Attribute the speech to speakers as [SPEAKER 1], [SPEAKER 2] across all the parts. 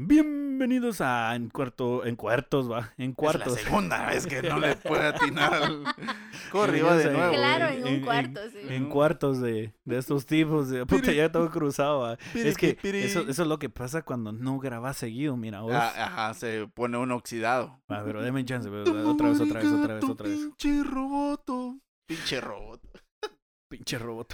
[SPEAKER 1] Bienvenidos a en cuarto, en cuartos, va, en cuartos.
[SPEAKER 2] Es la segunda vez que no le puede atinar. al- ¿Cómo arriba
[SPEAKER 1] Yo
[SPEAKER 2] de
[SPEAKER 1] sé.
[SPEAKER 2] nuevo?
[SPEAKER 3] Claro,
[SPEAKER 2] güey?
[SPEAKER 3] en un cuarto, sí.
[SPEAKER 1] En cuartos de, de estos tipos, de, puta, ya todo cruzado. va.
[SPEAKER 2] Piri,
[SPEAKER 1] Es que
[SPEAKER 2] piri, piri.
[SPEAKER 1] eso, eso es lo que pasa cuando no grabas seguido, mira vos.
[SPEAKER 2] Ah, ajá, se pone un oxidado.
[SPEAKER 1] Va, pero deme chance, pero otra vez, otra vez, otra vez, otra vez.
[SPEAKER 2] Pinche roboto. Pinche roboto.
[SPEAKER 1] Pinche robot.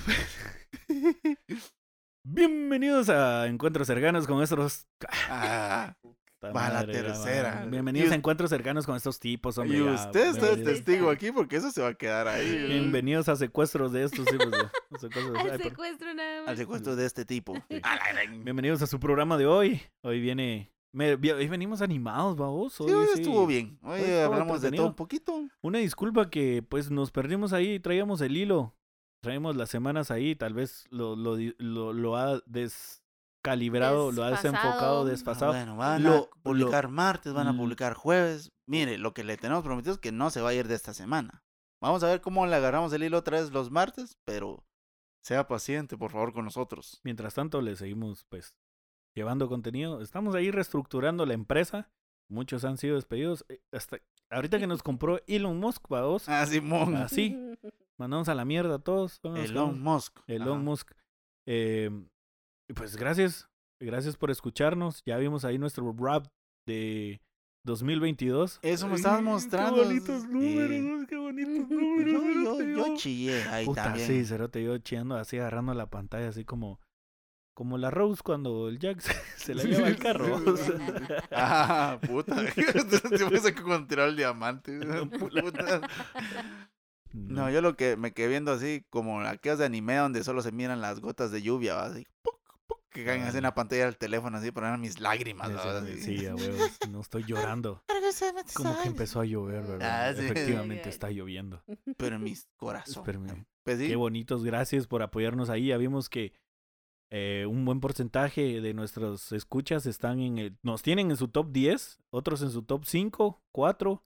[SPEAKER 1] Bienvenidos a Encuentros Cercanos con estos...
[SPEAKER 2] Ah,
[SPEAKER 1] Puta
[SPEAKER 2] Va la
[SPEAKER 1] madre, ya,
[SPEAKER 2] tercera.
[SPEAKER 1] Bienvenidos
[SPEAKER 2] Y
[SPEAKER 1] a
[SPEAKER 2] us-
[SPEAKER 1] Encuentros Cercanos con estos tipos, hombre.
[SPEAKER 2] y
[SPEAKER 1] ya,
[SPEAKER 2] usted está de
[SPEAKER 1] bienvenidos.
[SPEAKER 3] testigo.
[SPEAKER 2] testigo aquí porque eso se va a quedar ahí. güey.
[SPEAKER 1] Bienvenidos a secuestros de estos tipos. de- secuestros de-
[SPEAKER 3] Al
[SPEAKER 1] ay, perdón.
[SPEAKER 3] secuestro nada más.
[SPEAKER 2] Al secuestro de este tipo.
[SPEAKER 1] Sí.
[SPEAKER 2] A la gran-
[SPEAKER 1] Bienvenidos a su programa de hoy. Hoy viene. me- vi- hoy venimos animados, babos.
[SPEAKER 2] Sí, hoy estuvo bien. Hoy
[SPEAKER 1] Hoy estuvo
[SPEAKER 2] hablamos de todo
[SPEAKER 1] entretenido.
[SPEAKER 2] un poquito.
[SPEAKER 1] Una disculpa que pues nos perdimos ahí, traíamos el hilo. Traemos las semanas ahí, tal vez lo, lo, di- lo, lo ha descalibrado, lo ha desenfocado, desfasado.
[SPEAKER 3] Desfasado.
[SPEAKER 2] Ah, Bueno, van
[SPEAKER 1] Lo-
[SPEAKER 2] a publicar martes, van a
[SPEAKER 1] Mm.
[SPEAKER 2] publicar jueves. Mire, lo que le tenemos prometido es que no se va a ir de esta semana. Vamos a ver cómo le agarramos el hilo otra vez los martes, pero sea paciente, por favor, con nosotros.
[SPEAKER 1] Mientras tanto, le seguimos pues llevando contenido. Estamos ahí reestructurando la empresa. Muchos han sido despedidos. eh, Hasta ahorita que nos compró Elon Musk, babos.
[SPEAKER 2] Ah, Simón.
[SPEAKER 1] Así, mandamos a la mierda a todos. solo nos quedamos-
[SPEAKER 2] Elon Musk.
[SPEAKER 1] Elon
[SPEAKER 2] Ajá.
[SPEAKER 1] Musk. Eh, y pues gracias, gracias por escucharnos. Ya vimos ahí nuestro rap de 2022.
[SPEAKER 2] Eso me estabas
[SPEAKER 1] Ay,
[SPEAKER 2] mostrando.
[SPEAKER 1] Qué bonitos
[SPEAKER 2] Sí.
[SPEAKER 1] números, qué bonitos números.
[SPEAKER 2] Yo, yo-
[SPEAKER 1] cerote,
[SPEAKER 2] yo chillé ahí
[SPEAKER 1] Puta,
[SPEAKER 2] también.
[SPEAKER 1] sí, Cerote, yo chillando así, agarrando la pantalla, así como, como la Rose cuando el Jack se, se la lleva al carro. o sea.
[SPEAKER 2] Ah, puta. Te vas a tirar el diamante. Puta. No, yo lo que me quedé viendo así, como aquellos de anime donde solo se miran las gotas de lluvia, ¿va? así, puc, puc, que caen así en la pantalla del teléfono, así, pero eran mis lágrimas,
[SPEAKER 1] Ese-
[SPEAKER 2] ¿va? Así.
[SPEAKER 1] Sí, a huevos, no estoy llorando. Como que empezó a llover, ¿verdad?
[SPEAKER 2] Ah, sí.
[SPEAKER 1] Efectivamente, está lloviendo.
[SPEAKER 2] Pero en mis corazón.
[SPEAKER 1] Pero,
[SPEAKER 2] Pues sí,
[SPEAKER 1] Qué bonitos, gracias por apoyarnos ahí. Ya vimos que eh, un buen porcentaje de nuestros escuchas están en el, nos tienen en su top 10, otros en su top 5, 4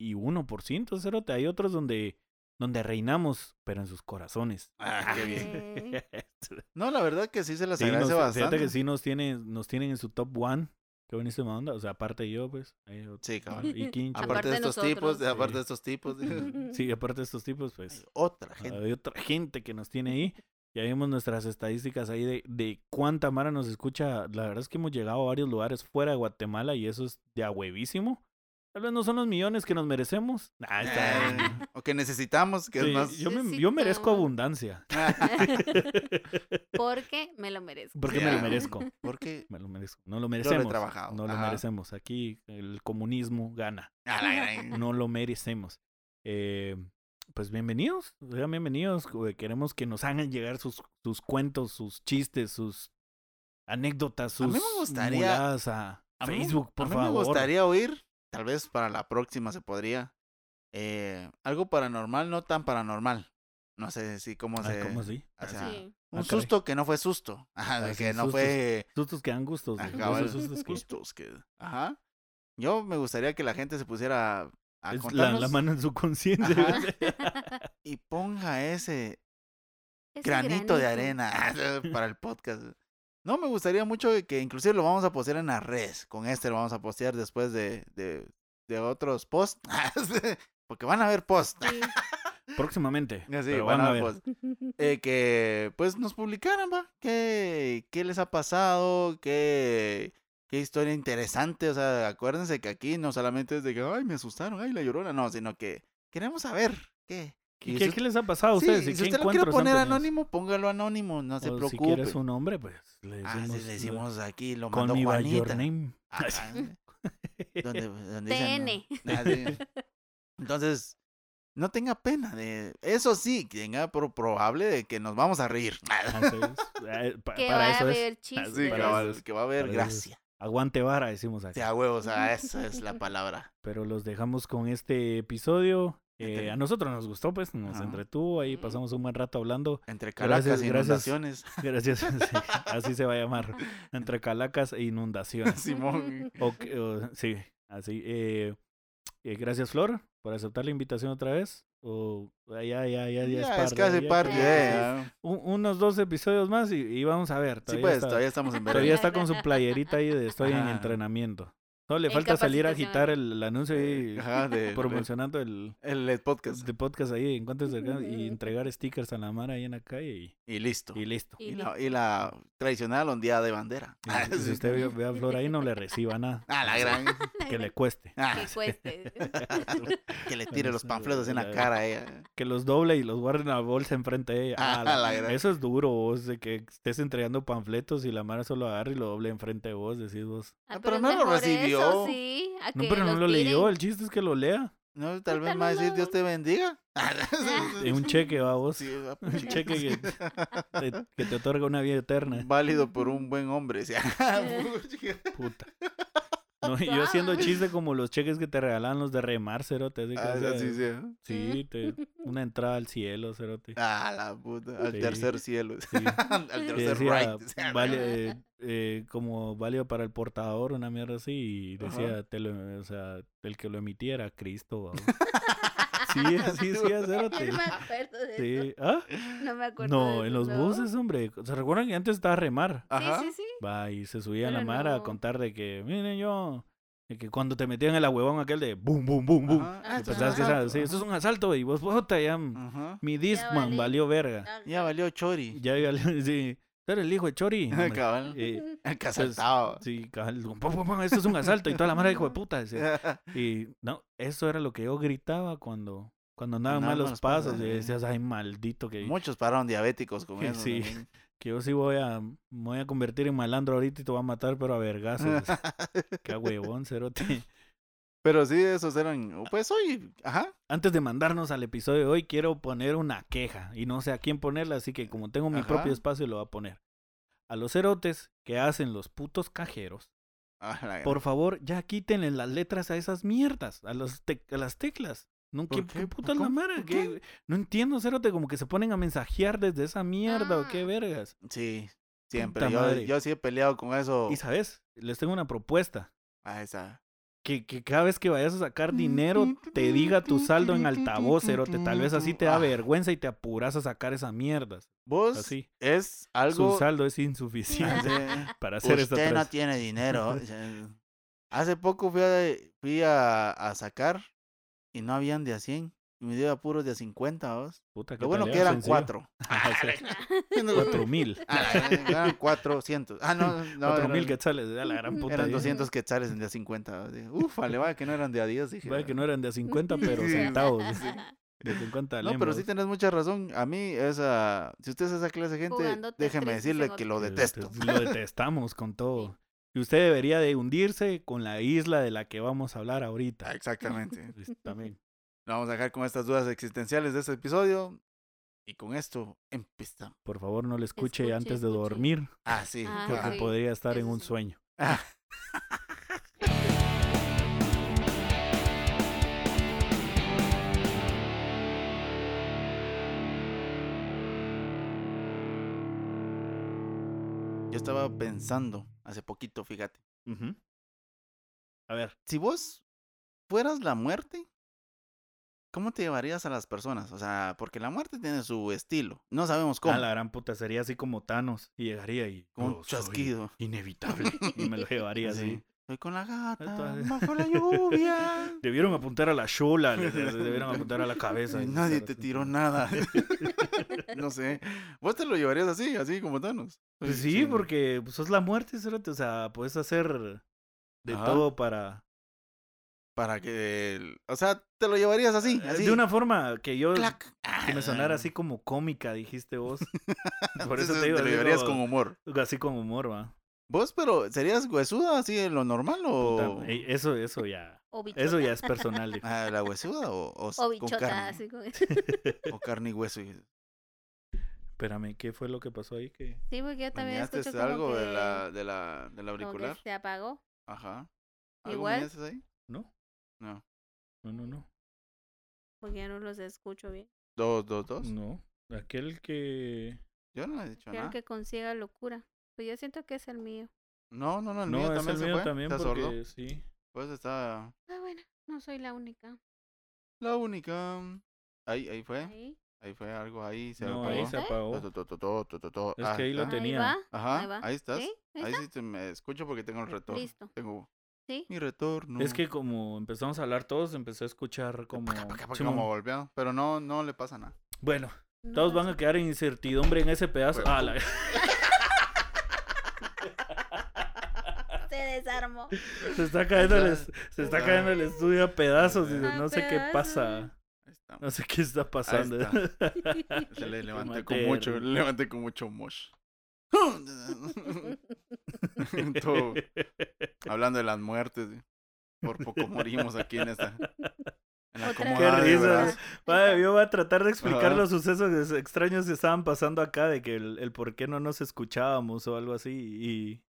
[SPEAKER 1] y 1%, cerote. Hay otros donde, donde reinamos, pero en sus corazones.
[SPEAKER 2] Ah, qué bien.
[SPEAKER 3] bien.
[SPEAKER 2] No, la verdad que sí se las
[SPEAKER 1] Sí, nos-
[SPEAKER 2] agradece
[SPEAKER 1] fíjate
[SPEAKER 2] bastante.
[SPEAKER 1] que sí nos tienen, nos tienen en su top 1. Qué buenísima onda. O sea, aparte yo, pues. ahí otro-
[SPEAKER 2] Sí, cabrón.
[SPEAKER 1] Y Quincho.
[SPEAKER 2] Aparte,
[SPEAKER 3] Aparte
[SPEAKER 2] de
[SPEAKER 3] de
[SPEAKER 2] estos tipos,
[SPEAKER 3] nosotros.
[SPEAKER 2] de- aparte
[SPEAKER 1] Sí.
[SPEAKER 2] de estos tipos. de-
[SPEAKER 1] Sí, aparte de estos tipos, pues.
[SPEAKER 2] Otra gente.
[SPEAKER 1] Hay otra gente que nos tiene ahí. Ya vimos nuestras estadísticas ahí de, de cuánta Mara nos escucha. La verdad es que hemos llegado a varios lugares fuera de Guatemala y eso es de a huevísimo. Tal vez no son los millones que nos merecemos. Nah, está bien.
[SPEAKER 2] Eh, o que necesitamos, que
[SPEAKER 1] Sí,
[SPEAKER 2] es más.
[SPEAKER 1] yo, me- yo merezco
[SPEAKER 3] Necesito.
[SPEAKER 1] abundancia.
[SPEAKER 3] Porque me lo merezco.
[SPEAKER 1] Porque me
[SPEAKER 2] Ya.
[SPEAKER 1] lo merezco.
[SPEAKER 2] Porque.
[SPEAKER 1] Me lo merezco. No lo merecemos.
[SPEAKER 2] retrabajado.
[SPEAKER 1] No lo
[SPEAKER 2] Ajá.
[SPEAKER 1] merecemos. Aquí el comunismo gana.
[SPEAKER 2] a la gran-
[SPEAKER 1] No lo merecemos. Eh, pues bienvenidos, sean bienvenidos. güey. Queremos que nos hagan llegar sus, sus cuentos, sus chistes, sus anécdotas,
[SPEAKER 2] A mí
[SPEAKER 1] sus
[SPEAKER 2] me gustaría-
[SPEAKER 1] muladas a
[SPEAKER 2] A mí-
[SPEAKER 1] Facebook, por
[SPEAKER 2] a mí
[SPEAKER 1] favor.
[SPEAKER 2] Me gustaría oír, tal vez para la próxima se podría, eh, algo paranormal, no tan paranormal. No sé si cómo
[SPEAKER 1] Ay,
[SPEAKER 2] se.
[SPEAKER 1] Ah, ¿Cómo así?
[SPEAKER 2] o sea,
[SPEAKER 3] Sí.
[SPEAKER 2] Un
[SPEAKER 1] Ah, caray.
[SPEAKER 2] susto que no fue susto. Ajá, de
[SPEAKER 1] Ah, sí,
[SPEAKER 2] que no
[SPEAKER 1] sustos.
[SPEAKER 2] fue.
[SPEAKER 1] Sustos que dan gustos.
[SPEAKER 2] Ah,
[SPEAKER 1] güey.
[SPEAKER 2] cabal,
[SPEAKER 1] Esos sustos que-
[SPEAKER 2] sustos que- Ajá. Yo me gustaría que la gente se pusiera a
[SPEAKER 1] es la,
[SPEAKER 2] contarnos
[SPEAKER 1] la mano en su conciencia.
[SPEAKER 2] ah, Ajá. y ponga ese
[SPEAKER 3] Ese
[SPEAKER 2] granito de
[SPEAKER 3] granito.
[SPEAKER 2] arena para el podcast. No, me gustaría mucho que inclusive lo vamos a postear en las redes. Con este lo vamos a postear después de, de, de otros posts. Porque van a haber posts.
[SPEAKER 3] Sí.
[SPEAKER 1] Próximamente.
[SPEAKER 2] Así,
[SPEAKER 1] pero
[SPEAKER 2] van a haber
[SPEAKER 1] ver.
[SPEAKER 2] posts. Eh, que pues nos publicaran, ¿va? ¿Qué, qué les ha pasado? ¿Qué, ¿Qué historia interesante? O sea, acuérdense que aquí no solamente es de que, ay, me asustaron, ay, la llorona. No, sino que queremos saber qué.
[SPEAKER 1] ¿Qué,
[SPEAKER 2] Y
[SPEAKER 1] qué-
[SPEAKER 2] si-
[SPEAKER 1] qué les ha pasado a
[SPEAKER 2] Sí,
[SPEAKER 1] ustedes? ¿Y
[SPEAKER 2] y
[SPEAKER 1] qué
[SPEAKER 2] si usted lo quiere
[SPEAKER 1] encuentros han
[SPEAKER 2] poner
[SPEAKER 1] tenido?
[SPEAKER 2] anónimo, póngalo anónimo, no se
[SPEAKER 1] O si
[SPEAKER 2] preocupe.
[SPEAKER 1] quieres un nombre, pues le decimos.
[SPEAKER 2] Ah, sí, le decimos aquí, lo
[SPEAKER 1] con
[SPEAKER 2] mandó
[SPEAKER 1] mi by your
[SPEAKER 2] Juanita.
[SPEAKER 1] name.
[SPEAKER 2] Ah, ah, donde- donde dicen,
[SPEAKER 3] TN.
[SPEAKER 2] ¿no? Ah, sí. Entonces, no tenga pena de... Eso sí, tenga pro- probable de que nos vamos a reír. Ah,
[SPEAKER 1] Así es. Eh, pa-
[SPEAKER 3] Que
[SPEAKER 1] para
[SPEAKER 3] va a
[SPEAKER 1] eso es.
[SPEAKER 3] haber chistes.
[SPEAKER 2] Sí,
[SPEAKER 1] para
[SPEAKER 2] cabal,
[SPEAKER 1] eso es.
[SPEAKER 2] que va a haber
[SPEAKER 1] Para eso
[SPEAKER 2] gracia.
[SPEAKER 1] Aguante vara, decimos
[SPEAKER 2] Sí,
[SPEAKER 1] acá.
[SPEAKER 2] a huevos, ah, esa es la palabra.
[SPEAKER 1] Pero los dejamos con este episodio. Eh, a nosotros nos gustó, pues, nos
[SPEAKER 2] Ajá.
[SPEAKER 1] entretuvo. Ahí
[SPEAKER 3] Mm.
[SPEAKER 1] pasamos un buen rato hablando.
[SPEAKER 2] Entre calacas
[SPEAKER 1] Gracias,
[SPEAKER 2] y
[SPEAKER 1] gracias.
[SPEAKER 2] inundaciones.
[SPEAKER 1] Gracias. sí, así se va a llamar. Entre calacas e inundaciones.
[SPEAKER 2] Simón.
[SPEAKER 1] O que- o- sí, así. eh, eh, gracias, Flor. ¿Para aceptar la invitación otra vez? O ah, ya, ya, ya, ya,
[SPEAKER 2] Ya,
[SPEAKER 1] es,
[SPEAKER 2] es,
[SPEAKER 1] parte,
[SPEAKER 2] casi
[SPEAKER 1] ya-
[SPEAKER 2] parte.
[SPEAKER 3] casi
[SPEAKER 2] ya, ya.
[SPEAKER 1] Un- unos dos episodios más y, y vamos a ver.
[SPEAKER 2] Sí,
[SPEAKER 1] todavía
[SPEAKER 2] pues,
[SPEAKER 1] está-
[SPEAKER 2] todavía estamos en
[SPEAKER 1] Todavía
[SPEAKER 2] verano.
[SPEAKER 1] está con su playerita ahí de estoy en
[SPEAKER 2] Ajá.
[SPEAKER 1] entrenamiento. No, le
[SPEAKER 3] En
[SPEAKER 1] falta salir a
[SPEAKER 3] capacitación.
[SPEAKER 1] agitar el, el anuncio ahí
[SPEAKER 2] Ajá, de- de-
[SPEAKER 1] promocionando el,
[SPEAKER 2] el, el podcast.
[SPEAKER 1] de podcast ahí en cuanto cercano y entregar stickers a la mara ahí en la calle y,
[SPEAKER 2] Y listo.
[SPEAKER 1] y listo.
[SPEAKER 3] Y
[SPEAKER 2] Y la, y la tradicional ondeada de bandera.
[SPEAKER 1] Y si- si usted ve, ve a Flor ahí, no le reciba nada.
[SPEAKER 2] Ah, la gran.
[SPEAKER 1] Que le cueste.
[SPEAKER 2] Ah,
[SPEAKER 3] Que
[SPEAKER 2] sí.
[SPEAKER 3] cueste.
[SPEAKER 2] que le tire
[SPEAKER 1] Bueno,
[SPEAKER 2] los
[SPEAKER 1] sí,
[SPEAKER 2] panfletos en la
[SPEAKER 1] la-
[SPEAKER 2] cara a ella.
[SPEAKER 1] Que los doble y los guarde en la bolsa enfrente de ella. Ah,
[SPEAKER 2] Ah,
[SPEAKER 1] la-
[SPEAKER 2] la gran.
[SPEAKER 1] Eso es duro, vos, de que estés entregando panfletos y la mara solo agarra y lo doble enfrente de vos, decís vos.
[SPEAKER 3] Ah,
[SPEAKER 2] Ah, pero no
[SPEAKER 3] es
[SPEAKER 2] lo
[SPEAKER 3] mejor eso,
[SPEAKER 2] recibió.
[SPEAKER 3] sí, a
[SPEAKER 1] No,
[SPEAKER 3] que
[SPEAKER 1] pero no
[SPEAKER 3] los
[SPEAKER 1] lo leyó,
[SPEAKER 3] tiren.
[SPEAKER 1] el chiste es que lo lea.
[SPEAKER 2] No, tal vez me va
[SPEAKER 3] Puta,
[SPEAKER 2] a
[SPEAKER 3] Pues no Ah.
[SPEAKER 2] decir
[SPEAKER 3] lo-
[SPEAKER 2] Dios te bendiga. Ah,
[SPEAKER 1] En un cheque, va vos.
[SPEAKER 2] Sí, va,
[SPEAKER 1] Un cheque que te, que te otorga una vida eterna.
[SPEAKER 2] Válido por un buen hombre. sí. Ah,
[SPEAKER 1] Puta. No, y yo haciendo
[SPEAKER 3] Suave.
[SPEAKER 1] chiste como los cheques que te regalan los de remar, cerote. así que,
[SPEAKER 2] Ah,
[SPEAKER 1] o sea,
[SPEAKER 2] sí, sí.
[SPEAKER 1] sí, te- una entrada al cielo, cerote.
[SPEAKER 2] Ah, la puta. Al
[SPEAKER 1] Sí.
[SPEAKER 2] tercer cielo.
[SPEAKER 1] Sí.
[SPEAKER 2] Al
[SPEAKER 1] Que decía,
[SPEAKER 2] tercer
[SPEAKER 1] "Pues,
[SPEAKER 2] right. o sea,
[SPEAKER 1] vale, eh, eh, como válido para el portador, una mierda así, y
[SPEAKER 2] Ajá.
[SPEAKER 1] decía, te lo- o sea, el que lo emitiera, Cristo. babos. sí, sí, sí, acérdate.
[SPEAKER 3] Yo no me acuerdo de eso.
[SPEAKER 1] Sí. ¿Ah?
[SPEAKER 3] No me acuerdo.
[SPEAKER 1] No,
[SPEAKER 3] de
[SPEAKER 1] en
[SPEAKER 3] eso,
[SPEAKER 1] los
[SPEAKER 3] ¿no?
[SPEAKER 1] buses, hombre. ¿Se recuerdan que antes estaba remar?
[SPEAKER 2] Ajá.
[SPEAKER 3] Sí, sí, sí.
[SPEAKER 1] Va, y se subía la
[SPEAKER 3] Pero
[SPEAKER 1] mara a
[SPEAKER 3] no.
[SPEAKER 1] contar de que, miren yo, de que cuando te metían en la huevón aquel de boom, boom, boom, boom.
[SPEAKER 2] Ajá. Ah,
[SPEAKER 1] que
[SPEAKER 2] eso es
[SPEAKER 1] pensabas que
[SPEAKER 2] asalto, Ah.
[SPEAKER 1] esa- sí, eso es un asalto, y vos, puta, ya,
[SPEAKER 2] Ajá.
[SPEAKER 1] mi Discman
[SPEAKER 3] valí.
[SPEAKER 1] valió verga.
[SPEAKER 3] Ah,
[SPEAKER 2] Ya valió Chori.
[SPEAKER 1] Ya, ya, sí, tú eres el hijo de Chori. hombre.
[SPEAKER 2] Cabal.
[SPEAKER 1] Eh,
[SPEAKER 2] Que asaltaba.
[SPEAKER 1] Sí, cabal, pum, pum, pum, pum, esto es un asalto y toda la mara hijo de puta. decía. Y no, eso era lo que yo gritaba cuando, cuando andaban
[SPEAKER 2] Andaban
[SPEAKER 1] mal
[SPEAKER 2] mal
[SPEAKER 1] los
[SPEAKER 2] los pasos,
[SPEAKER 1] pasos. Y
[SPEAKER 2] sí.
[SPEAKER 1] decías, ay, maldito, que,
[SPEAKER 2] Muchos pararon diabéticos con eso.
[SPEAKER 1] Sí.
[SPEAKER 2] también.
[SPEAKER 1] que yo sí voy a, me voy a convertir en malandro ahorita y te voy a matar, pero a vergazos. Qué huevón, cerote.
[SPEAKER 2] Pero sí, esos eran. Pues hoy. Ajá.
[SPEAKER 1] Antes de mandarnos al episodio de hoy, quiero poner una queja. Y no sé a quién ponerla, así que como tengo mi
[SPEAKER 2] Ajá.
[SPEAKER 1] propio espacio, lo voy a poner. A los cerotes que hacen los putos cajeros,
[SPEAKER 2] Ah, la gran-
[SPEAKER 1] Por favor, ya quítenle las letras a esas mierdas, a, los tec- a las teclas. No,
[SPEAKER 2] ¿Por
[SPEAKER 1] ¿qué,
[SPEAKER 2] qué?
[SPEAKER 1] qué
[SPEAKER 2] ¿Por
[SPEAKER 1] puta es la
[SPEAKER 2] cómo?
[SPEAKER 1] mara?
[SPEAKER 2] ¿Por
[SPEAKER 1] ¿Qué-
[SPEAKER 2] qué?
[SPEAKER 1] No entiendo, Cerote, como que se ponen a mensajear desde esa mierda o qué
[SPEAKER 3] Ah.
[SPEAKER 1] vergas.
[SPEAKER 2] Sí. Siempre.
[SPEAKER 1] Puta
[SPEAKER 2] Yo,
[SPEAKER 1] madre.
[SPEAKER 2] yo sí he peleado con eso.
[SPEAKER 1] Y sabes, les tengo una propuesta.
[SPEAKER 2] Ah, esa.
[SPEAKER 1] Que, que cada vez que vayas a sacar dinero te diga tu saldo en altavoz, Cerote. Tal vez así te da
[SPEAKER 2] Ah.
[SPEAKER 1] vergüenza y te apuras a sacar esas mierdas.
[SPEAKER 2] Vos
[SPEAKER 1] Así.
[SPEAKER 2] es
[SPEAKER 1] Su
[SPEAKER 2] algo.
[SPEAKER 1] saldo es insuficiente
[SPEAKER 2] Hace-
[SPEAKER 1] para hacer esta
[SPEAKER 2] Usted no
[SPEAKER 1] trans-
[SPEAKER 2] tiene dinero. Eh, Hace poco fui a, fui a, a sacar y no habían de a 100. Y me dio a puros de a 50. ¿vos?
[SPEAKER 1] Puta, ¿qué
[SPEAKER 2] Lo bueno
[SPEAKER 1] tal
[SPEAKER 2] que
[SPEAKER 1] le
[SPEAKER 2] eran
[SPEAKER 1] hacen, serio?
[SPEAKER 2] cuatro.
[SPEAKER 1] Ajá, sí. Cuatro
[SPEAKER 2] Ah,
[SPEAKER 1] mil.
[SPEAKER 2] la- eran 400. Ah, no, no.
[SPEAKER 1] Cuatro mil
[SPEAKER 2] eran-
[SPEAKER 1] quetzales. a la gran puta.
[SPEAKER 2] Eran
[SPEAKER 1] ya.
[SPEAKER 2] 200 quetzales en día 50. Dije, Uf, vale, vaya que no eran de a 10. Dije,
[SPEAKER 1] Vaya que no eran de a 50,
[SPEAKER 3] Sí,
[SPEAKER 1] pero
[SPEAKER 2] Sí.
[SPEAKER 1] centavos. De 50
[SPEAKER 2] No, pero sí tenés mucha razón. A mí, esa. Si usted es esa clase de gente,
[SPEAKER 3] Jugando
[SPEAKER 2] déjeme
[SPEAKER 3] Tetris y se
[SPEAKER 2] decirle que lo
[SPEAKER 3] golpea.
[SPEAKER 2] detesto.
[SPEAKER 1] Lo detestamos con todo. Y usted debería de hundirse con la isla de la que vamos a hablar
[SPEAKER 2] Ah,
[SPEAKER 1] ahorita.
[SPEAKER 2] Exactamente.
[SPEAKER 1] Pues, También.
[SPEAKER 2] Lo vamos a dejar con estas dudas existenciales de este episodio. Y con esto, empezamos.
[SPEAKER 1] Por favor, no le escuche,
[SPEAKER 3] Escuche,
[SPEAKER 1] antes de
[SPEAKER 3] escuche.
[SPEAKER 1] dormir,
[SPEAKER 2] Ah, sí.
[SPEAKER 3] Ah,
[SPEAKER 1] porque
[SPEAKER 3] sí.
[SPEAKER 1] podría estar en
[SPEAKER 3] Eso
[SPEAKER 1] un
[SPEAKER 3] sí.
[SPEAKER 1] sueño.
[SPEAKER 2] Yo estaba pensando hace poquito, fíjate.
[SPEAKER 1] Ujú. A ver,
[SPEAKER 2] Si vos fueras la muerte, ¿cómo te llevarías a las personas? O sea, porque la muerte tiene su estilo. No sabemos cómo.
[SPEAKER 1] a la gran puta sería así como Thanos y llegaría y.
[SPEAKER 2] Con un
[SPEAKER 1] "Yo soy
[SPEAKER 2] chasquido.
[SPEAKER 1] Inevitable. Y me lo llevaría así.
[SPEAKER 2] Estoy con la gata,
[SPEAKER 1] Entonces-
[SPEAKER 2] Ah, bajo la lluvia.
[SPEAKER 1] Debieron apuntar a la chola, le- le- le debieron apuntar a la cabeza.
[SPEAKER 2] Y Nadie te tiró nada. no sé. Vos te lo llevarías así, así como Thanos.
[SPEAKER 1] Pues sí, porque pues, sos la muerte, cerote, o sea, puedes hacer de
[SPEAKER 2] Ajá.
[SPEAKER 1] todo para...
[SPEAKER 2] Para que. el- O sea, te lo llevarías así, así.
[SPEAKER 1] Ah, De una forma que yo...
[SPEAKER 2] Clac.
[SPEAKER 1] Que me sonara así como cómica, dijiste vos. Por eso
[SPEAKER 2] Entonces,
[SPEAKER 1] te digo,
[SPEAKER 2] lo
[SPEAKER 1] así
[SPEAKER 2] llevarías con
[SPEAKER 1] como,
[SPEAKER 2] humor.
[SPEAKER 1] así con humor, va.
[SPEAKER 2] Vos, pero, ¿serías huesuda así en lo normal
[SPEAKER 1] Puta,
[SPEAKER 2] o.?
[SPEAKER 1] ey, Eso, eso ya...
[SPEAKER 3] O bichota.
[SPEAKER 1] Eso ya es personal. dijo.
[SPEAKER 2] Ah, la huesuda o, o s-
[SPEAKER 3] O
[SPEAKER 2] con
[SPEAKER 3] bichota,
[SPEAKER 2] carne.
[SPEAKER 3] así con
[SPEAKER 2] O carne y hueso. y-
[SPEAKER 1] Espérame, ¿qué fue lo que pasó ahí? que
[SPEAKER 3] Sí, porque yo también
[SPEAKER 2] ¿Meneaste
[SPEAKER 3] escucho como
[SPEAKER 2] este algo
[SPEAKER 3] que,
[SPEAKER 2] de la, de la, del
[SPEAKER 3] como que
[SPEAKER 2] auricular?
[SPEAKER 3] se apagó.
[SPEAKER 2] Ajá. ¿Algo
[SPEAKER 3] Igual.
[SPEAKER 2] meneaste ahí?
[SPEAKER 1] ¿No?
[SPEAKER 2] No.
[SPEAKER 1] No, no, no.
[SPEAKER 3] Porque ya no los escucho bien.
[SPEAKER 2] ¿Dos, dos, dos?
[SPEAKER 1] No. Aquel que...
[SPEAKER 2] Yo no le he dicho
[SPEAKER 3] Quiero
[SPEAKER 2] nada.
[SPEAKER 3] que consiga locura. Pues yo siento que es el mío.
[SPEAKER 2] No, no, no, el mío
[SPEAKER 1] No, es
[SPEAKER 2] también
[SPEAKER 1] el
[SPEAKER 2] se
[SPEAKER 1] mío
[SPEAKER 2] fue.
[SPEAKER 1] también
[SPEAKER 2] pues, ¿Está sordo?
[SPEAKER 1] porque... Sí.
[SPEAKER 2] Pues está...
[SPEAKER 3] Ah, bueno, no soy la única.
[SPEAKER 2] La única. mm, Ahí, ahí fue.
[SPEAKER 3] Ahí.
[SPEAKER 2] Ahí fue algo ahí. Se
[SPEAKER 1] No,
[SPEAKER 2] apagó.
[SPEAKER 1] ahí se
[SPEAKER 3] ¿Eh?
[SPEAKER 1] apagó.
[SPEAKER 2] To, to, to, to, to, to, to.
[SPEAKER 1] Es que ahí lo
[SPEAKER 2] está.
[SPEAKER 1] te- tenía.
[SPEAKER 3] va,
[SPEAKER 2] Ajá,
[SPEAKER 3] ahí va.
[SPEAKER 2] ahí Ah, estás.
[SPEAKER 3] ¿Sí? ¿Ahí
[SPEAKER 2] Ahí
[SPEAKER 3] está?
[SPEAKER 2] sí te me escucho porque tengo el retorno.
[SPEAKER 3] Listo.
[SPEAKER 2] Tengo
[SPEAKER 3] Sí.
[SPEAKER 2] mi retorno.
[SPEAKER 1] Es que como empezamos a hablar todos, empecé a escuchar como...
[SPEAKER 2] Paca, paca, paca,
[SPEAKER 1] Simón.
[SPEAKER 2] como golpeado. Pero no, no le pasa nada.
[SPEAKER 1] Bueno,
[SPEAKER 3] No
[SPEAKER 1] todos van
[SPEAKER 3] pasa.
[SPEAKER 1] a quedar en incertidumbre en ese pedazo.
[SPEAKER 2] Bueno.
[SPEAKER 1] Ah, la-
[SPEAKER 3] Se desarmó.
[SPEAKER 1] Se está cayendo el, es- se está
[SPEAKER 2] Ah.
[SPEAKER 1] cayendo el estudio a pedazos. y
[SPEAKER 2] A
[SPEAKER 1] no sé qué
[SPEAKER 3] pedazos.
[SPEAKER 1] pasa.
[SPEAKER 2] Ahí está.
[SPEAKER 1] No sé qué está pasando.
[SPEAKER 2] Se le levanté
[SPEAKER 1] amateur.
[SPEAKER 2] con mucho, le levanté con mucho mosh. Todo. Hablando de las muertes, eh, por poco morimos aquí en esta. En la
[SPEAKER 3] Otra
[SPEAKER 2] acomodada
[SPEAKER 1] Qué
[SPEAKER 2] de
[SPEAKER 1] risas.
[SPEAKER 2] brazos.
[SPEAKER 1] Madre, yo voy a tratar de explicar
[SPEAKER 2] Ajá.
[SPEAKER 1] los sucesos ex- extraños que estaban pasando acá, de que el, el por qué no nos escuchábamos o algo así. Y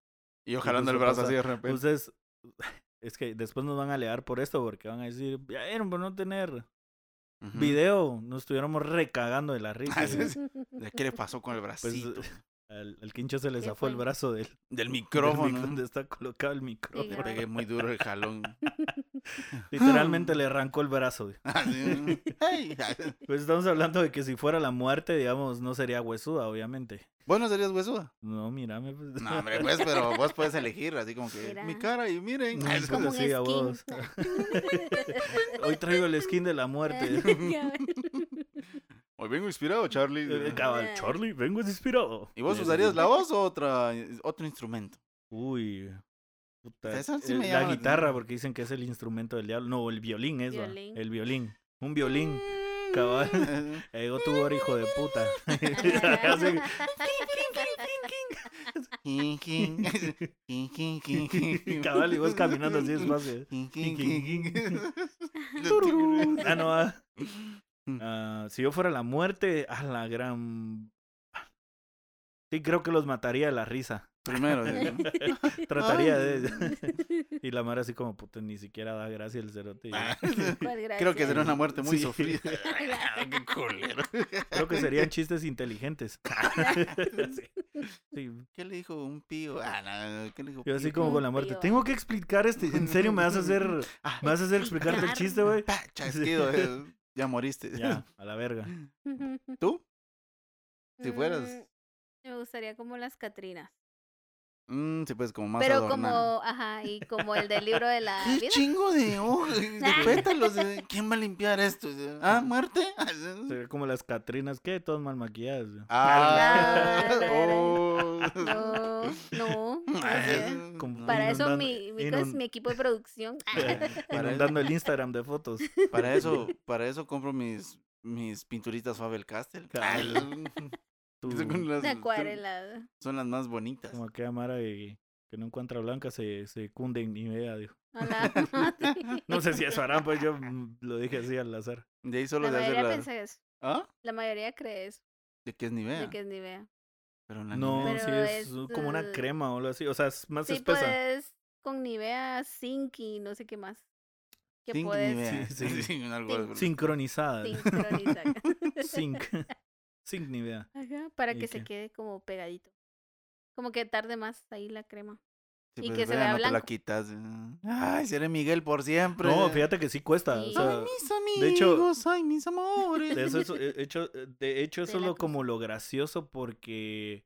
[SPEAKER 2] Y yo jalando el
[SPEAKER 1] Incluso
[SPEAKER 2] brazo
[SPEAKER 1] pasa-
[SPEAKER 2] así de repente.
[SPEAKER 1] ustedes, es que después nos van a alegar por esto, porque van a decir, "Ya vieron por no tener
[SPEAKER 2] Ujú.
[SPEAKER 1] video, nos estuviéramos recagando de la risa. pues,
[SPEAKER 2] Ah, sí, sí. ¿De qué le pasó con el bracito?
[SPEAKER 1] Al, al quincho se le
[SPEAKER 3] ¿Qué
[SPEAKER 1] zafó
[SPEAKER 3] fue?
[SPEAKER 1] el brazo del, del
[SPEAKER 2] Del
[SPEAKER 1] mic-
[SPEAKER 2] micrófono.
[SPEAKER 1] donde está colocado el
[SPEAKER 2] Le
[SPEAKER 1] micrófono.
[SPEAKER 3] Diga.
[SPEAKER 2] pegué muy duro el jalón.
[SPEAKER 1] Literalmente le arrancó el brazo.
[SPEAKER 2] Así, ¡ay!
[SPEAKER 1] Pues estamos hablando de que si fuera la muerte, digamos, no sería huesuda, obviamente.
[SPEAKER 2] ¿Vos no serías huesuda?
[SPEAKER 1] No, mírame. pues.
[SPEAKER 2] No, hombre, pues, pero vos puedes elegir, así como que
[SPEAKER 3] Mira.
[SPEAKER 2] mi cara y miren.
[SPEAKER 1] No,
[SPEAKER 3] como un
[SPEAKER 1] pues, sí, a
[SPEAKER 3] skin.
[SPEAKER 1] vos. Hoy traigo el skin de la muerte.
[SPEAKER 3] Ya
[SPEAKER 2] Hoy vengo inspirado, Charlie.
[SPEAKER 1] Eh, Cabal, Charlie, vengo inspirado.
[SPEAKER 2] ¿Y vos
[SPEAKER 1] Sí,
[SPEAKER 2] usarías
[SPEAKER 1] sí.
[SPEAKER 2] la voz o otra, otro instrumento?
[SPEAKER 1] Uy. Puta,
[SPEAKER 2] Esa sí
[SPEAKER 1] eh,
[SPEAKER 2] me llama
[SPEAKER 1] la
[SPEAKER 2] la
[SPEAKER 1] guitarra,
[SPEAKER 2] atención.
[SPEAKER 1] porque dicen que es el instrumento del diablo. No, el violín es, va,
[SPEAKER 3] Violín.
[SPEAKER 1] El violín. Un violín. Cabal.
[SPEAKER 2] Mm.
[SPEAKER 1] Ya Llegó tu hora, hijo de puta. Hacen-
[SPEAKER 2] Quin, quin, quin, quin, quin, quin.
[SPEAKER 1] Cabal, y vos caminando así
[SPEAKER 2] Mm.
[SPEAKER 1] despacio.
[SPEAKER 2] Quin,
[SPEAKER 1] quin,
[SPEAKER 2] quin, quin, quin.
[SPEAKER 1] Tururú. Ah, no, ah.
[SPEAKER 2] Mm.
[SPEAKER 1] Ah, si yo fuera la muerte, a la gran. Sí, creo que los mataría de la risa.
[SPEAKER 2] Primero, ¿sí?
[SPEAKER 1] Trataría de. y la madre así como, puta, ni siquiera da gracia el cerote.
[SPEAKER 2] Ah,
[SPEAKER 3] ¿Cuál
[SPEAKER 2] Creo que
[SPEAKER 3] gracia?
[SPEAKER 2] será una muerte muy
[SPEAKER 1] Sí. Ah,
[SPEAKER 2] sufrida. Qué culero.
[SPEAKER 1] Creo que serían chistes inteligentes. Sí. Sí,
[SPEAKER 2] ¿Qué le dijo un pío? Ah, no, ¿qué le dijo
[SPEAKER 1] Yo así
[SPEAKER 2] pío?
[SPEAKER 1] como con la muerte.
[SPEAKER 3] Tío.
[SPEAKER 1] Tengo que explicar este. En serio, me vas a hacer. Me
[SPEAKER 2] Ah,
[SPEAKER 1] vas a hacer explicarte el chiste, este güey.
[SPEAKER 2] pa, chasquido, eh, Ya moriste.
[SPEAKER 1] Ya, a la verga.
[SPEAKER 2] ¿Tú? Si fueras.
[SPEAKER 3] Mm, Me gustaría como las Catrinas.
[SPEAKER 2] Mm, sí, pues como más
[SPEAKER 3] Pero
[SPEAKER 2] adornado.
[SPEAKER 3] como, ajá, y como el del libro de la
[SPEAKER 2] ¡Qué
[SPEAKER 3] vida.
[SPEAKER 2] chingo de hojas, de pétalos! eh, ¿Quién va a limpiar esto? ¿Ah, muerte?
[SPEAKER 1] Sería como las Catrinas, que todas mal maquilladas. güey.
[SPEAKER 2] ¡Ah!
[SPEAKER 3] la, la, la.
[SPEAKER 2] oh. mm,
[SPEAKER 3] No, no. no sé.
[SPEAKER 1] Como
[SPEAKER 3] Para eso
[SPEAKER 1] Ah, inundando-
[SPEAKER 3] mi, mi,
[SPEAKER 1] inun-
[SPEAKER 3] cos- mi equipo de producción.
[SPEAKER 2] Para e
[SPEAKER 1] Inundando el Instagram de fotos.
[SPEAKER 2] Para eso, para eso compro mis, mis pinturitas Faber Castell.
[SPEAKER 1] Cabal. Tú,
[SPEAKER 2] Son con las-
[SPEAKER 3] De acuarela.
[SPEAKER 2] Son las más bonitas.
[SPEAKER 1] como aquella Mara de- que no encuentra blanca se, se cunde en idea, dijo.
[SPEAKER 3] A la madre.
[SPEAKER 1] No sé si eso harán, pues yo mm, lo dije así al azar.
[SPEAKER 2] De ahí solo
[SPEAKER 3] La
[SPEAKER 2] se hace
[SPEAKER 3] mayoría
[SPEAKER 2] la.
[SPEAKER 3] piensa eso.
[SPEAKER 2] ¿Ah?
[SPEAKER 3] La mayoría cree eso.
[SPEAKER 2] ¿De qué es Nivea?
[SPEAKER 3] De que es Nivea.
[SPEAKER 2] Pero la
[SPEAKER 1] No,
[SPEAKER 2] Nivea-
[SPEAKER 1] sí
[SPEAKER 3] Pero
[SPEAKER 1] es
[SPEAKER 3] es,
[SPEAKER 1] como una
[SPEAKER 3] eh,
[SPEAKER 1] crema o algo así. O sea, es más
[SPEAKER 3] Sí,
[SPEAKER 1] espesa.
[SPEAKER 3] puedes con Nivea, Zinc y no sé qué más. Que
[SPEAKER 2] Zinc
[SPEAKER 3] puedes
[SPEAKER 2] Nivea.
[SPEAKER 1] Sí, sí.
[SPEAKER 2] Sí, un algo-
[SPEAKER 1] Sincronizada.
[SPEAKER 3] sincronizar.
[SPEAKER 1] Sync. Sync ni idea.
[SPEAKER 3] Ajá, para
[SPEAKER 1] ¿Y
[SPEAKER 3] que se
[SPEAKER 1] qué?
[SPEAKER 3] quede como pegadito. Como que tarde más ahí la crema.
[SPEAKER 2] Sí,
[SPEAKER 3] Y
[SPEAKER 2] pues,
[SPEAKER 3] que se
[SPEAKER 2] vea,
[SPEAKER 3] vea
[SPEAKER 2] no te la
[SPEAKER 3] blanco.
[SPEAKER 2] quitas. eh. Ay, seré Miguel por siempre.
[SPEAKER 1] No, fíjate que sí cuesta. o
[SPEAKER 3] Sí.
[SPEAKER 1] sea,
[SPEAKER 2] Ay, mis amigos,
[SPEAKER 1] de hecho-
[SPEAKER 2] ay, mis amores.
[SPEAKER 1] de eso, eso- eh, hecho, eh, de hecho, eso
[SPEAKER 3] De
[SPEAKER 1] es
[SPEAKER 3] la
[SPEAKER 1] lo,
[SPEAKER 3] cruz.
[SPEAKER 1] como lo gracioso porque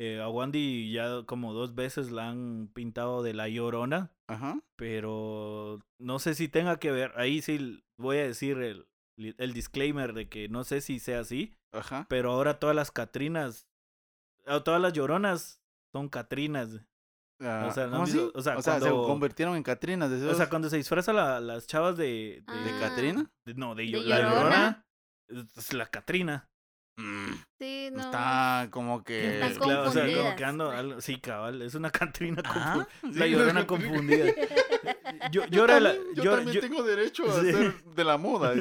[SPEAKER 1] eh, a Wandy ya como dos veces la han pintado de la llorona.
[SPEAKER 2] Ajá.
[SPEAKER 1] pero no sé si tenga que ver, ahí sí l- voy a decir el, li- el disclaimer de que no sé si sea así,
[SPEAKER 2] Ajá.
[SPEAKER 1] pero ahora todas las Catrinas, o todas las Lloronas son Catrinas.
[SPEAKER 2] Ah,
[SPEAKER 1] sea, ¿no
[SPEAKER 2] ¿cómo
[SPEAKER 1] han visto?
[SPEAKER 2] así?
[SPEAKER 1] O sea,
[SPEAKER 2] se
[SPEAKER 1] cuando-
[SPEAKER 2] convirtieron en Catrinas. De,
[SPEAKER 1] O sea,
[SPEAKER 2] esos-
[SPEAKER 1] cuando se disfraza la- las chavas de... de-
[SPEAKER 2] ¿De
[SPEAKER 3] Ah.
[SPEAKER 2] Catrina?
[SPEAKER 1] de- no, de,
[SPEAKER 3] ¿De
[SPEAKER 1] Llo- la
[SPEAKER 3] Llorona?
[SPEAKER 1] Llorona. Es la Catrina.
[SPEAKER 2] Mm,
[SPEAKER 3] Sí, no.
[SPEAKER 2] Está como que.
[SPEAKER 3] Están
[SPEAKER 1] Claro, o sea, como que
[SPEAKER 3] confundidas.
[SPEAKER 1] ando algo- sí, cabal, es una Catrina
[SPEAKER 2] Ajá.
[SPEAKER 1] confundida.
[SPEAKER 2] Ah, Sí,
[SPEAKER 1] La Llorona
[SPEAKER 2] Catrina.
[SPEAKER 1] confundida. Yo, llora, la-
[SPEAKER 2] también- yo
[SPEAKER 1] llora-
[SPEAKER 2] también
[SPEAKER 1] yo-
[SPEAKER 2] tengo derecho a
[SPEAKER 1] Sí.
[SPEAKER 2] ser de la moda.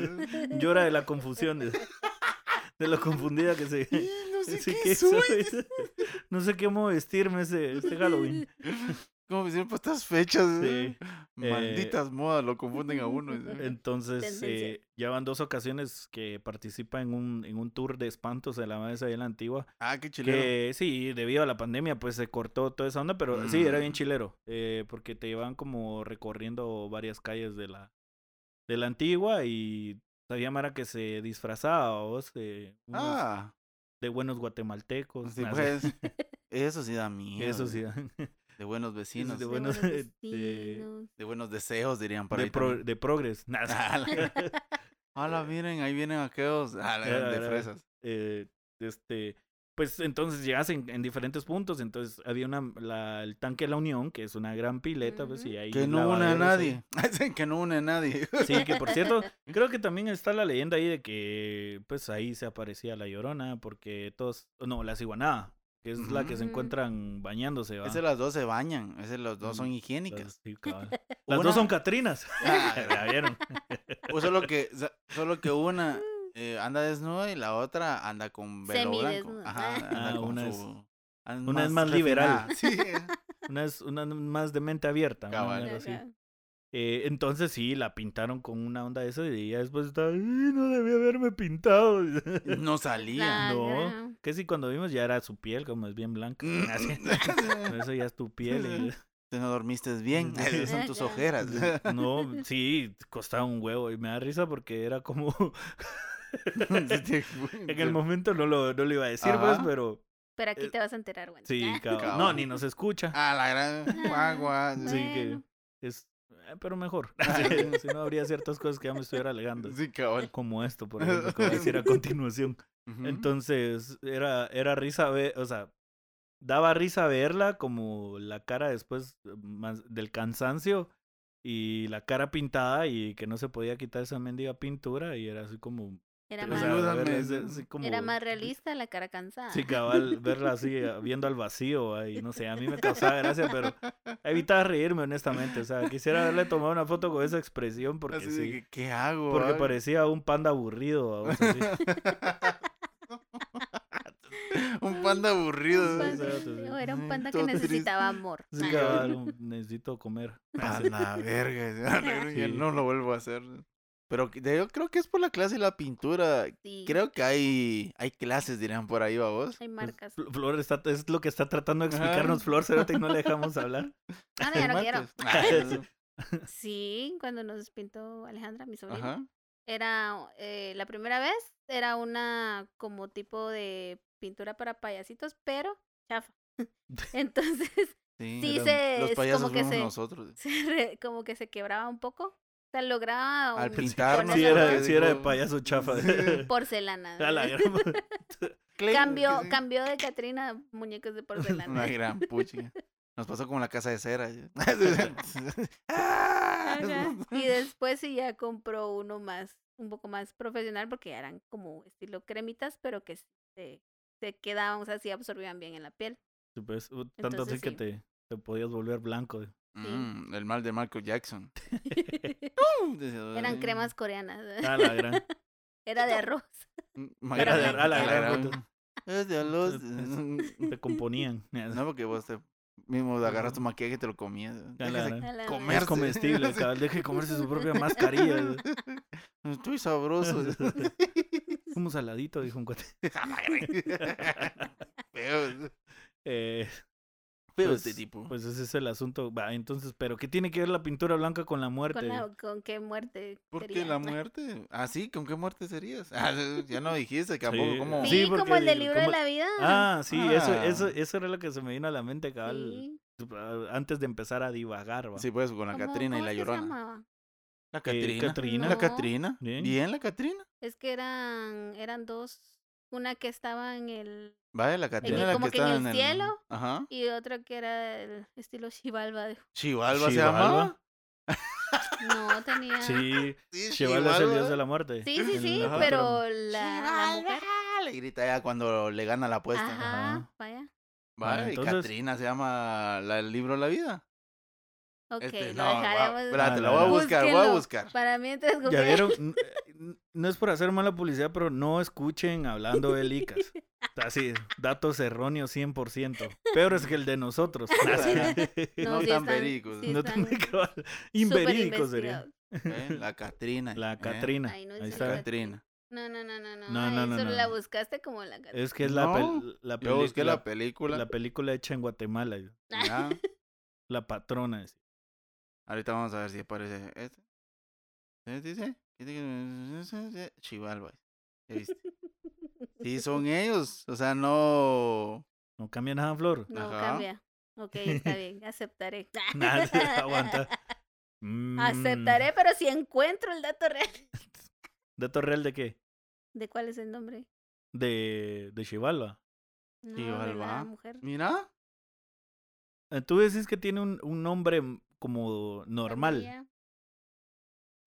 [SPEAKER 1] llora de la confusión. De, de lo confundida que se...
[SPEAKER 2] Y no sé
[SPEAKER 1] Dice,
[SPEAKER 2] qué,
[SPEAKER 1] "¿Qué
[SPEAKER 2] soy.
[SPEAKER 1] soy?" no sé cómo vestirme ese, este Halloween.
[SPEAKER 2] Como me hicieron para estas fechas. eh.
[SPEAKER 1] Sí. eh,
[SPEAKER 2] Malditas modas, lo confunden a uno.
[SPEAKER 1] Entonces,
[SPEAKER 3] Tendencia.
[SPEAKER 1] eh, ya van dos ocasiones que participa en un, en un tour de espantos de la mesa de la antigua.
[SPEAKER 2] Ah, qué chileno.
[SPEAKER 1] Que sí, debido a la pandemia, pues se cortó toda esa onda, pero sí, era bien
[SPEAKER 2] Mm.
[SPEAKER 1] chilero. eh, porque te iban como recorriendo varias calles de la, de la antigua y Sabía Mara que se disfrazaba, vos, de, unos-
[SPEAKER 2] Ah,
[SPEAKER 1] de buenos guatemaltecos.
[SPEAKER 2] sí,
[SPEAKER 1] nah,
[SPEAKER 2] pues. Eso sí da miedo.
[SPEAKER 1] Eso sí,
[SPEAKER 2] De buenos vecinos.
[SPEAKER 1] de
[SPEAKER 2] De,
[SPEAKER 1] bu- buenos- este, de-
[SPEAKER 3] vecinos.
[SPEAKER 2] buenos deseos, dirían para
[SPEAKER 1] de,
[SPEAKER 2] ahí
[SPEAKER 1] pro-
[SPEAKER 2] también.
[SPEAKER 1] de progres. nah,
[SPEAKER 2] Ah, la- Hola, miren, ahí vienen aquellos ah, la-
[SPEAKER 1] Era-
[SPEAKER 2] de
[SPEAKER 1] era-
[SPEAKER 2] fresas.
[SPEAKER 1] eh, este, pues entonces llegas en, en diferentes puntos. Entonces había una, la- el tanque de la Unión, que es una gran pileta, pues,
[SPEAKER 3] Ujú.
[SPEAKER 1] y ahí
[SPEAKER 2] Que no une
[SPEAKER 1] lavaderos
[SPEAKER 2] a
[SPEAKER 1] ahí.
[SPEAKER 2] nadie. Dicen que no une a nadie.
[SPEAKER 1] Sí, que por cierto, creo que también está la leyenda ahí de que pues ahí se aparecía la llorona porque todos, no, la ciguaná, que es la que se
[SPEAKER 3] Ujú.
[SPEAKER 1] encuentran bañándose, ¿va?
[SPEAKER 2] Ese las dos se bañan. Ese las dos son
[SPEAKER 1] Ah. Mm,
[SPEAKER 2] higiénicas.
[SPEAKER 1] Las- sí, cabal. Las
[SPEAKER 2] Una-
[SPEAKER 1] dos son Catrinas.
[SPEAKER 2] Ah,
[SPEAKER 1] la vieron.
[SPEAKER 2] pues solo que, solo que una eh, anda desnuda y la otra anda con velo blanco.
[SPEAKER 3] Semidesnuda.
[SPEAKER 2] Ajá, anda
[SPEAKER 1] Ah,
[SPEAKER 2] con
[SPEAKER 1] una
[SPEAKER 2] su- anda
[SPEAKER 1] una es más liberal.
[SPEAKER 2] refinada. Sí.
[SPEAKER 1] Una, es, una más de mente abierta. una
[SPEAKER 2] Cabal.
[SPEAKER 1] mierda
[SPEAKER 3] Ajá.
[SPEAKER 1] así. Eh, entonces sí, la pintaron con una onda de esa y ya después estaba, "Ay, no debía haberme pintado.
[SPEAKER 2] No salía.
[SPEAKER 3] La
[SPEAKER 1] no.
[SPEAKER 3] gran.
[SPEAKER 1] que si cuando vimos ya era su piel, como es bien blanca. Así.
[SPEAKER 2] Mm.
[SPEAKER 1] Eso ya es tu piel. y-
[SPEAKER 2] Te no dormiste bien.
[SPEAKER 1] Sí.
[SPEAKER 2] Son tus ojeras.
[SPEAKER 1] No, sí, costaba un huevo y me da risa porque era como... en el momento no lo, no lo iba a decir, pues,
[SPEAKER 2] Ajá.
[SPEAKER 1] pero...
[SPEAKER 3] Pero aquí
[SPEAKER 1] Eh,
[SPEAKER 3] te vas a enterar, bueno.
[SPEAKER 1] Sí,
[SPEAKER 3] Ah,
[SPEAKER 1] cabal.
[SPEAKER 2] Cabal.
[SPEAKER 1] No, ni nos escucha.
[SPEAKER 2] Ah, la gran. Guau, guau.
[SPEAKER 1] Así que
[SPEAKER 3] bueno.
[SPEAKER 1] es... eh, Pero mejor.
[SPEAKER 2] Ah.
[SPEAKER 1] Sí, si no, habría ciertas cosas que ya me estuviera alegando.
[SPEAKER 2] Sí, cabal.
[SPEAKER 1] Como esto, por ejemplo, que voy a decir a continuación.
[SPEAKER 2] Ujú.
[SPEAKER 1] Entonces, era, era risa ver... O sea, daba risa verla como la cara después eh, más del cansancio y la cara pintada y que no se podía quitar esa mendiga pintura y era así como...
[SPEAKER 3] Era
[SPEAKER 1] O
[SPEAKER 2] Pues,
[SPEAKER 1] sea,
[SPEAKER 3] más,
[SPEAKER 2] ayuda.
[SPEAKER 1] verla
[SPEAKER 2] Ayúdame.
[SPEAKER 1] así- así como-
[SPEAKER 3] era más realista la cara cansada.
[SPEAKER 1] Sí, cabal, verla así, a- viendo al vacío, ahí, no sé, a mí me causaba gracia, pero evitaba reírme, honestamente. O sea, quisiera haberle tomado una foto con esa expresión porque
[SPEAKER 2] Así de
[SPEAKER 1] sí.
[SPEAKER 2] que, ¿qué hago? ah?
[SPEAKER 1] Porque
[SPEAKER 2] vale?
[SPEAKER 1] parecía un panda aburrido. vamos, así.
[SPEAKER 2] Un panda aburrido.
[SPEAKER 3] Un panda-
[SPEAKER 1] sí, sí.
[SPEAKER 3] o era un panda que
[SPEAKER 2] Todo triste.
[SPEAKER 3] necesitaba amor.
[SPEAKER 1] Sí,
[SPEAKER 3] Ah,
[SPEAKER 1] cabal, un- necesito comer.
[SPEAKER 2] A la verga. ya
[SPEAKER 1] Sí.
[SPEAKER 2] No lo vuelvo a hacer. Pero que- yo creo que es por la clase y la pintura.
[SPEAKER 3] sí.
[SPEAKER 2] Creo que hay, hay clases, dirán por ahí, ¿va vos?
[SPEAKER 3] Hay
[SPEAKER 1] Pues,
[SPEAKER 3] marcas.
[SPEAKER 1] Fl- Flor está, es lo que está tratando de
[SPEAKER 2] Ajá.
[SPEAKER 1] explicarnos Flor, Cerote, y no le dejamos hablar.
[SPEAKER 3] Ah, no, ya no quiero.
[SPEAKER 2] quiero.
[SPEAKER 3] Sí, cuando nos pintó Alejandra, mi sobrina.
[SPEAKER 2] Ajá.
[SPEAKER 3] Era eh, la primera vez, era una como tipo de pintura para payasitos, pero chafa. Entonces
[SPEAKER 2] Sí,
[SPEAKER 3] Sí,
[SPEAKER 2] eran-
[SPEAKER 3] se-
[SPEAKER 2] los
[SPEAKER 3] es como
[SPEAKER 2] payasos
[SPEAKER 3] que
[SPEAKER 2] fuimos
[SPEAKER 3] se-
[SPEAKER 2] nosotros.
[SPEAKER 3] se re- como que se quebraba un poco. O sea, lograba
[SPEAKER 2] Al
[SPEAKER 3] un-
[SPEAKER 2] pintarnos.
[SPEAKER 1] Sí,
[SPEAKER 3] ponerle
[SPEAKER 1] era,
[SPEAKER 3] una
[SPEAKER 1] sí era de
[SPEAKER 2] digo,
[SPEAKER 1] payaso chafa.
[SPEAKER 2] sí.
[SPEAKER 3] porcelana.
[SPEAKER 1] A la gran-
[SPEAKER 2] Clink,
[SPEAKER 3] Cambió,
[SPEAKER 2] sí.
[SPEAKER 3] cambió de Catrina a muñecos de porcelana.
[SPEAKER 2] Una gran pucha. Nos pasó como la casa de cera. Ah, ya.
[SPEAKER 3] Ajá. Y después sí ya compró uno más, un poco más profesional, porque ya eran como estilo cremitas, pero que se, se quedaban, o sea, sí absorbían bien en la piel.
[SPEAKER 1] Sí, pues, uh, tanto
[SPEAKER 3] Entonces,
[SPEAKER 1] así que
[SPEAKER 3] sí.
[SPEAKER 1] te, te podías volver blanco. eh.
[SPEAKER 2] Mm, el mal de Michael Jackson.
[SPEAKER 3] eran cremas coreanas. ¿eh?
[SPEAKER 1] A la gran.
[SPEAKER 3] Era de arroz.
[SPEAKER 1] Era mm, de- a la gran
[SPEAKER 2] gran. Es de luz.
[SPEAKER 1] Te componían.
[SPEAKER 2] No, porque vos te mismo agarras tu maquillaje y te lo comías.
[SPEAKER 1] la
[SPEAKER 2] Déjese
[SPEAKER 1] gran.
[SPEAKER 3] A la
[SPEAKER 2] comer.
[SPEAKER 1] Es
[SPEAKER 2] Comerse.
[SPEAKER 1] comestible, cabal. Deje de comerse su propia mascarilla.
[SPEAKER 2] "Mm, Estoy sabroso.
[SPEAKER 1] Como saladito, dijo un cuate.
[SPEAKER 2] Feo.
[SPEAKER 1] Eh,
[SPEAKER 2] Feo
[SPEAKER 1] Pues-
[SPEAKER 2] este tipo.
[SPEAKER 1] pues ese es el asunto. Va, entonces, ¿pero qué tiene que ver la pintura blanca con la muerte?
[SPEAKER 3] Con, la- con qué muerte. pues.
[SPEAKER 2] Porque
[SPEAKER 3] quería?
[SPEAKER 2] la muerte. Ah, sí, ¿con qué muerte serías? Ah, ya no dijiste tampoco.
[SPEAKER 1] Sí.
[SPEAKER 2] ¿Cómo?
[SPEAKER 1] Sí,
[SPEAKER 3] Sí, como
[SPEAKER 1] porque
[SPEAKER 3] el del
[SPEAKER 1] digo,
[SPEAKER 3] libro de
[SPEAKER 1] ¿cómo-
[SPEAKER 3] la vida.
[SPEAKER 1] Ah, sí, Eso,
[SPEAKER 2] Ah.
[SPEAKER 1] eso, eso era lo que se me vino a la mente, cabal.
[SPEAKER 3] Sí.
[SPEAKER 1] ah, Antes de empezar a divagar, va.
[SPEAKER 2] Sí, pues con la
[SPEAKER 3] ¿Cómo-
[SPEAKER 2] Catrina y
[SPEAKER 3] cómo
[SPEAKER 2] la
[SPEAKER 3] es que se
[SPEAKER 2] Llorona.
[SPEAKER 3] llamaba?
[SPEAKER 2] La
[SPEAKER 1] Eh,
[SPEAKER 2] Catrina.
[SPEAKER 1] Catrina.
[SPEAKER 2] La
[SPEAKER 3] No.
[SPEAKER 2] Catrina.
[SPEAKER 1] Bien.
[SPEAKER 2] Bien, la Catrina.
[SPEAKER 3] Es que eran, eran dos. Una que estaba en el.
[SPEAKER 2] Vale, la
[SPEAKER 3] el-
[SPEAKER 2] Catrina la que
[SPEAKER 3] como que en
[SPEAKER 2] está
[SPEAKER 3] el
[SPEAKER 2] en el
[SPEAKER 3] cielo.
[SPEAKER 2] Ajá.
[SPEAKER 3] Y otra que era el estilo Chivalba. de-
[SPEAKER 2] Chivalba se
[SPEAKER 1] Xibalba.
[SPEAKER 2] llamaba.
[SPEAKER 3] No tenía.
[SPEAKER 1] Sí,
[SPEAKER 2] Sí,
[SPEAKER 1] Cheval es el dios de la muerte.
[SPEAKER 3] Ah. Sí, sí,
[SPEAKER 1] El-
[SPEAKER 3] sí,
[SPEAKER 1] ajá.
[SPEAKER 3] pero la, la mujer.
[SPEAKER 2] ah, Le grita ya cuando le gana la apuesta.
[SPEAKER 3] Ajá,
[SPEAKER 1] Pues, Ajá.
[SPEAKER 3] vaya.
[SPEAKER 2] Vale,
[SPEAKER 1] Bueno,
[SPEAKER 2] y
[SPEAKER 1] entonces-
[SPEAKER 2] Catrina se llama la, el libro de La Vida.
[SPEAKER 3] Ok,
[SPEAKER 2] Este,
[SPEAKER 3] lo
[SPEAKER 2] no, guau,
[SPEAKER 3] dejaremos.
[SPEAKER 2] espera, te
[SPEAKER 1] Ah,
[SPEAKER 2] la
[SPEAKER 1] no,
[SPEAKER 2] voy a
[SPEAKER 1] no.
[SPEAKER 2] buscar, voy a
[SPEAKER 3] Búsquenlo.
[SPEAKER 2] buscar.
[SPEAKER 3] Para mientras
[SPEAKER 1] Ya
[SPEAKER 3] Google-
[SPEAKER 1] vieron, N- n- no es por hacer mala publicidad, pero no escuchen hablando de licas. Así, datos erróneos 100%. Peores que el de nosotros.
[SPEAKER 3] No,
[SPEAKER 2] No
[SPEAKER 3] sí
[SPEAKER 2] tan
[SPEAKER 3] están-
[SPEAKER 2] verídicos.
[SPEAKER 3] sí
[SPEAKER 1] no
[SPEAKER 3] están
[SPEAKER 1] tan cabal.
[SPEAKER 3] súper
[SPEAKER 1] Inverídico sería.
[SPEAKER 3] investigados.
[SPEAKER 2] Eh, La Catrina.
[SPEAKER 1] La
[SPEAKER 2] eh,
[SPEAKER 1] Catrina.
[SPEAKER 3] Ay, no
[SPEAKER 1] Ahí
[SPEAKER 3] es
[SPEAKER 2] La
[SPEAKER 1] está.
[SPEAKER 3] cierto.
[SPEAKER 2] Catrina.
[SPEAKER 3] No, no, no, no, no.
[SPEAKER 1] No,
[SPEAKER 3] ahí
[SPEAKER 1] no, no,
[SPEAKER 3] solo
[SPEAKER 1] no,
[SPEAKER 3] la
[SPEAKER 1] no.
[SPEAKER 3] buscaste como la gata.
[SPEAKER 1] Es que es la, pel-
[SPEAKER 2] No,
[SPEAKER 1] la,
[SPEAKER 2] Yo
[SPEAKER 1] peli-
[SPEAKER 2] busqué la,
[SPEAKER 1] la-
[SPEAKER 2] película.
[SPEAKER 1] la película hecha en Guatemala.
[SPEAKER 2] ya.
[SPEAKER 1] La patrona. es-
[SPEAKER 2] Ahorita vamos a ver si aparece este. ¿Sí dice? Chival, güey. ¿Ya viste? Sí, son ellos. O sea, no.
[SPEAKER 1] No cambia nada, Flor.
[SPEAKER 3] No
[SPEAKER 2] Ajá.
[SPEAKER 3] cambia. Ok, está bien, aceptaré.
[SPEAKER 1] Nada, aguanta. Mm,
[SPEAKER 3] Aceptaré, pero si encuentro el dato real.
[SPEAKER 1] ¿Dato real de qué?
[SPEAKER 3] ¿De cuál es el nombre?
[SPEAKER 1] De, de Chivalva.
[SPEAKER 3] No,
[SPEAKER 2] Sí,
[SPEAKER 3] de la
[SPEAKER 2] Alba.
[SPEAKER 3] mujer.
[SPEAKER 2] Mira.
[SPEAKER 1] Eh, Tú decís que tiene un, un nombre m- como normal.
[SPEAKER 3] María.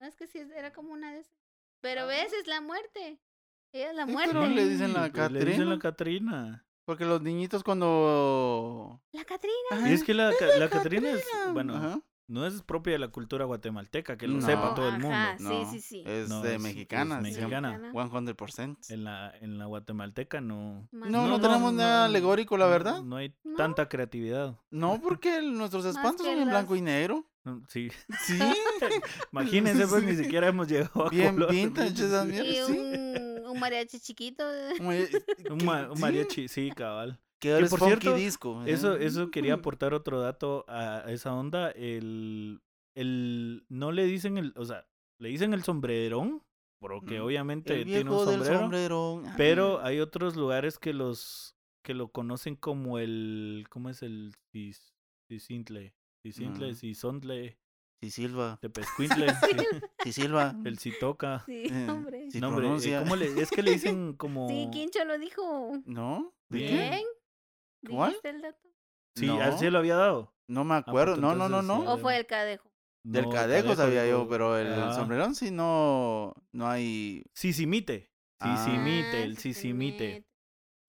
[SPEAKER 3] No es que sí, era como una de esas. Pero ves, es la muerte. Ella es la
[SPEAKER 2] Sí,
[SPEAKER 3] muerte.
[SPEAKER 2] pero le dicen la
[SPEAKER 1] Sí, pues, Le dicen la
[SPEAKER 2] Catrina.
[SPEAKER 1] Catrina.
[SPEAKER 2] Porque los niñitos cuando.
[SPEAKER 3] La Catrina.
[SPEAKER 1] Y Ah, es que la, ca- la Catrina es,
[SPEAKER 2] Ajá.
[SPEAKER 1] bueno,
[SPEAKER 2] Ajá.
[SPEAKER 1] no es propia de la cultura guatemalteca, que lo
[SPEAKER 2] No.
[SPEAKER 1] sepa todo el mundo.
[SPEAKER 3] Ajá,
[SPEAKER 2] No,
[SPEAKER 3] sí, sí, sí.
[SPEAKER 2] Es
[SPEAKER 1] No,
[SPEAKER 2] de
[SPEAKER 1] es- es
[SPEAKER 2] mexicanas.
[SPEAKER 3] Sí,
[SPEAKER 1] mexicana.
[SPEAKER 3] mexicana.
[SPEAKER 2] 100%.
[SPEAKER 1] En la, en la guatemalteca no.
[SPEAKER 3] Más
[SPEAKER 2] No, no,
[SPEAKER 3] que-
[SPEAKER 1] no,
[SPEAKER 2] tenemos nada
[SPEAKER 1] no,
[SPEAKER 2] alegórico, la
[SPEAKER 1] no-
[SPEAKER 2] verdad.
[SPEAKER 1] No hay
[SPEAKER 3] No.
[SPEAKER 1] tanta creatividad.
[SPEAKER 2] No, porque el- nuestros
[SPEAKER 3] Más
[SPEAKER 2] espantos
[SPEAKER 3] que
[SPEAKER 2] son en
[SPEAKER 3] las-
[SPEAKER 2] blanco y negro.
[SPEAKER 1] No, Sí.
[SPEAKER 2] Sí,
[SPEAKER 1] Imagínense, pues ni
[SPEAKER 2] Sí.
[SPEAKER 1] siquiera hemos llegado a
[SPEAKER 2] bien
[SPEAKER 1] color.
[SPEAKER 2] vintage esas
[SPEAKER 3] Y
[SPEAKER 2] mierdas. Sí.
[SPEAKER 3] un, un mariachi chiquito.
[SPEAKER 2] Como-
[SPEAKER 1] Un, ma- un
[SPEAKER 2] sí,
[SPEAKER 1] mariachi, sí, cabal.
[SPEAKER 2] Que ahora es
[SPEAKER 1] por
[SPEAKER 2] funky
[SPEAKER 1] cierto,
[SPEAKER 2] disco.
[SPEAKER 1] Eso,
[SPEAKER 2] ¿eh?
[SPEAKER 1] eso quería aportar otro dato a a esa onda. El, el no le dicen el, o sea, le dicen el sombrerón, porque
[SPEAKER 2] Ujú.
[SPEAKER 1] obviamente
[SPEAKER 2] Mm, El
[SPEAKER 1] tiene un
[SPEAKER 2] viejo del
[SPEAKER 1] sombrero.
[SPEAKER 2] sombrero. Ah,
[SPEAKER 1] Pero hay otros lugares que los que lo conocen como el, ¿cómo es el cis- cisintle? Cisintle,
[SPEAKER 2] Ujú.
[SPEAKER 1] cisontle,
[SPEAKER 2] Sí, Silva.
[SPEAKER 1] tepezcuintle, sí,
[SPEAKER 2] Mm. Sí, Silva.
[SPEAKER 1] el citoca.
[SPEAKER 3] Sí,
[SPEAKER 2] Eh,
[SPEAKER 3] hombre.
[SPEAKER 2] sí. Si
[SPEAKER 1] No, hombre, eh,
[SPEAKER 2] pronuncia.
[SPEAKER 1] ¿cómo le- es que le dicen como
[SPEAKER 3] Sí, Quincho lo dijo.
[SPEAKER 2] ¿No? ¿De qué?
[SPEAKER 1] Bien.
[SPEAKER 3] Bien.
[SPEAKER 2] ¿Cuál?
[SPEAKER 3] ¿Dijiste el dato?
[SPEAKER 1] Sí,
[SPEAKER 2] No.
[SPEAKER 1] así lo había dado.
[SPEAKER 2] No me
[SPEAKER 1] pues
[SPEAKER 2] acuerdo. no, no, no,
[SPEAKER 1] entonces,
[SPEAKER 2] no.
[SPEAKER 1] Joder.
[SPEAKER 3] ¿O fue el cadejo?
[SPEAKER 2] Del
[SPEAKER 1] No,
[SPEAKER 2] cadejo sabía yo,
[SPEAKER 1] dijo-
[SPEAKER 2] pero el,
[SPEAKER 1] Ajá.
[SPEAKER 2] sombrerón sí no, no hay.
[SPEAKER 1] Sisimite.
[SPEAKER 2] Ah.
[SPEAKER 1] Sisimite,
[SPEAKER 3] Ah,
[SPEAKER 1] el
[SPEAKER 3] sí, sí,
[SPEAKER 1] sisimite.
[SPEAKER 3] mite.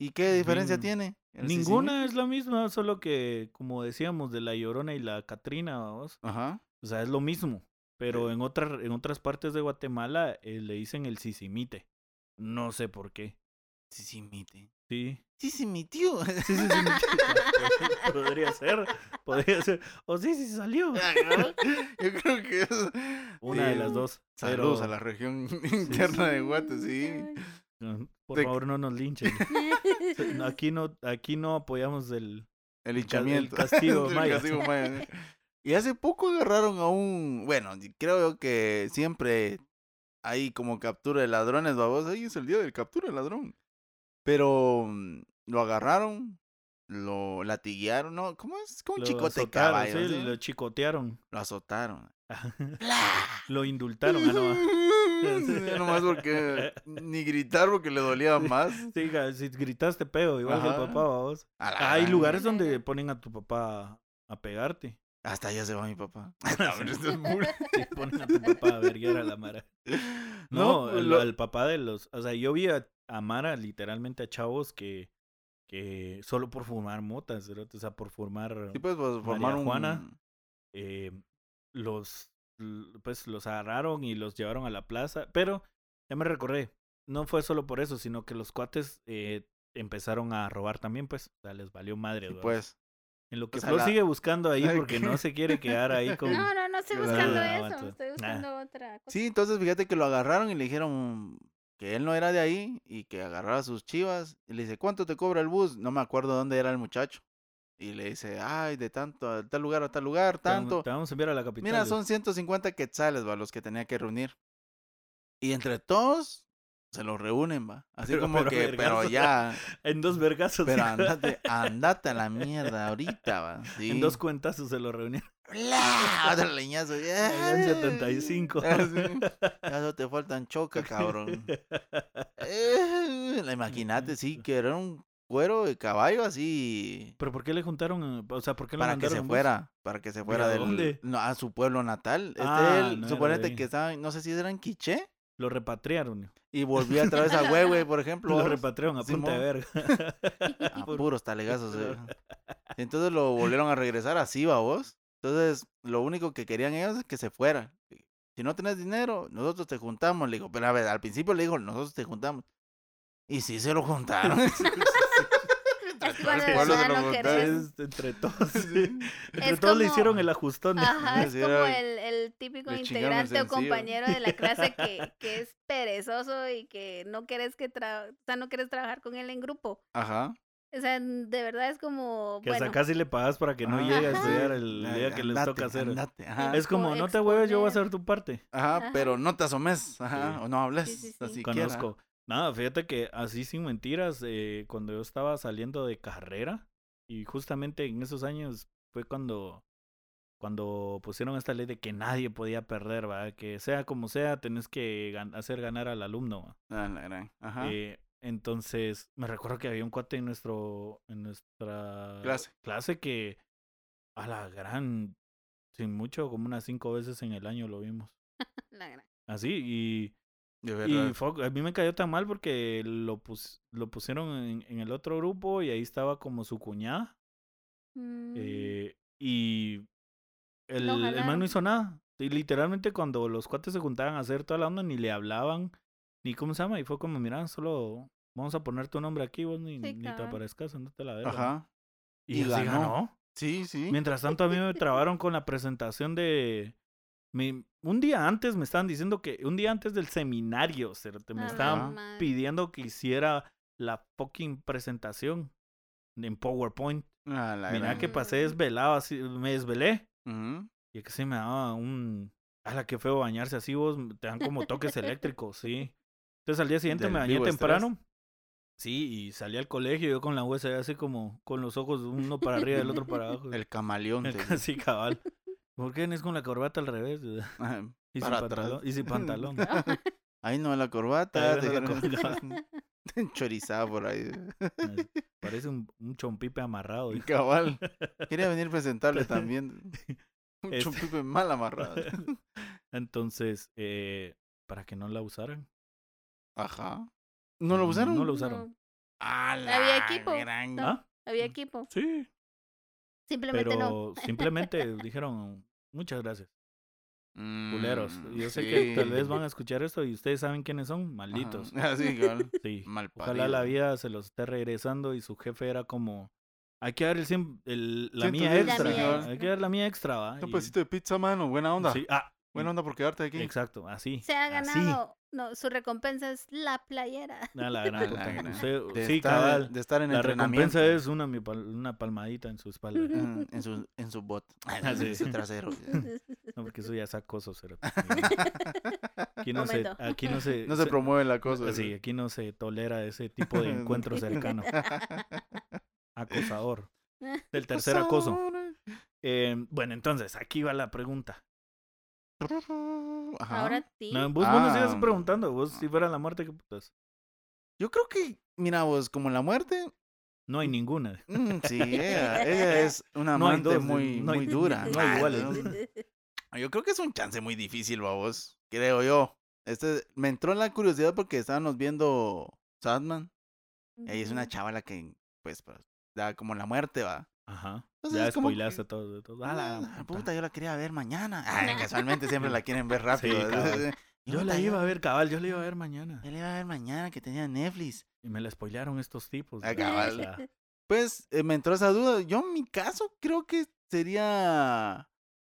[SPEAKER 2] ¿Y qué diferencia
[SPEAKER 1] Nin-
[SPEAKER 2] tiene? ¿El sí, sí,
[SPEAKER 1] Ninguna
[SPEAKER 2] mi?
[SPEAKER 1] es la misma, solo que, como decíamos, de la Llorona y la Catrina, vamos.
[SPEAKER 2] Ajá.
[SPEAKER 1] O sea, es lo mismo. Pero en, otras en otras partes de Guatemala eh, le dicen el sisimite. No sé por qué.
[SPEAKER 2] Sí, sí, mi tío.
[SPEAKER 1] Sí.
[SPEAKER 2] Sí, sí, mi tío.
[SPEAKER 1] Sí, sí, sí, mi- podría ser. Podría ser. O sí, sí, salió.
[SPEAKER 2] Yo creo que es.
[SPEAKER 1] Una de
[SPEAKER 2] Sí.
[SPEAKER 1] las dos.
[SPEAKER 2] Saludos
[SPEAKER 1] pero-
[SPEAKER 2] a la región interna de Guate, sí.
[SPEAKER 1] Mm, Por
[SPEAKER 2] De-
[SPEAKER 1] favor, no nos linchen. Aquí no, aquí no apoyamos el.
[SPEAKER 2] El
[SPEAKER 1] ca- el
[SPEAKER 2] hinchamiento.
[SPEAKER 1] castigo
[SPEAKER 2] El
[SPEAKER 1] maya.
[SPEAKER 2] castigo maya. Y hace poco agarraron a un. Bueno, y creo yo que siempre hay como captura de ladrones, babos. Ahí es el día del captura de ladrón. Pero mm, lo agarraron, lo latiguearon, ¿no? ¿Cómo es? Como un
[SPEAKER 1] lo
[SPEAKER 2] chicote de
[SPEAKER 1] azotaron,
[SPEAKER 2] caballo.
[SPEAKER 1] sí,
[SPEAKER 2] ¿sí?
[SPEAKER 1] lo chicotearon.
[SPEAKER 2] Lo azotaron.
[SPEAKER 1] lo indultaron. ah, no.
[SPEAKER 2] Ya nomás porque ni gritar porque le dolía más.
[SPEAKER 1] Sí, ga- si gritaste pedo, igual que
[SPEAKER 2] Ajá.
[SPEAKER 1] el papá, vos.
[SPEAKER 2] A la
[SPEAKER 1] hay
[SPEAKER 2] gran-
[SPEAKER 1] lugares donde ponen a tu papá a pegarte.
[SPEAKER 2] Hasta allá se va mi papá.
[SPEAKER 1] Sí, ponen a tu papá a verguiar a la Mara. No,
[SPEAKER 2] No,
[SPEAKER 1] el,
[SPEAKER 2] lo-
[SPEAKER 1] al papá de los. O sea, yo vi a, a Mara literalmente a chavos que. que solo por fumar motas, ¿verdad? o sea, por fumar.
[SPEAKER 2] Sí, pues, pues, formar un...
[SPEAKER 1] Juana. eh, los. l- pues los agarraron y los llevaron a la plaza. Pero, ya me recordé, no fue solo por eso, sino que los cuates eh, empezaron a robar también, pues. O sea, les valió madre,
[SPEAKER 2] Sí,
[SPEAKER 1] ¿verdad?
[SPEAKER 2] pues.
[SPEAKER 1] En lo que
[SPEAKER 2] sea,
[SPEAKER 1] Flor
[SPEAKER 2] la-
[SPEAKER 1] sigue buscando ahí
[SPEAKER 2] Ay,
[SPEAKER 1] porque
[SPEAKER 2] ¿qué?
[SPEAKER 1] no se quiere quedar ahí con...
[SPEAKER 3] No, no, no estoy
[SPEAKER 2] Yo la
[SPEAKER 3] buscando
[SPEAKER 1] verdad,
[SPEAKER 3] eso.
[SPEAKER 1] aguanto.
[SPEAKER 3] Estoy buscando otra cosa.
[SPEAKER 2] Sí, entonces fíjate que lo agarraron y le dijeron que él no era de ahí y que agarrara sus chivas. Y le dice, ¿cuánto te cobra el bus? No me acuerdo dónde era el muchacho. Y le dice, ay, de tanto, a tal lugar, a tal lugar,
[SPEAKER 1] Te vamos-
[SPEAKER 2] tanto.
[SPEAKER 1] Te vamos a enviar a la capital.
[SPEAKER 2] Mira, son 150 quetzales, va, los que tenía que reunir. Y entre todos se los reúnen, va. Así
[SPEAKER 1] Pero-
[SPEAKER 2] como
[SPEAKER 1] pero
[SPEAKER 2] que, pero
[SPEAKER 1] vergazo.
[SPEAKER 2] ya,
[SPEAKER 1] En dos vergazos.
[SPEAKER 2] pero
[SPEAKER 1] sí.
[SPEAKER 2] andate, andate a la mierda ahorita, va. Sí.
[SPEAKER 1] En dos cuentazos se lo reunieron.
[SPEAKER 2] ¡Bla! Otro leñazo.
[SPEAKER 1] dan 75.
[SPEAKER 2] Ah, sí. Ya solo te faltan choca, cabrón. Eh, la Imagínate, sí, que era un cuero de caballo así.
[SPEAKER 1] ¿Pero por qué le juntaron? O sea, ¿por qué lo
[SPEAKER 2] Para que
[SPEAKER 1] mandaron
[SPEAKER 2] se
[SPEAKER 1] en bus?
[SPEAKER 2] fuera, para que se fuera
[SPEAKER 1] ¿a
[SPEAKER 2] del,
[SPEAKER 1] dónde?
[SPEAKER 2] no, a su pueblo natal. Este,
[SPEAKER 1] Ah,
[SPEAKER 2] él,
[SPEAKER 1] no era de
[SPEAKER 2] suponete
[SPEAKER 1] ahí.
[SPEAKER 2] que estaban, no sé si eran Quiché,
[SPEAKER 1] Lo repatriaron.
[SPEAKER 2] y volvía otra vez a Huehue, por ejemplo.
[SPEAKER 1] Lo
[SPEAKER 2] ¿vos?
[SPEAKER 1] repatriaron a punta de
[SPEAKER 2] Simón.
[SPEAKER 1] verga.
[SPEAKER 2] A
[SPEAKER 1] Por-
[SPEAKER 2] Ah, puros talegazos. eh. Entonces lo volvieron a regresar así, va vos. Entonces, lo único que querían ellos es que se fuera. Si no tenés dinero, nosotros te juntamos. Le digo, pero a ver, al principio le dijo, nosotros te juntamos. Y sí se lo juntaron.
[SPEAKER 3] Es que cuando de
[SPEAKER 2] ¿Cuál es
[SPEAKER 3] verdad
[SPEAKER 2] la
[SPEAKER 3] no
[SPEAKER 2] voluntad?
[SPEAKER 3] querés.
[SPEAKER 1] Es entre todos. sí. Entre
[SPEAKER 3] Es
[SPEAKER 1] todos le
[SPEAKER 3] como- Ah,
[SPEAKER 1] hicieron el ajustón.
[SPEAKER 3] Ajá, es
[SPEAKER 2] Sí,
[SPEAKER 3] como
[SPEAKER 2] era-
[SPEAKER 3] el, el típico
[SPEAKER 2] le chingaron el
[SPEAKER 3] integrante o
[SPEAKER 2] sencillo.
[SPEAKER 3] compañero de la clase que, que es perezoso y que no querés que tra- o sea, no querés trabajar con él en grupo.
[SPEAKER 2] Ajá.
[SPEAKER 3] O sea, de verdad es como.
[SPEAKER 1] Que
[SPEAKER 3] bueno,
[SPEAKER 1] hasta casi le pagas para que no
[SPEAKER 2] Ah, Ajá.
[SPEAKER 1] llegue a
[SPEAKER 3] Ajá.
[SPEAKER 1] estudiar el
[SPEAKER 2] Ay,
[SPEAKER 1] día que les
[SPEAKER 2] andate,
[SPEAKER 1] toca hacer.
[SPEAKER 2] andate, ajá.
[SPEAKER 1] Es como, no te hueves, yo voy a hacer tu parte.
[SPEAKER 2] Ajá,
[SPEAKER 3] Ajá.
[SPEAKER 2] pero no te asomes, ajá,
[SPEAKER 1] Sí.
[SPEAKER 2] o no hables.
[SPEAKER 3] Sí, sí, sí.
[SPEAKER 2] así quiera.
[SPEAKER 1] Conozco. Nada, fíjate que así sin mentiras, eh, cuando yo estaba saliendo de carrera, y justamente en esos años fue cuando, cuando pusieron esta ley de que nadie podía perder, ¿va? Que sea como sea, tenés que gan- hacer ganar al alumno, ¿va?
[SPEAKER 2] Ah, la gran, Ajá.
[SPEAKER 1] Eh, entonces, me recuerdo que había un cuate en nuestro en nuestra
[SPEAKER 2] Clase.
[SPEAKER 1] que a la gran, sin mucho, como unas cinco veces en el año lo vimos.
[SPEAKER 3] la gran-
[SPEAKER 1] Así, y,
[SPEAKER 2] De
[SPEAKER 1] y
[SPEAKER 2] verdad.
[SPEAKER 1] fue- a mí me cayó tan mal porque lo, pus- lo pusieron en, en el otro grupo y ahí estaba como su cuñada.
[SPEAKER 3] Mm,
[SPEAKER 1] eh, y el, el man
[SPEAKER 3] jalaron.
[SPEAKER 1] no hizo nada. Y literalmente cuando los cuates se juntaban a hacer toda la onda, ni le hablaban, ni cómo se llama. Y fue como, mira, solo vamos a poner tu nombre aquí, vos ni,
[SPEAKER 3] Sí,
[SPEAKER 1] ni te
[SPEAKER 3] cabal.
[SPEAKER 1] aparezcas, andate a la verga.
[SPEAKER 2] Ajá.
[SPEAKER 1] Y,
[SPEAKER 2] Y
[SPEAKER 1] así
[SPEAKER 2] ganó.
[SPEAKER 1] ganó.
[SPEAKER 2] Sí, sí.
[SPEAKER 1] Mientras tanto, a mí me trabaron con la presentación de. mi- un día antes me estaban diciendo que. Un día antes del seminario, cerote, me
[SPEAKER 3] a la
[SPEAKER 1] estaban
[SPEAKER 3] madre.
[SPEAKER 1] pidiendo que hiciera la fucking presentación en PowerPoint.
[SPEAKER 2] Ah, la
[SPEAKER 1] Mira
[SPEAKER 2] gran.
[SPEAKER 1] que
[SPEAKER 3] Mm.
[SPEAKER 1] pasé desvelado, así, me desvelé.
[SPEAKER 2] Ujú.
[SPEAKER 1] Y que sí me daba un. la que feo bañarse así, vos. Te dan como toques eléctricos, sí. Entonces al día siguiente
[SPEAKER 2] Del
[SPEAKER 1] me bañé
[SPEAKER 2] vivo estrés.
[SPEAKER 1] temprano. Sí, y salí al colegio yo con la USB así como con los ojos uno para arriba y el otro para abajo.
[SPEAKER 2] El camaleón. te-
[SPEAKER 1] Casi cabal. ¿Por qué no es con la corbata al revés? Y
[SPEAKER 2] Ajá.
[SPEAKER 1] sin
[SPEAKER 2] Para atrás.
[SPEAKER 1] pantalón. Y sin pantalón.
[SPEAKER 2] Ahí no, la
[SPEAKER 1] Ahí
[SPEAKER 2] corbata.
[SPEAKER 1] no,
[SPEAKER 2] te
[SPEAKER 1] la
[SPEAKER 2] dijeron. Chorizada por ahí.
[SPEAKER 1] Así. Parece un, un chompipe amarrado. hijo.
[SPEAKER 2] Cabal. Quería venir presentable también. Un
[SPEAKER 1] Este-
[SPEAKER 2] chumpipe mal amarrado.
[SPEAKER 1] Entonces, eh, para que no la usaran.
[SPEAKER 2] Ajá. ¿No lo usaron?
[SPEAKER 1] Mm, No lo usaron.
[SPEAKER 3] No,
[SPEAKER 2] Ah, la
[SPEAKER 3] Había equipo.
[SPEAKER 2] gran-
[SPEAKER 3] No.
[SPEAKER 1] ¿Ah?
[SPEAKER 3] había equipo.
[SPEAKER 1] Sí.
[SPEAKER 3] Simplemente
[SPEAKER 1] Pero
[SPEAKER 3] no.
[SPEAKER 1] simplemente dijeron, muchas gracias,
[SPEAKER 2] Mm,
[SPEAKER 1] culeros. Yo sé que
[SPEAKER 2] sí.
[SPEAKER 1] tal vez van a escuchar esto y ustedes saben quiénes son,
[SPEAKER 2] Ajá.
[SPEAKER 1] malditos.
[SPEAKER 2] Así, cabal.
[SPEAKER 1] Sí.
[SPEAKER 2] Mal
[SPEAKER 1] Ojalá la
[SPEAKER 2] parido.
[SPEAKER 1] vida se los esté regresando y su jefe era como, hay que dar el, cien- el- la mía
[SPEAKER 2] 110,
[SPEAKER 1] extra.
[SPEAKER 3] señor.
[SPEAKER 1] Hay que dar la mía extra, ¿va?
[SPEAKER 2] Un
[SPEAKER 1] Y-
[SPEAKER 2] pedacito de pizza, mano. Buena onda.
[SPEAKER 1] Sí, ah,
[SPEAKER 2] Buena onda por quedarte aquí.
[SPEAKER 1] Exacto, así.
[SPEAKER 3] Se ha
[SPEAKER 1] así.
[SPEAKER 3] ganado. No, su recompensa es la playera.
[SPEAKER 1] A la gran
[SPEAKER 2] A la
[SPEAKER 1] puta.
[SPEAKER 2] gran.
[SPEAKER 1] Usted-
[SPEAKER 2] De
[SPEAKER 1] sí,
[SPEAKER 2] estar,
[SPEAKER 1] cabal.
[SPEAKER 2] De estar en
[SPEAKER 1] La
[SPEAKER 2] entrenamiento.
[SPEAKER 1] recompensa es una, mi pal- una palmadita en su espalda.
[SPEAKER 2] Mm, En su, en su bot.
[SPEAKER 1] Ah, sí.
[SPEAKER 2] En su trasero.
[SPEAKER 1] No, porque eso ya es acoso, cero. Aquí no se,
[SPEAKER 3] Momento.
[SPEAKER 1] aquí no se,
[SPEAKER 2] No se promueve la cosa.
[SPEAKER 1] sí, aquí no se tolera ese tipo de encuentro cercano. Acosador. Del tercer acoso. Eh, bueno, entonces, aquí va la pregunta.
[SPEAKER 2] Ajá.
[SPEAKER 3] Ahora sí.
[SPEAKER 1] No, vos, vos nos
[SPEAKER 2] Ah.
[SPEAKER 1] ibas preguntando, vos si fuera la muerte, pues, ¿qué putas?
[SPEAKER 2] Yo creo que, mira vos, como la muerte,
[SPEAKER 1] No hay ninguna.
[SPEAKER 2] mm, sí, ella, ella es una
[SPEAKER 1] No hay
[SPEAKER 2] amante
[SPEAKER 1] dos,
[SPEAKER 2] muy,
[SPEAKER 1] no hay-
[SPEAKER 2] muy dura.
[SPEAKER 1] no hay
[SPEAKER 2] Ah,
[SPEAKER 1] iguales.
[SPEAKER 2] no. Yo creo que es un chance muy difícil, va vos, creo yo. Este, me entró la curiosidad porque estábamos viendo Sadman. Y ahí es una chavala que, pues, pues, da como la muerte, va.
[SPEAKER 1] Ajá.
[SPEAKER 2] Entonces,
[SPEAKER 1] Ya
[SPEAKER 2] es como
[SPEAKER 1] spoilaste
[SPEAKER 2] que-
[SPEAKER 1] todo. todo. A la
[SPEAKER 2] Ah,
[SPEAKER 1] puta.
[SPEAKER 2] puta, yo la quería ver mañana. Ay, casualmente siempre la quieren ver rápido.
[SPEAKER 1] cabal. Yo la
[SPEAKER 2] Puta,
[SPEAKER 1] iba a ver, cabal, yo la iba a ver mañana.
[SPEAKER 2] Yo la iba a ver mañana que tenía Netflix.
[SPEAKER 1] Y me la spoilaron estos tipos.
[SPEAKER 2] Ah,
[SPEAKER 1] ¿verdad?
[SPEAKER 2] cabal.
[SPEAKER 1] O sea,
[SPEAKER 2] Pues eh, me entró esa duda. Yo en mi caso creo que sería...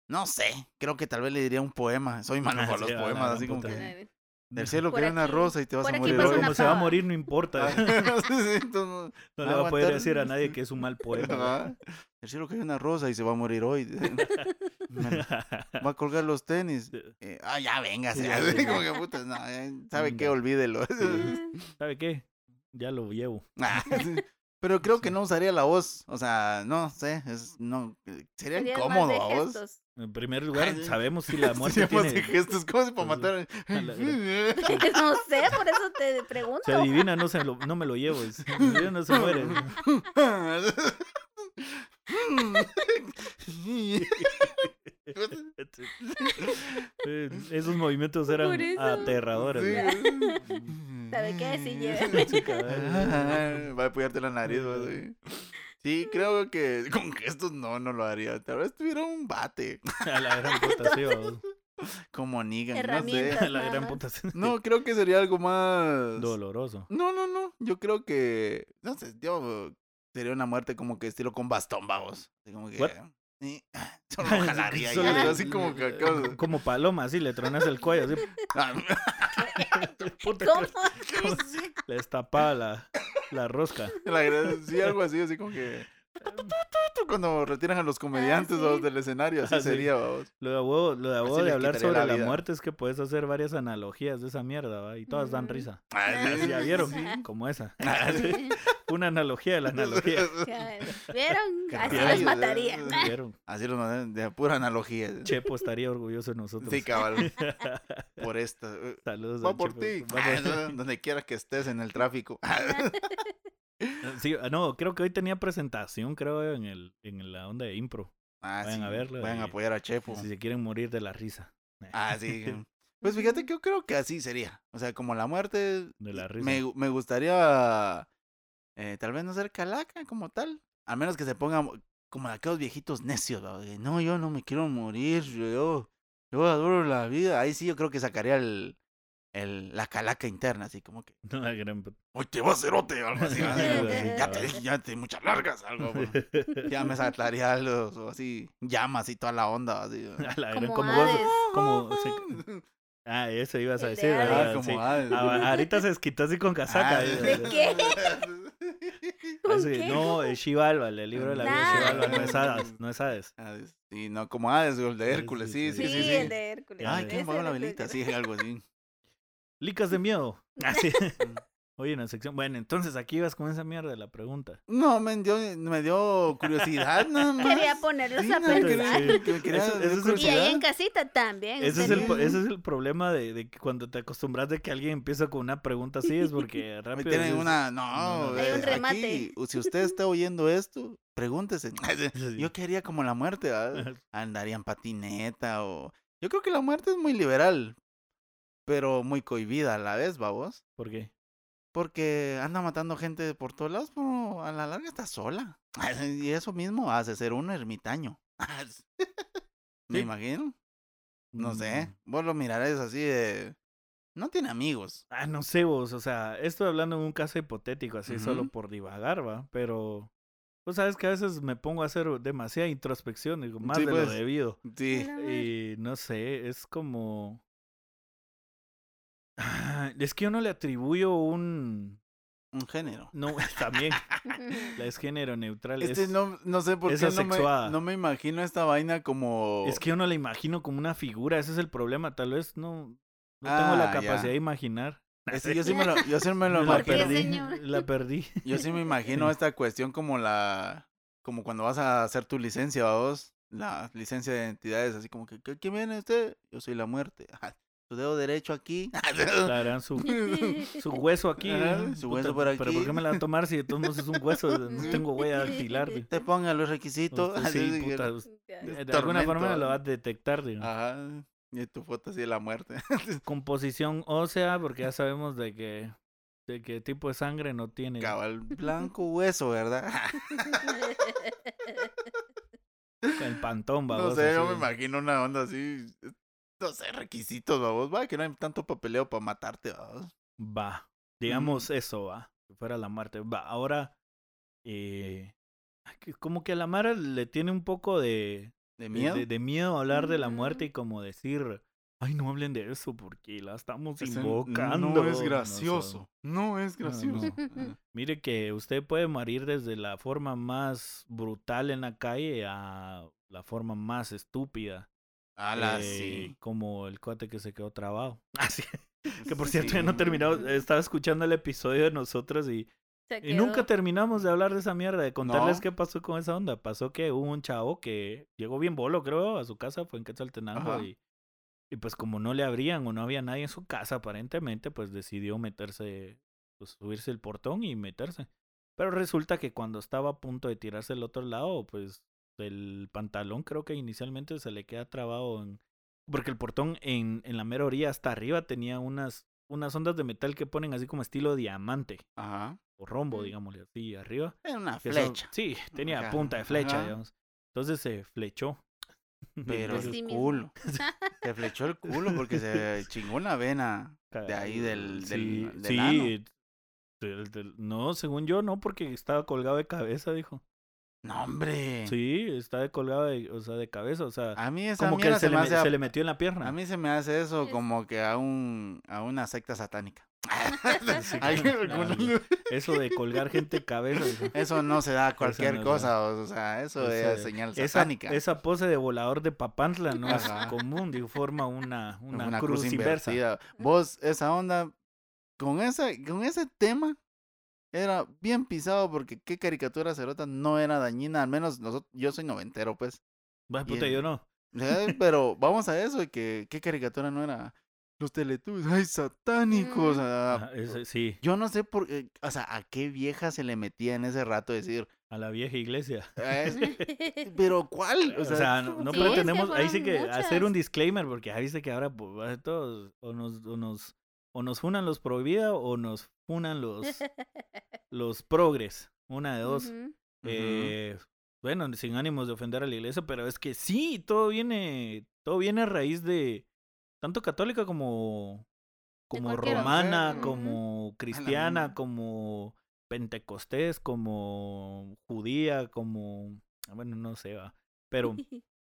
[SPEAKER 2] No sé, creo que tal vez le diría un poema. Soy malo
[SPEAKER 1] Ah,
[SPEAKER 2] por
[SPEAKER 1] sí,
[SPEAKER 2] los
[SPEAKER 1] a la
[SPEAKER 2] poemas,
[SPEAKER 1] gran
[SPEAKER 2] así como
[SPEAKER 1] puta.
[SPEAKER 2] que...
[SPEAKER 3] Ándale.
[SPEAKER 2] Del cielo
[SPEAKER 3] Por
[SPEAKER 2] cae una
[SPEAKER 3] aquí-
[SPEAKER 2] rosa y te vas
[SPEAKER 3] por
[SPEAKER 2] a
[SPEAKER 3] aquí
[SPEAKER 2] morir
[SPEAKER 1] Pero
[SPEAKER 3] pasó
[SPEAKER 2] hoy.
[SPEAKER 1] como
[SPEAKER 3] una
[SPEAKER 1] se va a
[SPEAKER 3] pava.
[SPEAKER 1] morir, no importa.
[SPEAKER 2] Sí, sí, entonces,
[SPEAKER 1] No
[SPEAKER 2] Ah, va
[SPEAKER 1] le
[SPEAKER 2] a
[SPEAKER 1] va a poder
[SPEAKER 2] aguantar.
[SPEAKER 1] decir a nadie que es un mal poema.
[SPEAKER 2] Ajá. Del cielo cae una rosa y se va a morir hoy. Me- Va a colgar los tenis.
[SPEAKER 1] Sí.
[SPEAKER 2] Eh, ah, ya venga,
[SPEAKER 1] Ya venga.
[SPEAKER 2] como que puta, no, eh, ¿sabe qué?
[SPEAKER 1] Venga.
[SPEAKER 2] Olvídelo.
[SPEAKER 1] ¿Sabe qué? Ya lo llevo.
[SPEAKER 2] Ah, sí. Pero creo que no usaría la voz. O sea, no sé. es- no, eh, sería
[SPEAKER 3] Serías más
[SPEAKER 2] incómodo
[SPEAKER 3] de
[SPEAKER 2] a voz.
[SPEAKER 3] gestos.
[SPEAKER 1] En primer lugar,
[SPEAKER 2] Ay,
[SPEAKER 1] sabemos si la muerte
[SPEAKER 2] Sería más de
[SPEAKER 1] tiene...
[SPEAKER 2] gestos. ¿Cómo se para matar?
[SPEAKER 1] A la
[SPEAKER 3] No sé, por eso te pregunto.
[SPEAKER 1] Se adivina, no, se lo- no me lo llevo. es- se adivina, no se muere. Eh, Esos movimientos eran
[SPEAKER 3] Por eso.
[SPEAKER 1] aterradores. ¿no?
[SPEAKER 3] ¿Sabe qué? Sí,
[SPEAKER 1] Sí, cabal.
[SPEAKER 2] Ah, Va a apoyarte la nariz, va, sí. Sí, creo que con gestos no, no lo haría. Tal vez tuviera un bate.
[SPEAKER 1] A la gran puta, sí, vamos.
[SPEAKER 2] Como Negan, no sé.
[SPEAKER 3] Herramientas.
[SPEAKER 1] A la
[SPEAKER 3] Nada
[SPEAKER 1] gran
[SPEAKER 3] más.
[SPEAKER 1] puta. sí.
[SPEAKER 2] No, creo que sería algo más.
[SPEAKER 1] Doloroso.
[SPEAKER 2] No, no, no. Yo creo que. No sé, yo. Sería una muerte como que estilo con bastón, vagos. Así como que. ah,
[SPEAKER 1] What?
[SPEAKER 2] Sí, Solo jalaría. y
[SPEAKER 1] Solo le-
[SPEAKER 2] así como que. acá-
[SPEAKER 1] Como paloma, así le tronas el cuello. Así,
[SPEAKER 2] Ah,
[SPEAKER 1] puta,
[SPEAKER 3] ¿Cómo?
[SPEAKER 2] ¿qué es eso?
[SPEAKER 1] le estapaba la, La rosca.
[SPEAKER 2] La gra- sí, algo así, así como que. Cuando retiran a los comediantes
[SPEAKER 3] sí.
[SPEAKER 2] babos, del escenario, así
[SPEAKER 1] Ah, sí.
[SPEAKER 2] sería, babos.
[SPEAKER 1] Lo de a huevo, lo de, a
[SPEAKER 2] Así
[SPEAKER 1] huevo de
[SPEAKER 2] les
[SPEAKER 1] hablar
[SPEAKER 2] quitaría
[SPEAKER 1] sobre
[SPEAKER 2] la
[SPEAKER 1] la,
[SPEAKER 2] vida.
[SPEAKER 1] muerte es que puedes hacer varias analogías de esa mierda, ¿va? Y todas dan
[SPEAKER 3] Ujú.
[SPEAKER 1] risa.
[SPEAKER 2] Ah,
[SPEAKER 1] Ya vieron, como esa.
[SPEAKER 3] Ah,
[SPEAKER 1] Una analogía de la analogía.
[SPEAKER 3] ¿Vieron?
[SPEAKER 2] Qué
[SPEAKER 3] Así los
[SPEAKER 2] rayos,
[SPEAKER 3] mataría.
[SPEAKER 2] ¿eh?
[SPEAKER 1] Vieron.
[SPEAKER 2] Así lo mandan de pura analogía.
[SPEAKER 1] Chepo estaría orgulloso de nosotros.
[SPEAKER 2] Sí, cabal. Por esta. eh,
[SPEAKER 1] Saludos.
[SPEAKER 2] Va
[SPEAKER 1] al
[SPEAKER 2] por
[SPEAKER 1] Chepo.
[SPEAKER 2] ti. Ah,
[SPEAKER 1] Va por-
[SPEAKER 2] Donde quiera que estés en el tráfico. Ah,
[SPEAKER 1] Sí, ah, no, creo que hoy tenía presentación, creo, en, el, en la onda de impro.
[SPEAKER 2] Ah,
[SPEAKER 1] Vayan a verlo
[SPEAKER 2] Vayan a
[SPEAKER 1] y-
[SPEAKER 2] apoyar a Chepo.
[SPEAKER 1] Si se quieren morir de la risa.
[SPEAKER 2] Ah, sí. Pues fíjate que yo creo que así sería. O sea, como la muerte.
[SPEAKER 1] De la risa.
[SPEAKER 2] Me, me gustaría. eh, tal vez no ser calaca como tal. Al menos que se pongan como aquellos viejitos necios. ¿va? De, No, yo no me quiero morir. Yo, yo adoro la vida. Ahí sí yo creo que sacaría el, el- la calaca interna. Así como que.
[SPEAKER 1] No, la gran-
[SPEAKER 2] Hoy te vas cerote. o Algo así. ¿va? Así como que, ya te
[SPEAKER 1] Sí.
[SPEAKER 2] dije, ya te di muchas largas. Algo. ¿va? Ya me sacaría los. o así. Llamas y toda la onda. Así. ¿va?
[SPEAKER 1] A la gran,
[SPEAKER 3] Como
[SPEAKER 1] como vos-
[SPEAKER 3] Hades.
[SPEAKER 1] como se- Ah, eso ibas a
[SPEAKER 3] El de
[SPEAKER 1] decir,
[SPEAKER 3] Hades.
[SPEAKER 1] ¿verdad?
[SPEAKER 2] Ah, como
[SPEAKER 1] Sí.
[SPEAKER 2] Hades.
[SPEAKER 1] Ah, ahorita se esquitó así con casaca.
[SPEAKER 2] Ah,
[SPEAKER 1] ¿eh?
[SPEAKER 3] ¿De
[SPEAKER 2] qué?
[SPEAKER 3] ¿Con
[SPEAKER 1] Así,
[SPEAKER 3] qué?
[SPEAKER 1] no, es Shivalval, el libro de la vida de
[SPEAKER 3] Nah.
[SPEAKER 1] Shivalval, no es Hades, no es Hades.
[SPEAKER 2] Hades. Sí, no, como Hades, o el de
[SPEAKER 1] Sí,
[SPEAKER 2] Hércules,
[SPEAKER 1] sí,
[SPEAKER 2] sí,
[SPEAKER 3] Sí,
[SPEAKER 2] sí, sí.
[SPEAKER 3] el
[SPEAKER 2] sí.
[SPEAKER 3] de Hércules.
[SPEAKER 2] Ay, ¿quién
[SPEAKER 3] Ese
[SPEAKER 2] apagó
[SPEAKER 3] era
[SPEAKER 2] la
[SPEAKER 3] el
[SPEAKER 2] velita?
[SPEAKER 3] Hércules.
[SPEAKER 2] Sí, algo así.
[SPEAKER 1] Licas de miedo. Así.
[SPEAKER 2] Mm.
[SPEAKER 1] Oye, en la sección. Bueno, entonces aquí vas con esa mierda de la pregunta.
[SPEAKER 2] No, me dio, me dio curiosidad nada más.
[SPEAKER 3] Quería ponerlos
[SPEAKER 2] Sí,
[SPEAKER 3] a
[SPEAKER 2] nada que-
[SPEAKER 3] pensar.
[SPEAKER 2] sí, que me quería
[SPEAKER 1] Eso-
[SPEAKER 2] dar
[SPEAKER 1] eso es el-
[SPEAKER 3] Y ahí en
[SPEAKER 2] curiosidad.
[SPEAKER 3] casita también.
[SPEAKER 1] Ese es, el, po-
[SPEAKER 3] ustedes.
[SPEAKER 1] ese es el problema de, de que cuando te acostumbras de que alguien empieza con una pregunta así es porque
[SPEAKER 2] Me
[SPEAKER 1] rápido.
[SPEAKER 2] tienen
[SPEAKER 1] dices-
[SPEAKER 2] una,
[SPEAKER 1] No,
[SPEAKER 2] no,
[SPEAKER 1] no,
[SPEAKER 3] Hay un
[SPEAKER 2] eh,
[SPEAKER 3] remate.
[SPEAKER 2] aquí, si usted está oyendo esto, pregúntese.
[SPEAKER 1] Sí.
[SPEAKER 2] Yo quería como la muerte, ¿verdad? andaría en patineta o... Yo creo que la muerte es muy liberal, pero muy cohibida a la vez, babos.
[SPEAKER 1] ¿Por qué?
[SPEAKER 2] Porque anda matando gente por todos lados, pero a la larga está sola. Y eso mismo hace ser un ermitaño.
[SPEAKER 1] Sí.
[SPEAKER 2] Me imagino. No sé.
[SPEAKER 1] Mm.
[SPEAKER 2] Vos lo mirarás así de. No tiene amigos.
[SPEAKER 1] Ah, no sé vos, o sea, estoy hablando en un caso hipotético, así solo
[SPEAKER 2] Ujú.
[SPEAKER 1] por divagar, va, pero vos sabes que a veces me pongo a hacer demasiada introspección, digo, más
[SPEAKER 2] Sí,
[SPEAKER 1] de
[SPEAKER 2] pues.
[SPEAKER 1] lo debido.
[SPEAKER 2] Sí.
[SPEAKER 3] Hola, Mar.
[SPEAKER 1] Y no sé, es como. Ah, Es que yo no le atribuyo un.
[SPEAKER 2] Un género.
[SPEAKER 1] No, también. la es género neutral.
[SPEAKER 2] Este
[SPEAKER 1] es,
[SPEAKER 2] no, no sé por
[SPEAKER 1] es
[SPEAKER 2] qué no me,
[SPEAKER 1] asexuada.
[SPEAKER 2] no me imagino esta vaina como.
[SPEAKER 1] es que yo no la imagino como una figura. Ese es el problema. Tal vez no, no tengo la
[SPEAKER 2] Ah, ya.
[SPEAKER 1] capacidad de imaginar.
[SPEAKER 2] Es que yo sí me lo, yo sí me lo
[SPEAKER 1] la
[SPEAKER 3] ¿Por qué,
[SPEAKER 2] imagino.
[SPEAKER 1] perdí.
[SPEAKER 3] señor?
[SPEAKER 1] La perdí.
[SPEAKER 2] Yo sí me imagino esta cuestión como la. Como cuando vas a hacer tu licencia, vos. La licencia de identidades, así como que, "¿Qué- ¿quién viene usted? Yo soy la muerte. Ajá, Su dedo derecho aquí.
[SPEAKER 1] La gran su, su hueso aquí.
[SPEAKER 2] Ajá,
[SPEAKER 1] ¿no?
[SPEAKER 2] su hueso por
[SPEAKER 1] Pero ¿por
[SPEAKER 2] aquí.
[SPEAKER 1] qué me la va a tomar si de todos modos es un hueso? No tengo huella dactilar. digo.
[SPEAKER 2] Te ponga los requisitos.
[SPEAKER 1] Usted
[SPEAKER 2] así
[SPEAKER 1] sí,
[SPEAKER 2] de que-
[SPEAKER 1] puta, usted-
[SPEAKER 3] Ya.
[SPEAKER 1] de alguna forma
[SPEAKER 2] tormento.
[SPEAKER 1] lo vas a detectar. digo.
[SPEAKER 2] Ajá. Y tu foto así de la muerte.
[SPEAKER 1] composición ósea, porque ya sabemos de que de qué tipo de sangre no tiene.
[SPEAKER 2] Cabal blanco hueso, ¿verdad?
[SPEAKER 1] El pantón,
[SPEAKER 2] No
[SPEAKER 1] baboso,
[SPEAKER 2] sé, yo
[SPEAKER 1] sí.
[SPEAKER 2] me imagino una onda así. No sé, requisitos, babos. Va, que no hay tanto papeleo para matarte, babos.
[SPEAKER 1] Va. Digamos eso, va. Que fuera la muerte. Va. Ahora, eh, que- como que a la Mara le tiene un poco de,
[SPEAKER 2] ¿De
[SPEAKER 1] de-
[SPEAKER 2] miedo? Mm.
[SPEAKER 1] de- de miedo hablar de la
[SPEAKER 3] Ujú.
[SPEAKER 1] muerte y como decir, ay, no hablen de eso porque la estamos
[SPEAKER 2] Ese
[SPEAKER 1] invocando.
[SPEAKER 2] No es
[SPEAKER 1] sé.
[SPEAKER 2] gracioso. No es
[SPEAKER 1] No, no.
[SPEAKER 2] gracioso.
[SPEAKER 1] Mire que usted puede morir desde la forma más brutal en la calle a la forma más estúpida.
[SPEAKER 2] Ala,
[SPEAKER 1] eh,
[SPEAKER 2] sí.
[SPEAKER 1] Como el cuate que se quedó trabado. Así. Que por cierto, ya no terminamos. Estaba escuchando el episodio de nosotros y,
[SPEAKER 3] Se
[SPEAKER 1] y nunca
[SPEAKER 3] quedó.
[SPEAKER 1] terminamos de hablar de esa mierda, de contarles
[SPEAKER 2] No.
[SPEAKER 1] qué pasó con esa onda. Pasó que hubo un chavo que llegó bien bolo, creo, a su casa, fue en Quetzaltenango
[SPEAKER 2] Ajá.
[SPEAKER 1] y, y pues como no le abrían o no había nadie en su casa aparentemente, pues decidió meterse, pues subirse el portón y meterse. Pero resulta que cuando estaba a punto de tirarse al otro lado, pues el pantalón creo que inicialmente se le queda trabado en... Porque el portón en, en la mera orilla hasta arriba tenía unas, unas ondas de metal que ponen así como estilo diamante
[SPEAKER 2] Ajá.
[SPEAKER 1] o rombo,
[SPEAKER 3] Mm.
[SPEAKER 1] digámosle así, arriba.
[SPEAKER 2] Era una
[SPEAKER 1] que son-
[SPEAKER 2] flecha.
[SPEAKER 1] sí, tenía
[SPEAKER 2] Ajá,
[SPEAKER 1] punta de flecha,
[SPEAKER 2] ajá.
[SPEAKER 1] digamos. Entonces se flechó.
[SPEAKER 2] Pero
[SPEAKER 1] Entonces,
[SPEAKER 3] sí
[SPEAKER 2] el
[SPEAKER 3] mismo.
[SPEAKER 2] culo. Se flechó el culo porque se chingó una vena.
[SPEAKER 1] ca-
[SPEAKER 2] de ahí del-
[SPEAKER 1] sí,
[SPEAKER 2] del- del
[SPEAKER 1] sí,
[SPEAKER 2] ano.
[SPEAKER 1] del- del- no, según yo, no, porque estaba colgado de cabeza, dijo.
[SPEAKER 2] No, hombre.
[SPEAKER 1] Sí, estaba colgado de, o sea, de cabeza, o sea,
[SPEAKER 2] A mí Ah, esa
[SPEAKER 1] como que
[SPEAKER 2] mierda
[SPEAKER 1] se
[SPEAKER 2] se
[SPEAKER 1] le,
[SPEAKER 2] me
[SPEAKER 1] me-
[SPEAKER 2] hace a-
[SPEAKER 1] se le metió en la
[SPEAKER 2] A
[SPEAKER 1] pierna.
[SPEAKER 2] mí se me hace eso
[SPEAKER 3] Es-
[SPEAKER 2] como que a, un, a una secta satánica.
[SPEAKER 1] Sí,
[SPEAKER 2] Alguien-
[SPEAKER 1] claro.
[SPEAKER 2] alguno-
[SPEAKER 1] Eso de colgar gente cabeza. eso.
[SPEAKER 2] Eso no se da a cualquier
[SPEAKER 1] no se
[SPEAKER 2] cosa, o sea, eso es
[SPEAKER 1] Ese-
[SPEAKER 2] señal
[SPEAKER 1] esa,
[SPEAKER 2] satánica.
[SPEAKER 1] esa pose de volador de papantla no
[SPEAKER 2] Ajá.
[SPEAKER 1] es común, digo, forma una, una,
[SPEAKER 2] una,
[SPEAKER 1] cruz, inversa.
[SPEAKER 2] Vos, esa onda, con, esa, con ese tema, era bien pisado porque qué caricatura cerota no era dañina, al menos nosotros, yo soy noventero, pues.
[SPEAKER 1] Va,
[SPEAKER 2] Y
[SPEAKER 1] puta,
[SPEAKER 2] el-
[SPEAKER 1] yo no.
[SPEAKER 2] ¿verdad? Pero vamos a eso, que qué caricatura no era. Los teletubbies, ay, satánicos.
[SPEAKER 3] Mm.
[SPEAKER 2] ah,
[SPEAKER 1] Ajá, ese- sí,
[SPEAKER 2] Yo no sé por qué, o sea, a qué vieja se le metía en ese rato decir,
[SPEAKER 1] a la vieja iglesia.
[SPEAKER 2] "Ah, es- pero ¿cuál?
[SPEAKER 1] O sea, no, no
[SPEAKER 3] Sí, es que
[SPEAKER 1] pretendemos, ahí sí que
[SPEAKER 3] fueron
[SPEAKER 1] hacer un
[SPEAKER 3] muchas.
[SPEAKER 1] disclaimer, porque ya viste que ahora pues, va a todos o nos, o nos, o nos funan los pro vida o nos funan los, los progres, una de dos.
[SPEAKER 3] Ujú.
[SPEAKER 2] Ujú.
[SPEAKER 1] Eh, bueno, sin ánimos de ofender a la iglesia, pero es que sí, todo viene, todo viene a raíz de tanto católica como,
[SPEAKER 3] De
[SPEAKER 1] como
[SPEAKER 3] cualquier otra.
[SPEAKER 1] romana,
[SPEAKER 2] Ujú.
[SPEAKER 1] como cristiana,
[SPEAKER 2] mierda.
[SPEAKER 1] como pentecostés, como judía, como bueno, no sé, va. Pero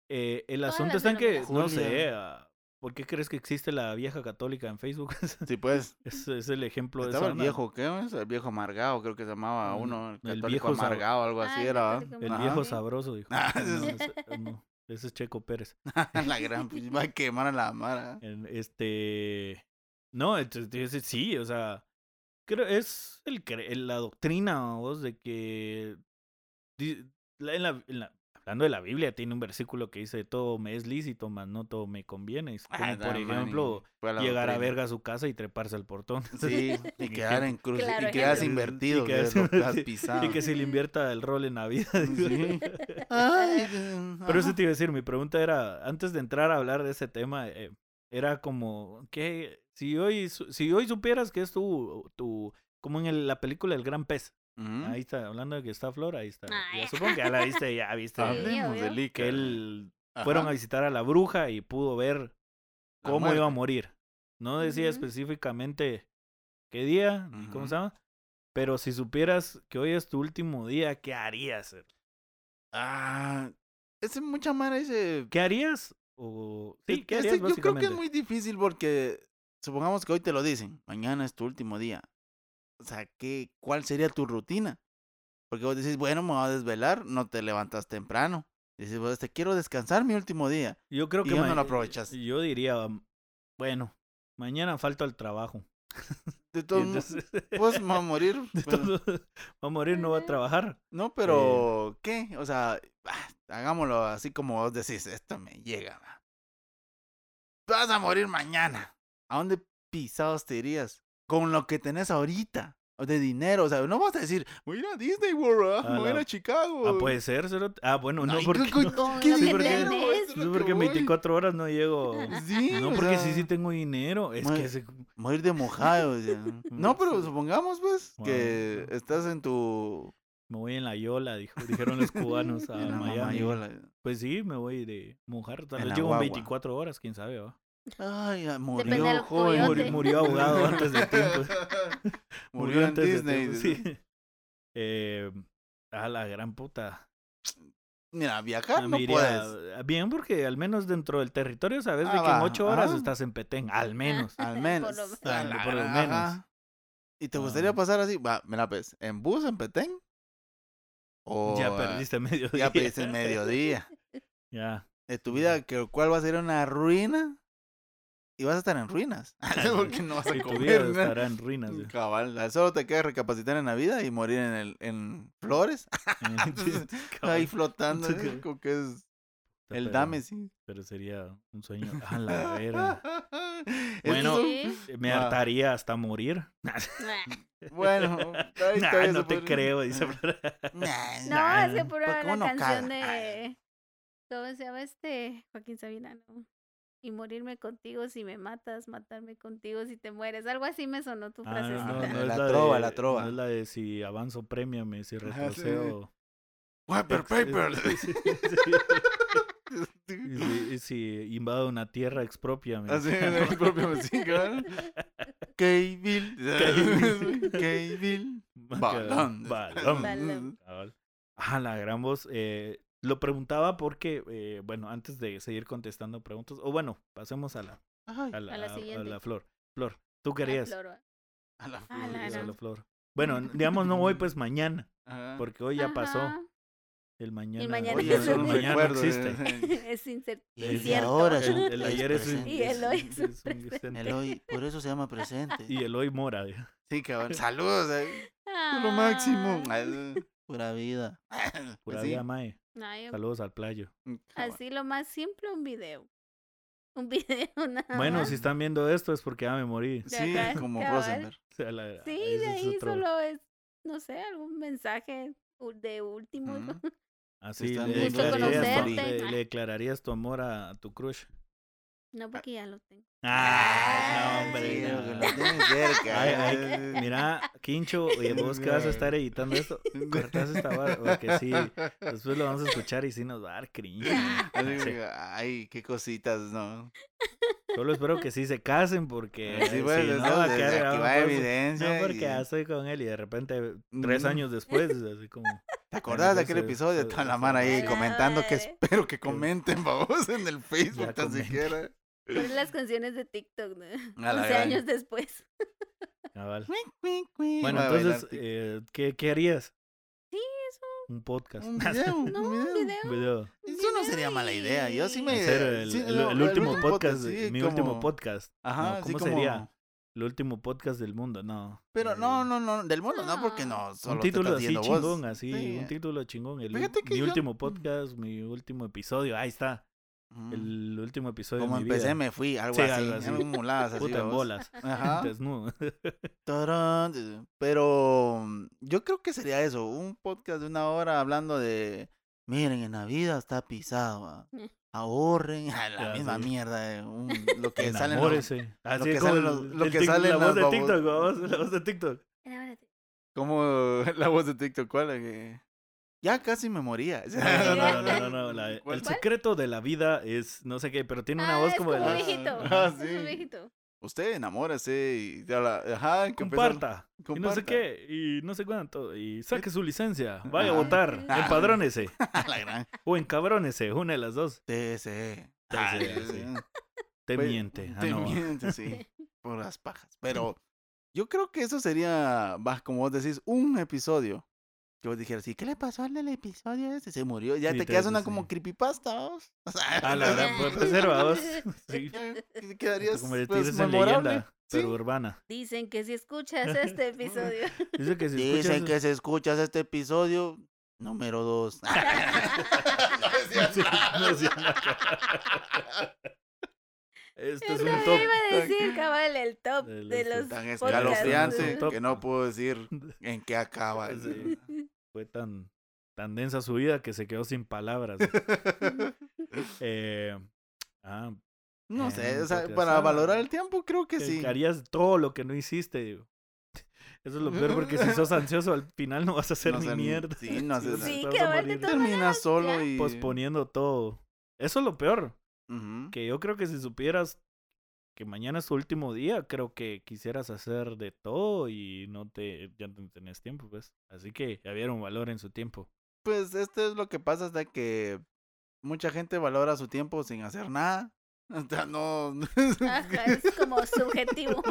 [SPEAKER 1] eh, el
[SPEAKER 3] Todas
[SPEAKER 1] asunto
[SPEAKER 3] las
[SPEAKER 1] está en que no
[SPEAKER 2] denominaciones.
[SPEAKER 1] sé, ah, ¿por qué crees que existe la vieja católica en Facebook?
[SPEAKER 2] Sí, pues,
[SPEAKER 1] es, es el ejemplo de
[SPEAKER 2] estaba
[SPEAKER 1] esa
[SPEAKER 2] el
[SPEAKER 1] onda.
[SPEAKER 2] viejo, ¿qué es? El viejo amargado, creo que se llamaba
[SPEAKER 1] Mm,
[SPEAKER 2] uno, el
[SPEAKER 1] el
[SPEAKER 2] católico
[SPEAKER 1] viejo sab-
[SPEAKER 2] amargado, algo
[SPEAKER 3] Ah,
[SPEAKER 2] así
[SPEAKER 3] el
[SPEAKER 2] era. ¿va?
[SPEAKER 3] católico
[SPEAKER 1] El
[SPEAKER 2] Ajá.
[SPEAKER 1] viejo
[SPEAKER 3] Sí.
[SPEAKER 1] sabroso, dijo.
[SPEAKER 2] Ah,
[SPEAKER 1] No,
[SPEAKER 3] ese es-
[SPEAKER 1] ese- no, ese es Checo Pérez.
[SPEAKER 2] La gran, pues, va a quemar a la mara.
[SPEAKER 1] En este. No, entonces te iba a decir, sí, o sea. Creo es el, cre- el- la doctrina, vos, de que. di- la- en la- en la- hablando de la Biblia, tiene un versículo que dice: Todo me es lícito, más no todo me conviene. Es como,
[SPEAKER 2] Ah,
[SPEAKER 1] por
[SPEAKER 2] la mani,
[SPEAKER 1] ejemplo,
[SPEAKER 2] fue la
[SPEAKER 1] llegar a
[SPEAKER 2] doctrina.
[SPEAKER 1] verga a su casa y treparse al portón.
[SPEAKER 2] Sí, y quedar en cruz,
[SPEAKER 3] Claro,
[SPEAKER 2] y quedas
[SPEAKER 1] ejemplo.
[SPEAKER 2] invertido,
[SPEAKER 1] Y
[SPEAKER 2] que
[SPEAKER 1] quedas
[SPEAKER 2] lo que has
[SPEAKER 1] invertido.
[SPEAKER 2] pisado.
[SPEAKER 1] Y que se le invierta el rol en la vida.
[SPEAKER 2] Ah. Sí. Ay, eh,
[SPEAKER 1] Pero eso
[SPEAKER 2] ajá.
[SPEAKER 1] te iba a decir, mi pregunta era, antes de entrar a hablar de ese tema, eh, era como, que si hoy, su- si hoy supieras que es tu, tu como en el- la película El Gran Pez,
[SPEAKER 2] Ujú.
[SPEAKER 1] ahí está, hablando de que está Flor, ahí está.
[SPEAKER 2] Ah,
[SPEAKER 3] Ay.
[SPEAKER 1] Ya supongo que ya la viste, ya viste. eh,
[SPEAKER 3] Sí,
[SPEAKER 2] Hablemos
[SPEAKER 3] obvio.
[SPEAKER 2] de Licker.
[SPEAKER 1] Que él,
[SPEAKER 2] Ajá.
[SPEAKER 1] fueron a visitar a la bruja y pudo ver
[SPEAKER 2] La
[SPEAKER 1] cómo iba a
[SPEAKER 2] muerte.
[SPEAKER 1] morir. No decía
[SPEAKER 3] Ujú.
[SPEAKER 1] específicamente qué día, ni cómo se
[SPEAKER 2] Ujú.
[SPEAKER 1] llama, pero si supieras que hoy es tu último día, ¿qué harías? eh?
[SPEAKER 2] Ah, ese mucha mara dice.
[SPEAKER 1] ¿Qué harías? O... Sí,
[SPEAKER 2] "Este-
[SPEAKER 1] ¿qué
[SPEAKER 2] este
[SPEAKER 1] harías
[SPEAKER 2] yo creo que es
[SPEAKER 1] básicamente?
[SPEAKER 2] muy difícil porque supongamos que hoy te lo dicen, mañana es tu último día. O sea, ¿qué, ¿cuál sería tu rutina? Porque vos decís, bueno, me voy a desvelar, no te levantas temprano. Dices, vos te quiero descansar mi último día.
[SPEAKER 1] Yo creo
[SPEAKER 2] Y
[SPEAKER 1] que
[SPEAKER 2] ya no
[SPEAKER 1] ma-
[SPEAKER 2] lo aprovechas.
[SPEAKER 1] Yo diría, um, bueno, mañana falto al trabajo.
[SPEAKER 2] De todos modos,
[SPEAKER 1] Entonces,
[SPEAKER 2] pues me voy a morir.
[SPEAKER 1] de
[SPEAKER 2] pero-
[SPEAKER 1] todo- va a morir, no va a
[SPEAKER 3] Ujú.
[SPEAKER 1] trabajar.
[SPEAKER 2] No, pero ¿qué? O sea, ah, hagámoslo así como vos decís, esto me llega. va. Te Vas a morir mañana. ¿A dónde pisados te irías? Con lo que tenés ahorita, o de dinero, o sea, no vas a decir, voy a ir a Disney World, ah,
[SPEAKER 1] A
[SPEAKER 2] voy a ir
[SPEAKER 1] la-
[SPEAKER 2] a Chicago.
[SPEAKER 1] Ah, puede ser. cerote. Ah, bueno, no,
[SPEAKER 2] Ay,
[SPEAKER 1] porque,
[SPEAKER 2] ¿qué-
[SPEAKER 1] no,
[SPEAKER 3] Con
[SPEAKER 2] qué
[SPEAKER 3] lo que
[SPEAKER 1] Sí, porque-
[SPEAKER 2] dinero?
[SPEAKER 3] tenés.
[SPEAKER 2] Eso es lo
[SPEAKER 1] no,
[SPEAKER 2] que
[SPEAKER 1] porque en
[SPEAKER 2] voy.
[SPEAKER 1] 24 horas no llego.
[SPEAKER 2] Sí,
[SPEAKER 1] No,
[SPEAKER 2] o
[SPEAKER 1] porque sí,
[SPEAKER 2] sea,
[SPEAKER 1] sí tengo dinero. Es
[SPEAKER 2] Madre-
[SPEAKER 1] que ese-
[SPEAKER 2] Morir de mojado. o sea. No, pero
[SPEAKER 1] Sí.
[SPEAKER 2] supongamos, pues,
[SPEAKER 1] Wow,
[SPEAKER 2] que
[SPEAKER 1] no.
[SPEAKER 2] estás en tu.
[SPEAKER 1] me voy en la yola, dijo- dijeron los cubanos a
[SPEAKER 2] en la
[SPEAKER 1] Ah, Miami.
[SPEAKER 2] mamayola.
[SPEAKER 1] Pues sí, me voy de mojar. Tal
[SPEAKER 2] En
[SPEAKER 1] vez
[SPEAKER 2] la
[SPEAKER 1] llego en
[SPEAKER 2] guagua.
[SPEAKER 1] 24 horas, quién sabe, va.
[SPEAKER 2] Ay, ah, murió,
[SPEAKER 3] del
[SPEAKER 2] joven.
[SPEAKER 3] coyote.
[SPEAKER 1] Murió, murió ahogado antes de tiempo.
[SPEAKER 2] Murió, en
[SPEAKER 1] antes de
[SPEAKER 2] Disney.
[SPEAKER 1] tiempo, sí. Eh, a la gran puta.
[SPEAKER 2] Mira, viajar
[SPEAKER 1] Ah,
[SPEAKER 2] no
[SPEAKER 1] me iría-
[SPEAKER 2] puedes.
[SPEAKER 1] Bien, porque al menos dentro del territorio sabes
[SPEAKER 2] Ah,
[SPEAKER 1] de que en
[SPEAKER 2] va,
[SPEAKER 1] ocho horas
[SPEAKER 2] ajá.
[SPEAKER 1] estás en Petén. Al menos.
[SPEAKER 3] Ah,
[SPEAKER 2] Al
[SPEAKER 3] Por
[SPEAKER 2] menos.
[SPEAKER 3] lo
[SPEAKER 2] a
[SPEAKER 1] menos.
[SPEAKER 2] la
[SPEAKER 1] Por lo
[SPEAKER 2] gran-
[SPEAKER 1] menos.
[SPEAKER 2] ajá. ¿Y te gustaría
[SPEAKER 1] Ah.
[SPEAKER 2] pasar así? Va, mira, pues, en bus, en Petén. O,
[SPEAKER 1] ya
[SPEAKER 2] eh,
[SPEAKER 1] perdiste medio día.
[SPEAKER 2] Ya perdiste el mediodía.
[SPEAKER 1] Ya.
[SPEAKER 2] De tu vida, que cuál va a ser una ruina. Y vas a estar en ruinas. Porque no vas a
[SPEAKER 1] Y tu vida
[SPEAKER 2] comer. nada.
[SPEAKER 1] estará en ruinas. ya.
[SPEAKER 2] Cabal, solo te queda recapacitar en la vida y morir en, el, en flores. Entonces, Ahí flotando.
[SPEAKER 1] Entonces,
[SPEAKER 2] así, como que es
[SPEAKER 1] Pero-
[SPEAKER 2] el dame, sí.
[SPEAKER 1] Pero sería un sueño. A la verga.
[SPEAKER 2] Estos
[SPEAKER 1] Bueno, eh,
[SPEAKER 2] son-
[SPEAKER 3] Sí.
[SPEAKER 1] Me
[SPEAKER 2] Ah.
[SPEAKER 1] hartaría hasta morir.
[SPEAKER 2] Bueno, ahí
[SPEAKER 1] Nah,
[SPEAKER 2] todavía
[SPEAKER 1] no
[SPEAKER 2] se Ah.
[SPEAKER 1] te
[SPEAKER 2] puede-
[SPEAKER 1] creo, dice.
[SPEAKER 2] Nah,
[SPEAKER 3] No,
[SPEAKER 1] Nah,
[SPEAKER 3] es
[SPEAKER 1] pues,
[SPEAKER 3] que
[SPEAKER 1] no.
[SPEAKER 3] pura
[SPEAKER 2] Porque
[SPEAKER 3] la
[SPEAKER 2] uno
[SPEAKER 3] canción
[SPEAKER 2] caga.
[SPEAKER 3] de. ¿Cómo se llama este? Joaquín Sabina, ¿no? Y morirme contigo si me matas, matarme contigo si te mueres. Algo así me sonó tu
[SPEAKER 1] Ah,
[SPEAKER 3] frase.
[SPEAKER 1] no, no,
[SPEAKER 2] La-
[SPEAKER 1] no es
[SPEAKER 2] la
[SPEAKER 1] de-
[SPEAKER 2] trova, la trova.
[SPEAKER 1] No es la de si avanzo, premiame, si
[SPEAKER 2] Ajá, sí.
[SPEAKER 1] retrocedo.
[SPEAKER 2] Wiper
[SPEAKER 1] ex- ex-
[SPEAKER 2] paper.
[SPEAKER 1] sí, Y si, y si invado una tierra, expropiame.
[SPEAKER 2] Así era el propio música. K-Bill.
[SPEAKER 1] K-Bill.
[SPEAKER 2] K-Bill.
[SPEAKER 1] Más que-
[SPEAKER 2] Balón.
[SPEAKER 1] Balón.
[SPEAKER 3] Balón.
[SPEAKER 1] Cabal. Ah, la gran voz. eh, lo preguntaba porque, eh, bueno, antes de seguir contestando preguntas, o bueno, pasemos a la,
[SPEAKER 2] Ay,
[SPEAKER 1] a la,
[SPEAKER 3] A la
[SPEAKER 1] a- a
[SPEAKER 3] siguiente.
[SPEAKER 1] la flor. Flor, ¿tú
[SPEAKER 3] La
[SPEAKER 1] querías?
[SPEAKER 3] flor, va.
[SPEAKER 2] A la
[SPEAKER 3] A la
[SPEAKER 1] Esa es
[SPEAKER 3] gran-
[SPEAKER 1] la flor. Bueno, digamos no hoy, pues mañana,
[SPEAKER 2] Ajá.
[SPEAKER 1] porque hoy ya pasó.
[SPEAKER 3] Ajá.
[SPEAKER 1] El mañana.
[SPEAKER 3] El mañana
[SPEAKER 2] Oye,
[SPEAKER 3] es
[SPEAKER 2] eso
[SPEAKER 1] el
[SPEAKER 2] no
[SPEAKER 3] un
[SPEAKER 1] mañana
[SPEAKER 2] recuerdo.
[SPEAKER 1] existe.
[SPEAKER 3] es incer-
[SPEAKER 1] El
[SPEAKER 4] Desde
[SPEAKER 3] incierto.
[SPEAKER 4] ahora es
[SPEAKER 1] El,
[SPEAKER 4] un
[SPEAKER 1] el ayer es un,
[SPEAKER 4] presente.
[SPEAKER 3] Y el hoy es un
[SPEAKER 1] es un presente.
[SPEAKER 4] El hoy, por eso se llama presente.
[SPEAKER 1] Y el hoy mora.
[SPEAKER 2] Sí, cabrón. Saludos. eh. Tú Lo
[SPEAKER 3] Ah.
[SPEAKER 2] máximo. Ay,
[SPEAKER 4] Pura vida.
[SPEAKER 1] Por
[SPEAKER 2] Pues sí.
[SPEAKER 1] allá, mae.
[SPEAKER 3] Ay,
[SPEAKER 1] Saludos al playo.
[SPEAKER 2] cabrón.
[SPEAKER 3] Así lo más simple, un video. Un video nada
[SPEAKER 1] Bueno,
[SPEAKER 3] más.
[SPEAKER 1] si están viendo esto es porque ya me morí.
[SPEAKER 3] de
[SPEAKER 2] Sí,
[SPEAKER 3] acá,
[SPEAKER 2] como
[SPEAKER 3] cabal.
[SPEAKER 2] Rosenberg.
[SPEAKER 1] O sea, la-
[SPEAKER 3] Sí,
[SPEAKER 1] ese
[SPEAKER 3] de
[SPEAKER 1] es
[SPEAKER 3] ahí
[SPEAKER 1] otro-
[SPEAKER 3] solo es, no sé, algún mensaje u- de último.
[SPEAKER 1] Mm.
[SPEAKER 2] Ujú.
[SPEAKER 1] Así
[SPEAKER 2] Están
[SPEAKER 1] le
[SPEAKER 2] viendo
[SPEAKER 3] Gusto
[SPEAKER 1] declararías, tu-
[SPEAKER 3] conocerte.
[SPEAKER 1] le- le declararías tu amor a, a tu crush.
[SPEAKER 3] No, porque ya lo tengo.
[SPEAKER 1] Ah, no, hombre.
[SPEAKER 2] sí,
[SPEAKER 1] no.
[SPEAKER 2] lo que lo tienes cerca.
[SPEAKER 1] Ay, ay,
[SPEAKER 2] eh.
[SPEAKER 1] Mira, Quincho, oye, vos que vas a estar editando esto, cortás esta vara, porque sí, después lo vamos a escuchar y sí nos va a dar cringe.
[SPEAKER 2] Así
[SPEAKER 1] Sí.
[SPEAKER 2] como que, Ay, qué cositas, ¿no?
[SPEAKER 1] Solo espero que sí se casen porque
[SPEAKER 2] Ah, Sí, pues,
[SPEAKER 1] si
[SPEAKER 2] bueno,
[SPEAKER 1] Eh, no,
[SPEAKER 2] no,
[SPEAKER 1] va a
[SPEAKER 2] desde
[SPEAKER 1] quedar
[SPEAKER 2] aquí
[SPEAKER 1] grabado
[SPEAKER 2] va
[SPEAKER 1] por-
[SPEAKER 2] evidencia.
[SPEAKER 1] No, porque
[SPEAKER 2] y-
[SPEAKER 1] ya estoy con él y de repente, tres
[SPEAKER 2] Mm.
[SPEAKER 1] años después, es así como...
[SPEAKER 2] ¿Te acordás de
[SPEAKER 1] ya
[SPEAKER 2] aquel
[SPEAKER 1] se-
[SPEAKER 2] episodio?
[SPEAKER 1] se-
[SPEAKER 2] Está la
[SPEAKER 1] se-
[SPEAKER 2] mano ahí
[SPEAKER 3] Ya,
[SPEAKER 2] comentando que
[SPEAKER 3] madre.
[SPEAKER 2] espero que comenten, babos, en el Facebook tan
[SPEAKER 1] comenten.
[SPEAKER 2] siquiera.
[SPEAKER 3] Ponen las canciones de TikTok, ¿no?
[SPEAKER 2] A la
[SPEAKER 3] 11
[SPEAKER 2] gran.
[SPEAKER 3] años después.
[SPEAKER 1] cabal. Bueno,
[SPEAKER 2] Bueno,
[SPEAKER 1] entonces, eh, ¿qué, ¿qué harías?
[SPEAKER 3] Sí,
[SPEAKER 1] eso. Un podcast.
[SPEAKER 2] un video, un
[SPEAKER 3] No, un
[SPEAKER 2] video.
[SPEAKER 3] video.
[SPEAKER 1] Un video.
[SPEAKER 2] Eso no sería mala idea. Yo sí me.
[SPEAKER 1] Hacer el,
[SPEAKER 2] Pues, eh, sí,
[SPEAKER 1] el-
[SPEAKER 2] no,
[SPEAKER 1] el último podcast,
[SPEAKER 2] sí,
[SPEAKER 1] mi
[SPEAKER 2] como-
[SPEAKER 1] último podcast.
[SPEAKER 2] Ajá,
[SPEAKER 1] no,
[SPEAKER 2] sí,
[SPEAKER 1] ¿cómo
[SPEAKER 2] como-
[SPEAKER 1] sería? El último podcast del mundo, no.
[SPEAKER 2] Pero
[SPEAKER 1] eh,
[SPEAKER 2] no, no, no, del mundo no, porque no, solo
[SPEAKER 1] un título
[SPEAKER 2] te
[SPEAKER 1] así
[SPEAKER 2] estás yendo vos.
[SPEAKER 1] chingón, así,
[SPEAKER 2] Sí.
[SPEAKER 1] un título chingón. el ul-
[SPEAKER 2] Fíjate que
[SPEAKER 1] mi
[SPEAKER 2] yo- mm.
[SPEAKER 1] último podcast, mi último episodio, ahí está.
[SPEAKER 2] Ujú.
[SPEAKER 1] El último episodio
[SPEAKER 2] Mm. Como
[SPEAKER 1] de mi
[SPEAKER 2] empecé,
[SPEAKER 1] vida.
[SPEAKER 2] me fui, algo
[SPEAKER 1] Sí,
[SPEAKER 2] así.
[SPEAKER 1] algo así.
[SPEAKER 2] eran muladas así, Ah,
[SPEAKER 1] Puta en
[SPEAKER 2] babos.
[SPEAKER 1] bolas.
[SPEAKER 2] Ajá.
[SPEAKER 1] Desnudo.
[SPEAKER 2] Tarán, Pero mm, yo creo que sería eso, un podcast de una hora hablando de, miren, en la vida está pisado, ah,
[SPEAKER 3] Mm.
[SPEAKER 2] ahorren, ah, la
[SPEAKER 1] Ya,
[SPEAKER 2] misma
[SPEAKER 1] sí.
[SPEAKER 2] mierda, eh, un- lo que sale en los-
[SPEAKER 1] Enamórese. Así
[SPEAKER 2] que
[SPEAKER 1] es como
[SPEAKER 2] salen los-
[SPEAKER 1] el-
[SPEAKER 2] lo
[SPEAKER 1] el
[SPEAKER 2] que
[SPEAKER 1] tic-
[SPEAKER 2] salen
[SPEAKER 1] la voz
[SPEAKER 2] las
[SPEAKER 1] de
[SPEAKER 2] babos-
[SPEAKER 1] TikTok, la voz, la voz de TikTok.
[SPEAKER 3] Enamórate.
[SPEAKER 2] como la voz de TikTok, ¿cuál? La que, Ya casi me moría.
[SPEAKER 1] No, no, no, no, no, no, la-
[SPEAKER 2] ¿Cuál?
[SPEAKER 1] el secreto de la vida es no sé qué, pero tiene una
[SPEAKER 3] Ah,
[SPEAKER 1] voz
[SPEAKER 3] es
[SPEAKER 1] como de
[SPEAKER 3] un
[SPEAKER 2] la-
[SPEAKER 3] viejito.
[SPEAKER 2] Ah,
[SPEAKER 3] Es
[SPEAKER 2] sí.
[SPEAKER 3] un viejito.
[SPEAKER 2] Usted enamórese y ya la- ajá, que empieza-
[SPEAKER 1] comparta, y no sé
[SPEAKER 2] comparta.
[SPEAKER 1] qué y no sé cuánto y saque su licencia, vaya a
[SPEAKER 2] Ah.
[SPEAKER 1] votar,
[SPEAKER 3] Ah.
[SPEAKER 1] empadrónese
[SPEAKER 2] A la gran
[SPEAKER 1] o encabrónese, una de las dos.
[SPEAKER 2] TSE.
[SPEAKER 1] TSE,
[SPEAKER 2] Ay,
[SPEAKER 1] sí.
[SPEAKER 2] eh.
[SPEAKER 1] Te
[SPEAKER 2] Pues,
[SPEAKER 1] miente. Ah,
[SPEAKER 2] Te
[SPEAKER 1] no.
[SPEAKER 2] miente, sí. Por las pajas. Pero yo creo que eso sería, va, como vos decís, un episodio. Que vos dijeras, ¿y qué le pasó al del episodio ese? Se murió. Ya
[SPEAKER 1] Sí,
[SPEAKER 2] te
[SPEAKER 1] te-
[SPEAKER 2] quedas una
[SPEAKER 1] sí.
[SPEAKER 2] como creepypasta, vos. O sea,
[SPEAKER 1] A la gran
[SPEAKER 3] pues,
[SPEAKER 1] puede ser, ¿va vos? Sí.
[SPEAKER 2] te
[SPEAKER 1] Te
[SPEAKER 2] quedarías
[SPEAKER 1] convertirás
[SPEAKER 2] pues,
[SPEAKER 1] en
[SPEAKER 2] memorable.
[SPEAKER 1] leyenda,
[SPEAKER 2] Sí.
[SPEAKER 1] pero urbana.
[SPEAKER 3] Dicen que si escuchas este episodio.
[SPEAKER 1] Dice que si
[SPEAKER 4] Dicen
[SPEAKER 1] escuchas-
[SPEAKER 4] que se escuchas este episodio número 2.
[SPEAKER 1] Sí, no, sí, no. Este es
[SPEAKER 3] Eso
[SPEAKER 1] un
[SPEAKER 3] me
[SPEAKER 1] top.
[SPEAKER 3] iba a decir, cabal, el top
[SPEAKER 1] De
[SPEAKER 3] de,
[SPEAKER 1] los-
[SPEAKER 3] los
[SPEAKER 2] Tan
[SPEAKER 3] podcasts.
[SPEAKER 2] escalofriante
[SPEAKER 1] Top.
[SPEAKER 2] que no puedo decir en qué acaba.
[SPEAKER 1] Sí. Fue tan, tan densa su vida que se quedó sin palabras. Eh, ah,
[SPEAKER 2] No
[SPEAKER 1] Eh,
[SPEAKER 2] sé,
[SPEAKER 1] no
[SPEAKER 2] o sea,
[SPEAKER 1] podría
[SPEAKER 2] para
[SPEAKER 1] ser.
[SPEAKER 2] valorar el tiempo creo que
[SPEAKER 1] que
[SPEAKER 2] sí.
[SPEAKER 1] harías todo lo que no hiciste. digo. Eso es lo peor porque si sos ansioso al final no vas a hacer
[SPEAKER 2] No
[SPEAKER 1] ni
[SPEAKER 2] hacer-
[SPEAKER 1] mierda.
[SPEAKER 2] sí, no haces
[SPEAKER 1] Vas a
[SPEAKER 3] Sí,
[SPEAKER 1] morir
[SPEAKER 3] que aparte todo-
[SPEAKER 2] Terminas solo
[SPEAKER 3] ya.
[SPEAKER 2] y...
[SPEAKER 1] posponiendo todo. Eso es lo peor.
[SPEAKER 2] Ujú.
[SPEAKER 1] Que yo creo que si supieras que mañana es tu último día, creo que quisieras hacer de todo y no te ya no tenés tiempo, pues. Así que ya vieron valor en su tiempo.
[SPEAKER 2] Pues esto es lo que pasa hasta que mucha gente valora su tiempo sin hacer nada. Hasta no.
[SPEAKER 3] Ajá, es como subjetivo.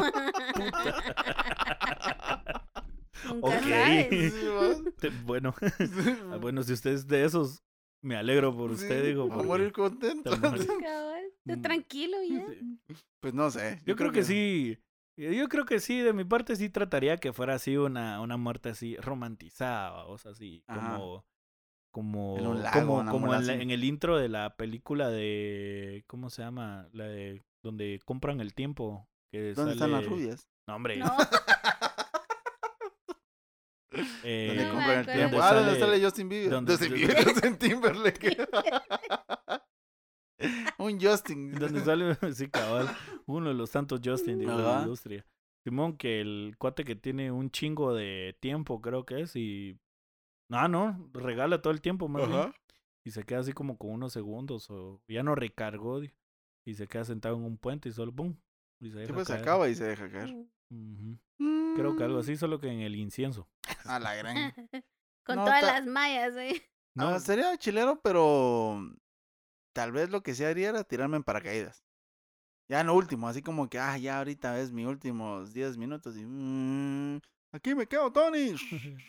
[SPEAKER 3] Nunca
[SPEAKER 1] Ok.
[SPEAKER 3] sabes.
[SPEAKER 2] Sí, ¿va?
[SPEAKER 1] Te- Bueno, ah, bueno, si usted es de esos, me alegro por usted,
[SPEAKER 2] Sí,
[SPEAKER 1] digo.
[SPEAKER 2] a
[SPEAKER 1] porque-
[SPEAKER 2] morir contento.
[SPEAKER 1] te mueres.
[SPEAKER 3] Cabal, tú
[SPEAKER 1] Mm.
[SPEAKER 3] tranquilo ya.
[SPEAKER 2] Pues no sé.
[SPEAKER 1] Yo creo que sí. Yo yo creo que sí, de mi parte sí trataría que fuera así una, una muerte así romantizada, o sea, así
[SPEAKER 2] Ajá.
[SPEAKER 1] como como
[SPEAKER 2] En un lago,
[SPEAKER 1] como,
[SPEAKER 2] una
[SPEAKER 1] como
[SPEAKER 2] mula
[SPEAKER 1] en, la-
[SPEAKER 2] así.
[SPEAKER 1] en el intro de la película de ¿cómo se llama? La de donde compran el tiempo que
[SPEAKER 2] ¿Dónde están las
[SPEAKER 1] sale-
[SPEAKER 2] rubias?
[SPEAKER 1] No, hombre.
[SPEAKER 3] No,
[SPEAKER 1] eh,
[SPEAKER 2] ¿Dónde
[SPEAKER 3] No me
[SPEAKER 2] compran el
[SPEAKER 3] acuerdo.
[SPEAKER 2] tiempo?
[SPEAKER 1] ¿Dónde
[SPEAKER 2] Ah, ¿dónde
[SPEAKER 1] sale-
[SPEAKER 2] sale Justin Bieber?
[SPEAKER 1] dónde-
[SPEAKER 2] Justin Bieber, Justin Timberlake. Un Justin.
[SPEAKER 1] donde sale sí, cabal, uno de los tantos Justin digo, de la
[SPEAKER 2] Ajá.
[SPEAKER 1] industria. Simón que el cuate que tiene un chingo de tiempo, creo que es y no, no, regala todo el tiempo más bien.
[SPEAKER 2] Ajá.
[SPEAKER 1] y se queda así como con unos segundos o ya no recargó di- y se queda sentado en un puente y solo ¡pum! Y se
[SPEAKER 2] Sí,
[SPEAKER 1] deja
[SPEAKER 2] pues se
[SPEAKER 1] caer.
[SPEAKER 2] acaba y se Mm. deja caer.
[SPEAKER 1] Ujú. Creo que algo así, solo que en el incienso.
[SPEAKER 2] A la gran.
[SPEAKER 3] con
[SPEAKER 2] No,
[SPEAKER 3] todas
[SPEAKER 2] ta-
[SPEAKER 3] las mallas, ¿eh?
[SPEAKER 2] No,
[SPEAKER 1] No.
[SPEAKER 2] sería chilero, pero tal vez lo que sí haría era tirarme en paracaídas. Ya en lo último, así como que, ah, ya ahorita es mi últimos 10 minutos y... "Mm, aquí me quedo, Tony.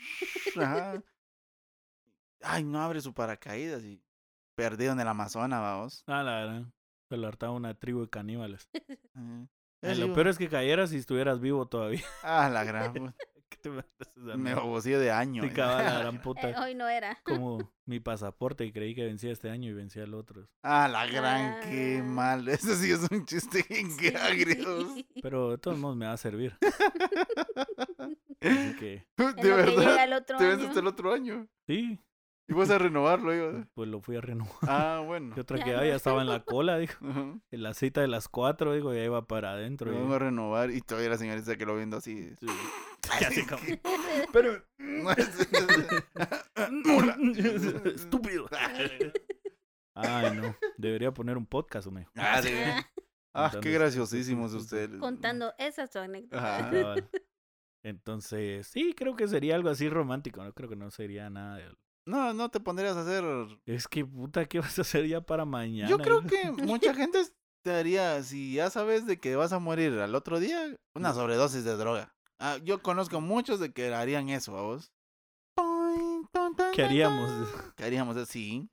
[SPEAKER 2] Ajá. Ay, no abre su paracaídas y... Perdido en el Amazonas, vamos.
[SPEAKER 1] Ah, la verdad. Se lo hartaba una tribu de caníbales.
[SPEAKER 2] Ajá.
[SPEAKER 1] Eh,
[SPEAKER 2] Yo
[SPEAKER 1] lo
[SPEAKER 2] digo,
[SPEAKER 1] peor es que cayeras y estuvieras vivo todavía.
[SPEAKER 2] Ah, la gran... puta,
[SPEAKER 1] ¿Qué te mandas esa
[SPEAKER 2] Me
[SPEAKER 1] mierda?
[SPEAKER 2] obosé de año.
[SPEAKER 1] Sí,
[SPEAKER 2] eh.
[SPEAKER 1] cabal, la gran
[SPEAKER 3] Eh,
[SPEAKER 1] puta.
[SPEAKER 3] hoy no era.
[SPEAKER 1] Como mi pasaporte y creí que vencía este año y vencía el otro.
[SPEAKER 2] Ah, la gran, qué
[SPEAKER 3] Ah.
[SPEAKER 2] mal. Ese sí es un chiste bien
[SPEAKER 3] Sí.
[SPEAKER 2] agrio.
[SPEAKER 1] Pero de todos modos me va a servir. Así que,
[SPEAKER 3] En
[SPEAKER 2] De
[SPEAKER 3] lo que llega
[SPEAKER 2] verdad,
[SPEAKER 3] el otro
[SPEAKER 2] te ves
[SPEAKER 3] año.
[SPEAKER 2] hasta el otro año.
[SPEAKER 1] sí,
[SPEAKER 2] Y vas a renovarlo, yo.
[SPEAKER 1] pues lo fui a renovar.
[SPEAKER 2] Ah, bueno.
[SPEAKER 1] Y otra
[SPEAKER 3] Ya
[SPEAKER 1] que
[SPEAKER 3] no.
[SPEAKER 1] ah, ya estaba en la cola, dijo.
[SPEAKER 2] Ajá.
[SPEAKER 1] En la cita de las cuatro, digo, ya iba para adentro.
[SPEAKER 2] Lo
[SPEAKER 1] y-
[SPEAKER 2] vamos a renovar y todavía la señorita que lo viendo así.
[SPEAKER 1] Sí. Ya se acabó.
[SPEAKER 2] Pero. Mula.
[SPEAKER 1] Estúpido. Ay, no. Debería poner un podcast, hombre.
[SPEAKER 2] Ah, sí. Ah, qué
[SPEAKER 1] Entonces,
[SPEAKER 2] graciosísimos ustedes.
[SPEAKER 3] Contando esa es tu anécdota.
[SPEAKER 1] Ah,
[SPEAKER 2] Ajá.
[SPEAKER 1] vale. Entonces, sí, creo que sería algo así romántico. No creo que no sería nada de...
[SPEAKER 2] No, no te pondrías a hacer.
[SPEAKER 1] Es que, puta, ¿qué vas a hacer ya para mañana?
[SPEAKER 2] Yo creo que mucha gente te haría, si ya sabes de que vas a morir al otro día, una sobredosis de droga. Ah, yo conozco muchos de que harían eso, a vos.
[SPEAKER 1] ¿Qué haríamos?
[SPEAKER 2] ¿Qué haríamos? Eh, Sí.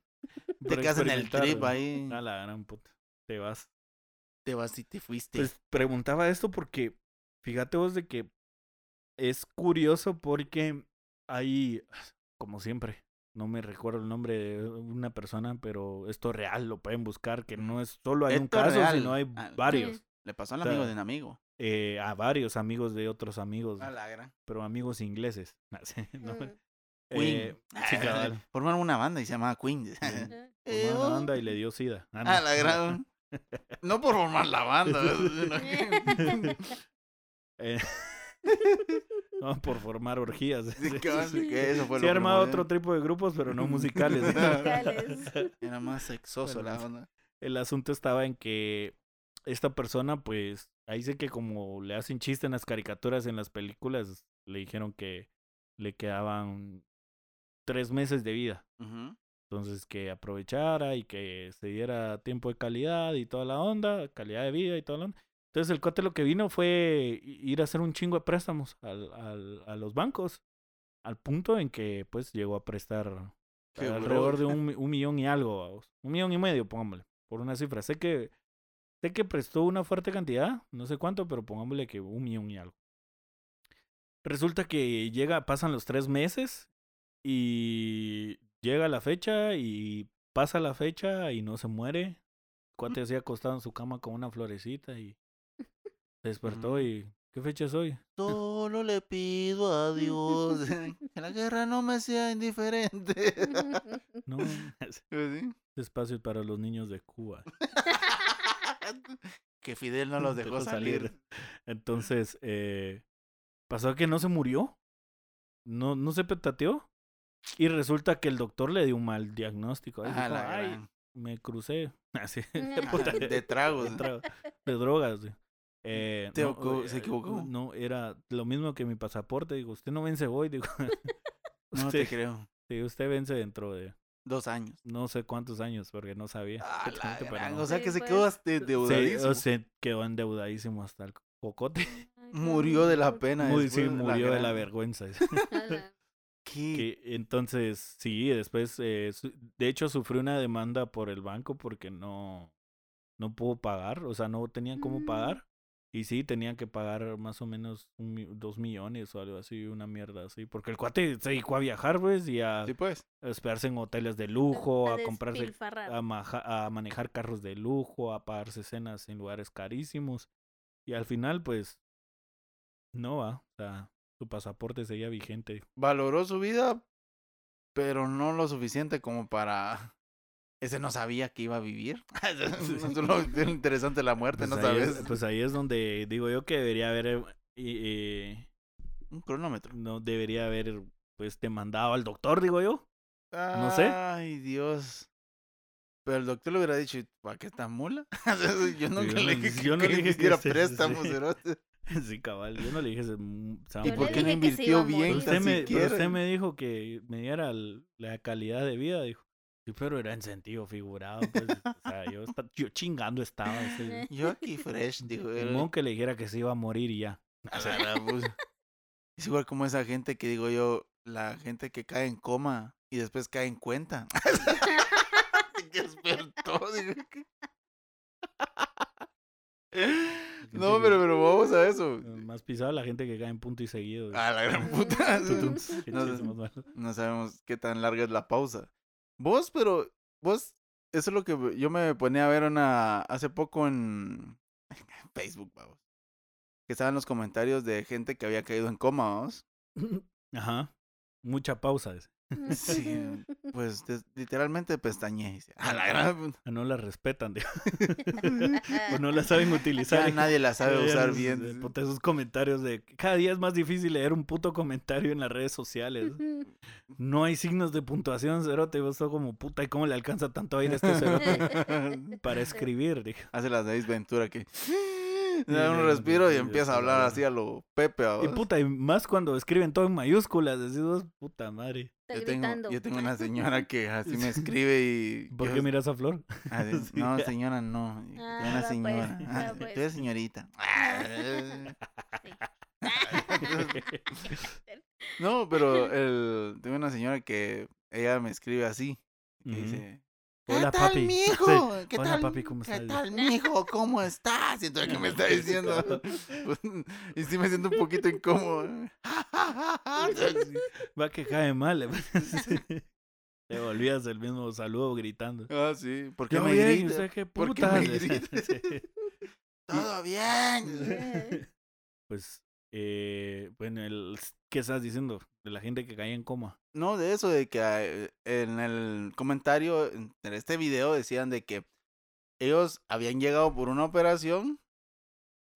[SPEAKER 2] Te
[SPEAKER 1] Por
[SPEAKER 2] quedas en el
[SPEAKER 1] experimentar,
[SPEAKER 2] trip
[SPEAKER 1] ¿no?
[SPEAKER 2] ahí.
[SPEAKER 1] A la gran puta. Te vas.
[SPEAKER 2] Te vas y te fuiste.
[SPEAKER 1] Pues preguntaba esto porque fíjate vos de que es curioso porque hay, como siempre, no me recuerdo el nombre de una persona, pero esto es real, lo pueden buscar, que no es solo hay un
[SPEAKER 2] Esto es
[SPEAKER 1] caso,
[SPEAKER 2] real.
[SPEAKER 1] sino hay
[SPEAKER 2] Ah,
[SPEAKER 1] varios.
[SPEAKER 3] sí.
[SPEAKER 2] Le pasó al
[SPEAKER 1] o sea, pues,
[SPEAKER 2] amigo de un amigo.
[SPEAKER 1] eh, a varios amigos de otros amigos,
[SPEAKER 2] A la gran.
[SPEAKER 1] pero amigos ingleses. No sé, no me-
[SPEAKER 3] Mm,
[SPEAKER 2] Queen.
[SPEAKER 1] Eh, sí, cabal.
[SPEAKER 2] Formaron una banda y se llamaba Queen.
[SPEAKER 3] mm.
[SPEAKER 1] Formó una
[SPEAKER 2] Eh,
[SPEAKER 1] banda y le dio sida. Ah, no.
[SPEAKER 2] A la gran. No por formar la banda. sino que-
[SPEAKER 1] Eh, no, por formar orgías.
[SPEAKER 2] Sí, cabal, de que eso fue
[SPEAKER 1] Se
[SPEAKER 2] lo ¿eh?
[SPEAKER 1] arma otro
[SPEAKER 2] primordial.
[SPEAKER 1] tipo de grupos, pero no musicales.
[SPEAKER 3] eh, Musicales.
[SPEAKER 2] Era más sexoso
[SPEAKER 1] Bueno,
[SPEAKER 2] la onda.
[SPEAKER 1] El asunto estaba en que esta persona, pues, ahí sé que como le hacen chiste en las caricaturas, en las películas, le dijeron que le quedaban tres meses de vida.
[SPEAKER 2] Ujú.
[SPEAKER 1] Entonces, que aprovechara y que se diera tiempo de calidad y toda la onda, calidad de vida y toda la onda. Entonces, el cuate lo que vino fue i- ir a hacer un chingo de préstamos al- al- a los bancos, al punto en que, pues, llegó a prestar
[SPEAKER 2] Qué
[SPEAKER 1] alrededor
[SPEAKER 2] bro.
[SPEAKER 1] de un, mi- un millón y algo, vamos. un millón y medio, pongámosle, por una cifra. Sé que, sé que prestó una fuerte cantidad, no sé cuánto, pero pongámosle que un millón y algo. Resulta que llega, pasan los tres meses y llega la fecha y pasa la fecha y no se muere. Cuate se había acostado en su cama con una florecita y se despertó
[SPEAKER 2] Mm.
[SPEAKER 1] y ¿qué fecha es hoy?
[SPEAKER 4] Solo le pido a Dios que la guerra no me sea indiferente.
[SPEAKER 1] No,
[SPEAKER 2] Pues ¿Sí?
[SPEAKER 1] espacios para los niños de Cuba.
[SPEAKER 2] Que Fidel no los dejó
[SPEAKER 1] Dejó
[SPEAKER 2] salir.
[SPEAKER 1] salir. Entonces, eh, pasó que no se murió. No, no se petateó. Y resulta que el doctor le dio un mal diagnóstico. Ahí
[SPEAKER 2] Ah,
[SPEAKER 1] dijo,
[SPEAKER 2] la
[SPEAKER 1] "Ay,
[SPEAKER 2] gran.
[SPEAKER 1] me crucé. Así, de,
[SPEAKER 3] Ah,
[SPEAKER 1] puta,
[SPEAKER 2] Ah, De tragos.
[SPEAKER 1] de trago- de drogas. sí. Eh,
[SPEAKER 2] Te
[SPEAKER 1] no,
[SPEAKER 2] ocu- se
[SPEAKER 1] eh,
[SPEAKER 2] equivocó.
[SPEAKER 1] No, era lo mismo que mi pasaporte. Digo, usted no vence hoy. Digo,
[SPEAKER 2] No
[SPEAKER 1] usted,
[SPEAKER 2] te creo.
[SPEAKER 1] sí, usted vence dentro de
[SPEAKER 2] Dos años.
[SPEAKER 1] no sé cuántos años, porque no sabía.
[SPEAKER 2] Ah, la
[SPEAKER 1] exactamente, pero
[SPEAKER 2] gran,
[SPEAKER 1] no.
[SPEAKER 2] O sea
[SPEAKER 3] Sí,
[SPEAKER 2] que se
[SPEAKER 3] pues.
[SPEAKER 2] quedó hasta
[SPEAKER 1] Sí,
[SPEAKER 2] endeudadísimo.
[SPEAKER 1] o sea, quedó endeudadísimo hasta el cocote.
[SPEAKER 2] Murió de la pena.
[SPEAKER 1] Muy, sí,
[SPEAKER 2] después,
[SPEAKER 1] murió de la
[SPEAKER 2] gran.
[SPEAKER 1] vergüenza.
[SPEAKER 3] Ala.
[SPEAKER 2] ¿Qué?
[SPEAKER 1] Que, entonces, sí, después, eh, su- de hecho, sufrí una demanda por el banco porque no, no pudo pagar, o sea, no tenían cómo
[SPEAKER 3] Mm.
[SPEAKER 1] pagar. Y sí, tenían que pagar más o menos un mi- dos millones o algo así, una mierda así. Porque el cuate se dedicó a viajar, pues, y a
[SPEAKER 2] Sí, pues.
[SPEAKER 1] esperarse en hoteles de lujo,
[SPEAKER 3] A-
[SPEAKER 1] a comprarse
[SPEAKER 3] despilfarrar.
[SPEAKER 1] a, maja- a manejar carros de lujo, a pagarse cenas en lugares carísimos. Y al final, pues, no va. O sea, su pasaporte seguía vigente.
[SPEAKER 2] Valoró su vida, pero no lo suficiente como para. Ese no sabía que iba a vivir. Eso es lo interesante de la muerte,
[SPEAKER 1] Pues,
[SPEAKER 2] no
[SPEAKER 1] ahí es-
[SPEAKER 2] sabes.
[SPEAKER 1] pues ahí es donde digo yo que debería haber. eh, eh,
[SPEAKER 2] Un cronómetro.
[SPEAKER 1] no debería haber, pues, demandado al doctor, digo yo. No sé.
[SPEAKER 2] Ay, Dios. Pero el doctor le hubiera dicho, ¿para qué tan mula? yo nunca
[SPEAKER 1] no-
[SPEAKER 2] le dije
[SPEAKER 1] yo no
[SPEAKER 2] que,
[SPEAKER 1] le dije que
[SPEAKER 2] hiciera
[SPEAKER 1] sí, sí,
[SPEAKER 2] préstamos.
[SPEAKER 1] sí.
[SPEAKER 2] cerote.
[SPEAKER 1] sí, cabal. Yo no le dije. se- mm, se va a
[SPEAKER 3] Yo
[SPEAKER 2] ¿Y
[SPEAKER 3] le
[SPEAKER 2] por
[SPEAKER 1] morir.
[SPEAKER 2] qué no
[SPEAKER 3] dije que se
[SPEAKER 2] invirtió
[SPEAKER 3] iba a morir.
[SPEAKER 2] bien?
[SPEAKER 1] Pero
[SPEAKER 2] tan
[SPEAKER 1] usted, me, pero
[SPEAKER 2] siquiera?
[SPEAKER 1] usted me dijo que me diera el- la calidad de vida, dijo. Sí, pero era en sentido figurado, pues. O sea, yo, esta- yo chingando estaba. Ese,
[SPEAKER 2] Yo aquí fresh, dijo.
[SPEAKER 1] el
[SPEAKER 2] él.
[SPEAKER 1] mon que le dijera que se iba a morir y ya.
[SPEAKER 2] A la gran bus. Es igual como esa gente que digo yo, la gente que cae en coma y después cae en cuenta. que despertó. digo, ¿qué? no, pero, pero vamos a eso.
[SPEAKER 1] Eh, Más pisado la gente que cae en punto y seguido.
[SPEAKER 2] A la gran puta.
[SPEAKER 1] Tutum, qué
[SPEAKER 2] Ah, No,
[SPEAKER 1] chiste más malo.
[SPEAKER 2] No sabemos qué tan larga es la pausa. Vos, pero, vos, eso es lo que ve- yo me ponía a ver una, hace poco en Facebook, vamos. Que estaban los comentarios de gente que había caído en coma, vamos.
[SPEAKER 1] Ajá. Mucha pausa. dice.
[SPEAKER 3] Mm.
[SPEAKER 2] Sí, pues des- literalmente pestañé. dice, A la gran puta".
[SPEAKER 1] Ah, No la respetan, digo,
[SPEAKER 2] Pues
[SPEAKER 1] o no la saben utilizar.
[SPEAKER 2] Ya nadie la sabe
[SPEAKER 1] Ya
[SPEAKER 2] usar
[SPEAKER 1] los-
[SPEAKER 2] bien.
[SPEAKER 1] de-
[SPEAKER 2] dice.
[SPEAKER 1] puta, esos comentarios de cada día es más difícil leer un puto comentario en las redes sociales. No hay signos de puntuación, cerote. Vos sos como puta, ¿y cómo le alcanza tanto aire a este cerote para escribir? Dije.
[SPEAKER 2] Hace las de Ventura que da
[SPEAKER 1] no,
[SPEAKER 2] un
[SPEAKER 1] no,
[SPEAKER 2] respiro y
[SPEAKER 1] sí,
[SPEAKER 2] empieza
[SPEAKER 1] está
[SPEAKER 2] a hablar
[SPEAKER 1] bueno.
[SPEAKER 2] así a lo Pepe.
[SPEAKER 1] Y
[SPEAKER 2] ¿vamos?
[SPEAKER 1] puta, y más cuando escriben todo en mayúsculas, decís vos, puta madre.
[SPEAKER 2] Yo
[SPEAKER 3] Está gritando.
[SPEAKER 2] tengo, yo tengo una señora que así me escribe y.
[SPEAKER 1] ¿Por
[SPEAKER 2] yo-
[SPEAKER 1] qué miras a Flor?
[SPEAKER 2] así,
[SPEAKER 1] Sí,
[SPEAKER 2] Ah, no,
[SPEAKER 1] ya.
[SPEAKER 2] señora, no. yo
[SPEAKER 3] Ah,
[SPEAKER 2] tengo una
[SPEAKER 3] va, pues,
[SPEAKER 2] señora.
[SPEAKER 3] va,
[SPEAKER 2] Ah,
[SPEAKER 3] pues.
[SPEAKER 2] Tú eres señorita.
[SPEAKER 3] Ah,
[SPEAKER 2] No, pero el, tengo una señora que ella me escribe así. Que
[SPEAKER 1] Ujú.
[SPEAKER 2] dice.
[SPEAKER 1] Hola,
[SPEAKER 4] ¿Qué tal,
[SPEAKER 1] papi.
[SPEAKER 4] mijo?
[SPEAKER 1] Sí.
[SPEAKER 4] ¿Qué
[SPEAKER 1] Hola,
[SPEAKER 4] tal?
[SPEAKER 1] papi, ¿cómo
[SPEAKER 4] ¿Qué
[SPEAKER 1] estás?
[SPEAKER 4] tal, mijo? ¿Cómo estás?
[SPEAKER 2] Siento que me está diciendo. Pues, y sí me siento un poquito incómodo. "Ah,
[SPEAKER 1] Va que cae mal. le- Te volvías el mismo saludo gritando.
[SPEAKER 2] ah, sí. ¿Por qué
[SPEAKER 1] Yo
[SPEAKER 2] me
[SPEAKER 1] bien, ¿y
[SPEAKER 2] gritas?
[SPEAKER 1] usted qué
[SPEAKER 2] ¿Por qué
[SPEAKER 1] putas?
[SPEAKER 2] me grita?
[SPEAKER 4] Todo bien.
[SPEAKER 1] Pues, eh, bueno, el, ¿qué estás diciendo? De la gente que cae en coma.
[SPEAKER 2] No, de eso, de que eh, en el comentario, en en este video, decían de que ellos habían llegado por una operación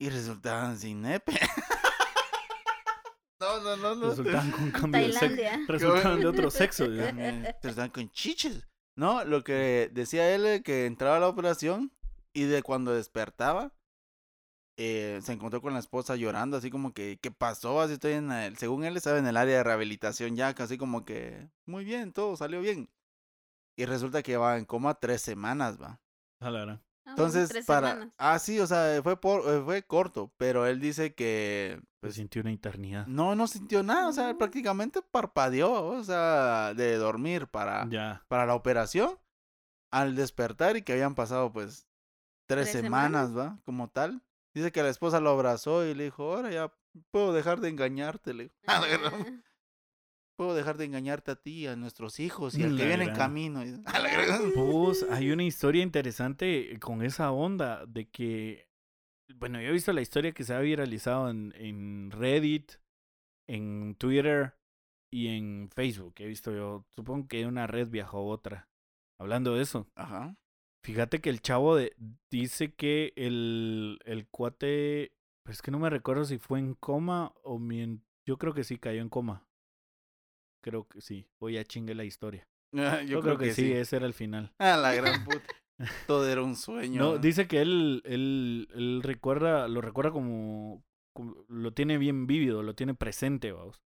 [SPEAKER 2] y resultaban sin nepe. no, no, no, no.
[SPEAKER 1] Resultaban con cambio de sexo.
[SPEAKER 3] Tailandia.
[SPEAKER 1] Resultaban de otro sexo. digamos.
[SPEAKER 2] Eh, Pero estaban con chiches. No, lo que decía él eh, que entraba a la operación y de cuando despertaba, eh, se encontró con la esposa llorando, así como que, ¿qué pasó? Así estoy en el, según él estaba en el área de rehabilitación ya, casi como que, muy bien, todo salió bien. Y resulta que va en coma tres semanas, va.
[SPEAKER 1] A la gran.
[SPEAKER 2] Entonces, para... Ah, sí, o sea, fue, por, eh, fue corto, pero él dice que...
[SPEAKER 1] Se sintió una eternidad.
[SPEAKER 2] No, no sintió nada, o sea,
[SPEAKER 3] No.
[SPEAKER 2] prácticamente parpadeó, o sea, de dormir para
[SPEAKER 1] Ya.
[SPEAKER 2] para la operación al despertar y que habían pasado pues tres,
[SPEAKER 3] Tres
[SPEAKER 2] semanas, ¿va? Como tal. Dice que la esposa lo abrazó y le dijo, ahora ya puedo dejar de engañarte, le dijo.
[SPEAKER 3] Ah.
[SPEAKER 2] Puedo dejar de engañarte a ti, a nuestros hijos y al que
[SPEAKER 1] La
[SPEAKER 2] viene en
[SPEAKER 1] gran.
[SPEAKER 2] camino. Y- A la gran.
[SPEAKER 1] Pues hay una historia interesante eh, con esa onda de que, bueno, yo he visto la historia que se ha viralizado en, en Reddit, en Twitter y en Facebook. He visto yo, supongo que de una red viajó a otra. Hablando de eso,
[SPEAKER 2] Ajá.
[SPEAKER 1] fíjate que el chavo de- dice que el, el cuate, pues es que no me recuerdo si fue en coma o mien- yo creo que sí cayó en coma. Creo que sí, voy a chingue la historia.
[SPEAKER 2] Ah, Yo,
[SPEAKER 1] Yo, creo, que, sí, eh. ese era el final.
[SPEAKER 2] A la gran puta. Todo era un sueño.
[SPEAKER 1] No,
[SPEAKER 2] ¿va?
[SPEAKER 1] dice que él, él, él recuerda, lo recuerda como, como- lo tiene bien vívido, lo tiene presente, vamos.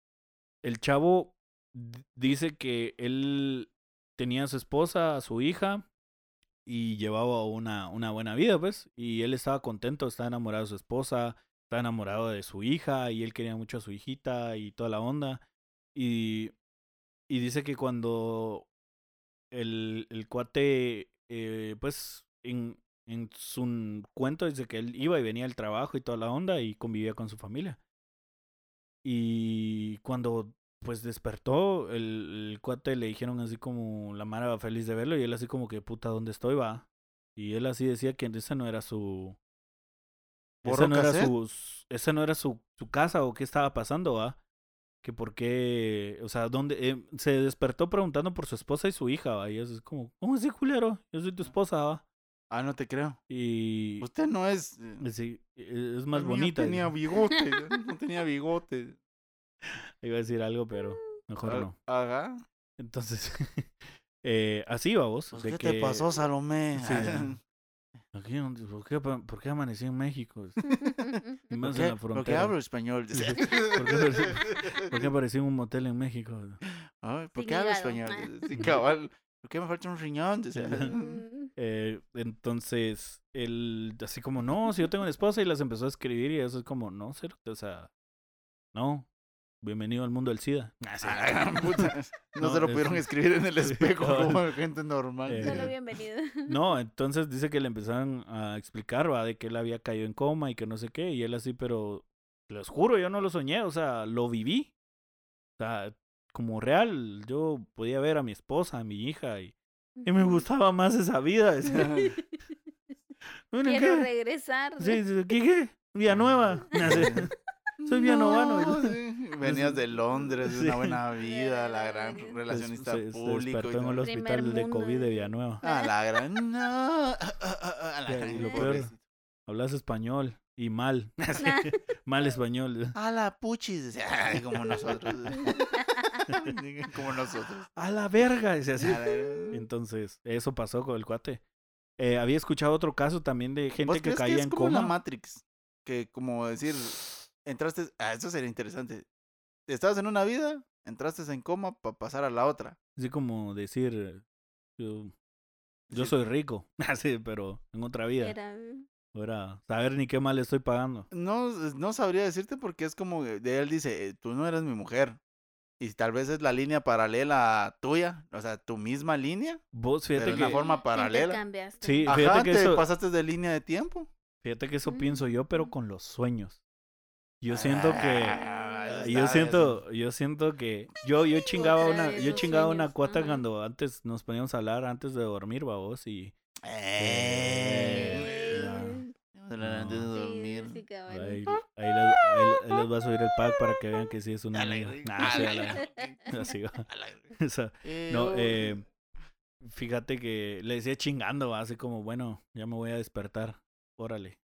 [SPEAKER 1] El chavo d- dice que él tenía a su esposa, a su hija, y llevaba una, una buena vida, pues. Y él estaba contento, estaba enamorado de su esposa, estaba enamorado de su hija, y él quería mucho a su hijita y toda la onda. Y, y dice que cuando el, el cuate, eh, pues, en, en su cuento dice que él iba y venía al trabajo y toda la onda y convivía con su familia. Y cuando, pues, despertó, el, el cuate le dijeron así como la Mara feliz de verlo y él así como que, puta, ¿dónde estoy, va? Y él así decía que esa no era su... Esa
[SPEAKER 2] ¿Porro
[SPEAKER 1] no, era
[SPEAKER 2] cassette?
[SPEAKER 1] su, esa no era su, su casa o qué estaba pasando, va que por qué, o sea, dónde eh, se despertó preguntando por su esposa y su hija, ¿va? y eso es como, ¿cómo así, culero? Yo soy tu esposa, ¿va?
[SPEAKER 2] Ah, no te creo.
[SPEAKER 1] Y
[SPEAKER 2] Usted no es... eh,
[SPEAKER 1] sí, eh, es más
[SPEAKER 2] yo
[SPEAKER 1] bonita.
[SPEAKER 2] No tenía
[SPEAKER 1] dice.
[SPEAKER 2] bigote. yo No tenía bigote.
[SPEAKER 1] Iba a decir algo, pero mejor
[SPEAKER 2] Ah,
[SPEAKER 1] no.
[SPEAKER 2] Ajá.
[SPEAKER 1] Entonces, eh, así va vos.
[SPEAKER 2] Pues,
[SPEAKER 1] de
[SPEAKER 2] ¿Qué te
[SPEAKER 1] que-
[SPEAKER 2] pasó, Salomé?
[SPEAKER 1] Sí,
[SPEAKER 2] Ah,
[SPEAKER 1] aquí no- ¿por, qué, ¿Por qué amanecí en México? Y más en la
[SPEAKER 2] ¿Por qué- por qué
[SPEAKER 1] frontera.
[SPEAKER 2] hablo español?
[SPEAKER 1] ¿Por qué aparecí en un motel en México?
[SPEAKER 2] Ay, ¿Por
[SPEAKER 3] Sin
[SPEAKER 2] qué hablo
[SPEAKER 3] hígado. Ah.
[SPEAKER 2] español? Sí, cabal. ¿Por qué me falta un riñón? Decía.
[SPEAKER 3] Mm,
[SPEAKER 1] Eh, entonces, él, así como, no, si yo tengo una esposa, y las empezó a escribir, y eso es como, no, cero, o sea, no, bienvenido al mundo del SIDA. Ah, sí.
[SPEAKER 2] Ah, gran puta. No,
[SPEAKER 1] No,
[SPEAKER 2] se lo
[SPEAKER 1] es-
[SPEAKER 2] pudieron escribir en el espejo
[SPEAKER 1] cabal.
[SPEAKER 2] como gente normal.
[SPEAKER 1] Eh,
[SPEAKER 3] Solo bienvenido.
[SPEAKER 1] No, entonces dice que le empezaron a explicar, va, de que él había caído en coma y que no sé qué, y él así, pero, les juro, yo no lo soñé, o sea, lo viví. O sea, como real, yo podía ver a mi esposa, a mi hija, y, y me gustaba más esa vida. decía. Bueno,
[SPEAKER 3] Quiero
[SPEAKER 1] ¿qué?
[SPEAKER 3] regresar.
[SPEAKER 2] ¿eh?
[SPEAKER 1] Sí, sí, ¿qué, qué? Villanueva. No sé. Soy
[SPEAKER 2] No,
[SPEAKER 1] villanovano.
[SPEAKER 2] sí. Venías de Londres, de
[SPEAKER 1] Sí.
[SPEAKER 2] una buena vida, la gran
[SPEAKER 3] Pues,
[SPEAKER 2] relacionista
[SPEAKER 1] Se- se
[SPEAKER 2] público.
[SPEAKER 1] despertó
[SPEAKER 2] y
[SPEAKER 1] en el
[SPEAKER 2] todo.
[SPEAKER 1] hospital
[SPEAKER 3] Primer
[SPEAKER 1] de
[SPEAKER 3] mundo,
[SPEAKER 1] COVID de
[SPEAKER 3] eh.
[SPEAKER 1] Villanueva.
[SPEAKER 2] A la gran. No. A la
[SPEAKER 1] Ya,
[SPEAKER 2] gran.
[SPEAKER 1] y lo
[SPEAKER 3] peor.
[SPEAKER 2] pobrecito.
[SPEAKER 1] Hablas español y mal. Sí,
[SPEAKER 3] Nah.
[SPEAKER 1] mal español.
[SPEAKER 2] A la puchis. decía, ay, como nosotros. como nosotros.
[SPEAKER 1] A la verga. decía así.
[SPEAKER 2] A la-
[SPEAKER 1] Entonces, eso pasó con el cuate. Eh, había escuchado otro caso también de gente
[SPEAKER 2] ¿Vos
[SPEAKER 1] que
[SPEAKER 2] crees que
[SPEAKER 1] caía
[SPEAKER 2] es
[SPEAKER 1] en
[SPEAKER 2] como la
[SPEAKER 1] coma.
[SPEAKER 2] Matrix? Que como decir, entraste, ah, eso sería interesante. Estabas en una vida, entraste en coma para pasar a la otra.
[SPEAKER 1] Así como decir, eh, yo, yo
[SPEAKER 2] Sí.
[SPEAKER 1] soy rico. Así, pero en otra vida. Era...
[SPEAKER 3] Era,
[SPEAKER 1] saber ni qué mal estoy pagando.
[SPEAKER 2] No, no sabría decirte porque es como que de él dice, "Eh, tú no eres mi mujer. Y tal vez es la línea paralela a tuya, o sea, tu misma línea,
[SPEAKER 1] Vos,
[SPEAKER 2] pero
[SPEAKER 1] fíjate
[SPEAKER 2] en
[SPEAKER 1] que...
[SPEAKER 2] una forma paralela. Ah,
[SPEAKER 3] Intercambiaste.
[SPEAKER 1] Sí, fíjate
[SPEAKER 2] Ajá,
[SPEAKER 1] que
[SPEAKER 2] te
[SPEAKER 1] eso...
[SPEAKER 2] pasaste de línea de tiempo.
[SPEAKER 1] Fíjate que eso
[SPEAKER 3] Mm.
[SPEAKER 1] pienso yo, pero con los sueños. Yo siento que,
[SPEAKER 2] Ah, eso
[SPEAKER 1] yo
[SPEAKER 2] está
[SPEAKER 1] siento, yo siento que, yo, yo chingaba
[SPEAKER 3] Otra
[SPEAKER 1] una,
[SPEAKER 3] vez
[SPEAKER 1] yo
[SPEAKER 3] los
[SPEAKER 1] chingaba una
[SPEAKER 3] sueños,
[SPEAKER 1] cuata
[SPEAKER 3] ajá.
[SPEAKER 1] cuando antes nos poníamos a hablar antes de dormir, babos, y
[SPEAKER 2] bien. Eh,
[SPEAKER 1] Eh,
[SPEAKER 2] antes de
[SPEAKER 1] no.
[SPEAKER 2] dormir.
[SPEAKER 3] Sí, sí, cabal.
[SPEAKER 1] ahí, ahí les, ahí- ahí les va a subir el pack para que vean que sí es una
[SPEAKER 2] A la-
[SPEAKER 1] amiga. Nah,
[SPEAKER 2] a
[SPEAKER 1] sí,
[SPEAKER 2] la-
[SPEAKER 1] a la- así va.
[SPEAKER 2] a la-
[SPEAKER 1] O sea,
[SPEAKER 2] Eh,
[SPEAKER 1] no,
[SPEAKER 2] oh.
[SPEAKER 1] eh, fíjate que le decía chingando, va, así como, bueno, ya me voy a despertar, órale.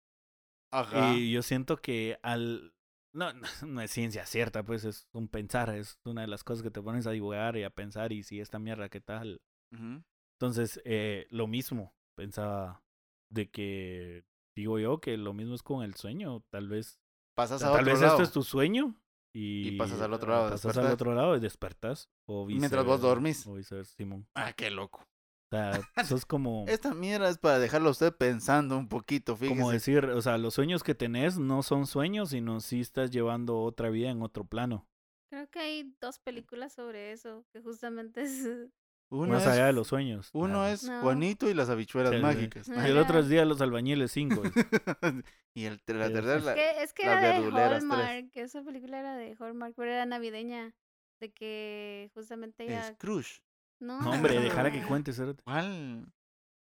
[SPEAKER 2] Ajá.
[SPEAKER 1] Y yo siento que al... No, no, no es ciencia cierta, pues es un pensar, es una de las cosas que te pones a dibujar y a pensar y si esta mierda, ¿qué tal?
[SPEAKER 2] Ujú.
[SPEAKER 1] Entonces, eh, lo mismo, pensaba de que, digo yo, que lo mismo es con el sueño, tal vez,
[SPEAKER 2] Pasas a
[SPEAKER 1] tal
[SPEAKER 2] otro
[SPEAKER 1] vez
[SPEAKER 2] lado.
[SPEAKER 1] esto es tu sueño y,
[SPEAKER 2] Y pasas al otro lado,
[SPEAKER 1] pasas al
[SPEAKER 2] despertás.
[SPEAKER 1] otro lado y despertas. O
[SPEAKER 2] Mientras vos
[SPEAKER 1] viceversa,
[SPEAKER 2] dormís.
[SPEAKER 1] O viceversa, Simón.
[SPEAKER 2] Ah, qué loco.
[SPEAKER 1] O sea, sos como...
[SPEAKER 2] Esta mierda es para dejarlo a usted pensando un poquito, fíjese.
[SPEAKER 1] Como decir, o sea, los sueños que tenés no son sueños, sino si estás llevando otra vida en otro plano.
[SPEAKER 3] Creo que hay dos películas sobre eso, que justamente es...
[SPEAKER 2] uno
[SPEAKER 1] más
[SPEAKER 2] es,
[SPEAKER 1] allá de los sueños.
[SPEAKER 2] uno
[SPEAKER 1] Ajá.
[SPEAKER 2] es
[SPEAKER 3] No.
[SPEAKER 2] Juanito y las habichuelas
[SPEAKER 1] Sí, sí.
[SPEAKER 2] mágicas.
[SPEAKER 1] Y el otro es Día de los Albañiles 5.
[SPEAKER 2] y el, la
[SPEAKER 1] Sí.
[SPEAKER 2] tercera
[SPEAKER 1] Es
[SPEAKER 2] la-
[SPEAKER 3] que, es que
[SPEAKER 2] las
[SPEAKER 3] era de
[SPEAKER 2] verduleras tres.
[SPEAKER 3] Hallmark, esa película era de Hallmark, pero era navideña, de que justamente
[SPEAKER 2] es
[SPEAKER 3] ella...
[SPEAKER 2] Crush.
[SPEAKER 3] No,
[SPEAKER 1] No, hombre, dejara que Ah,
[SPEAKER 3] no.
[SPEAKER 1] cuentes. cerote.
[SPEAKER 2] ¿Cuál?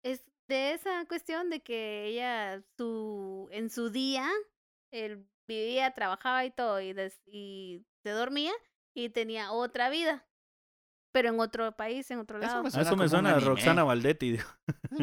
[SPEAKER 3] Es de esa cuestión de que ella su, en su día, él vivía, trabajaba y todo, y, des- y se dormía y tenía otra vida, pero en otro país, en otro
[SPEAKER 2] Eso
[SPEAKER 3] lado.
[SPEAKER 2] me
[SPEAKER 1] Ah,
[SPEAKER 2] Suena
[SPEAKER 1] eso me
[SPEAKER 2] como
[SPEAKER 1] suena
[SPEAKER 2] un
[SPEAKER 1] a
[SPEAKER 2] anime.
[SPEAKER 1] Roxana Valdetti. digo.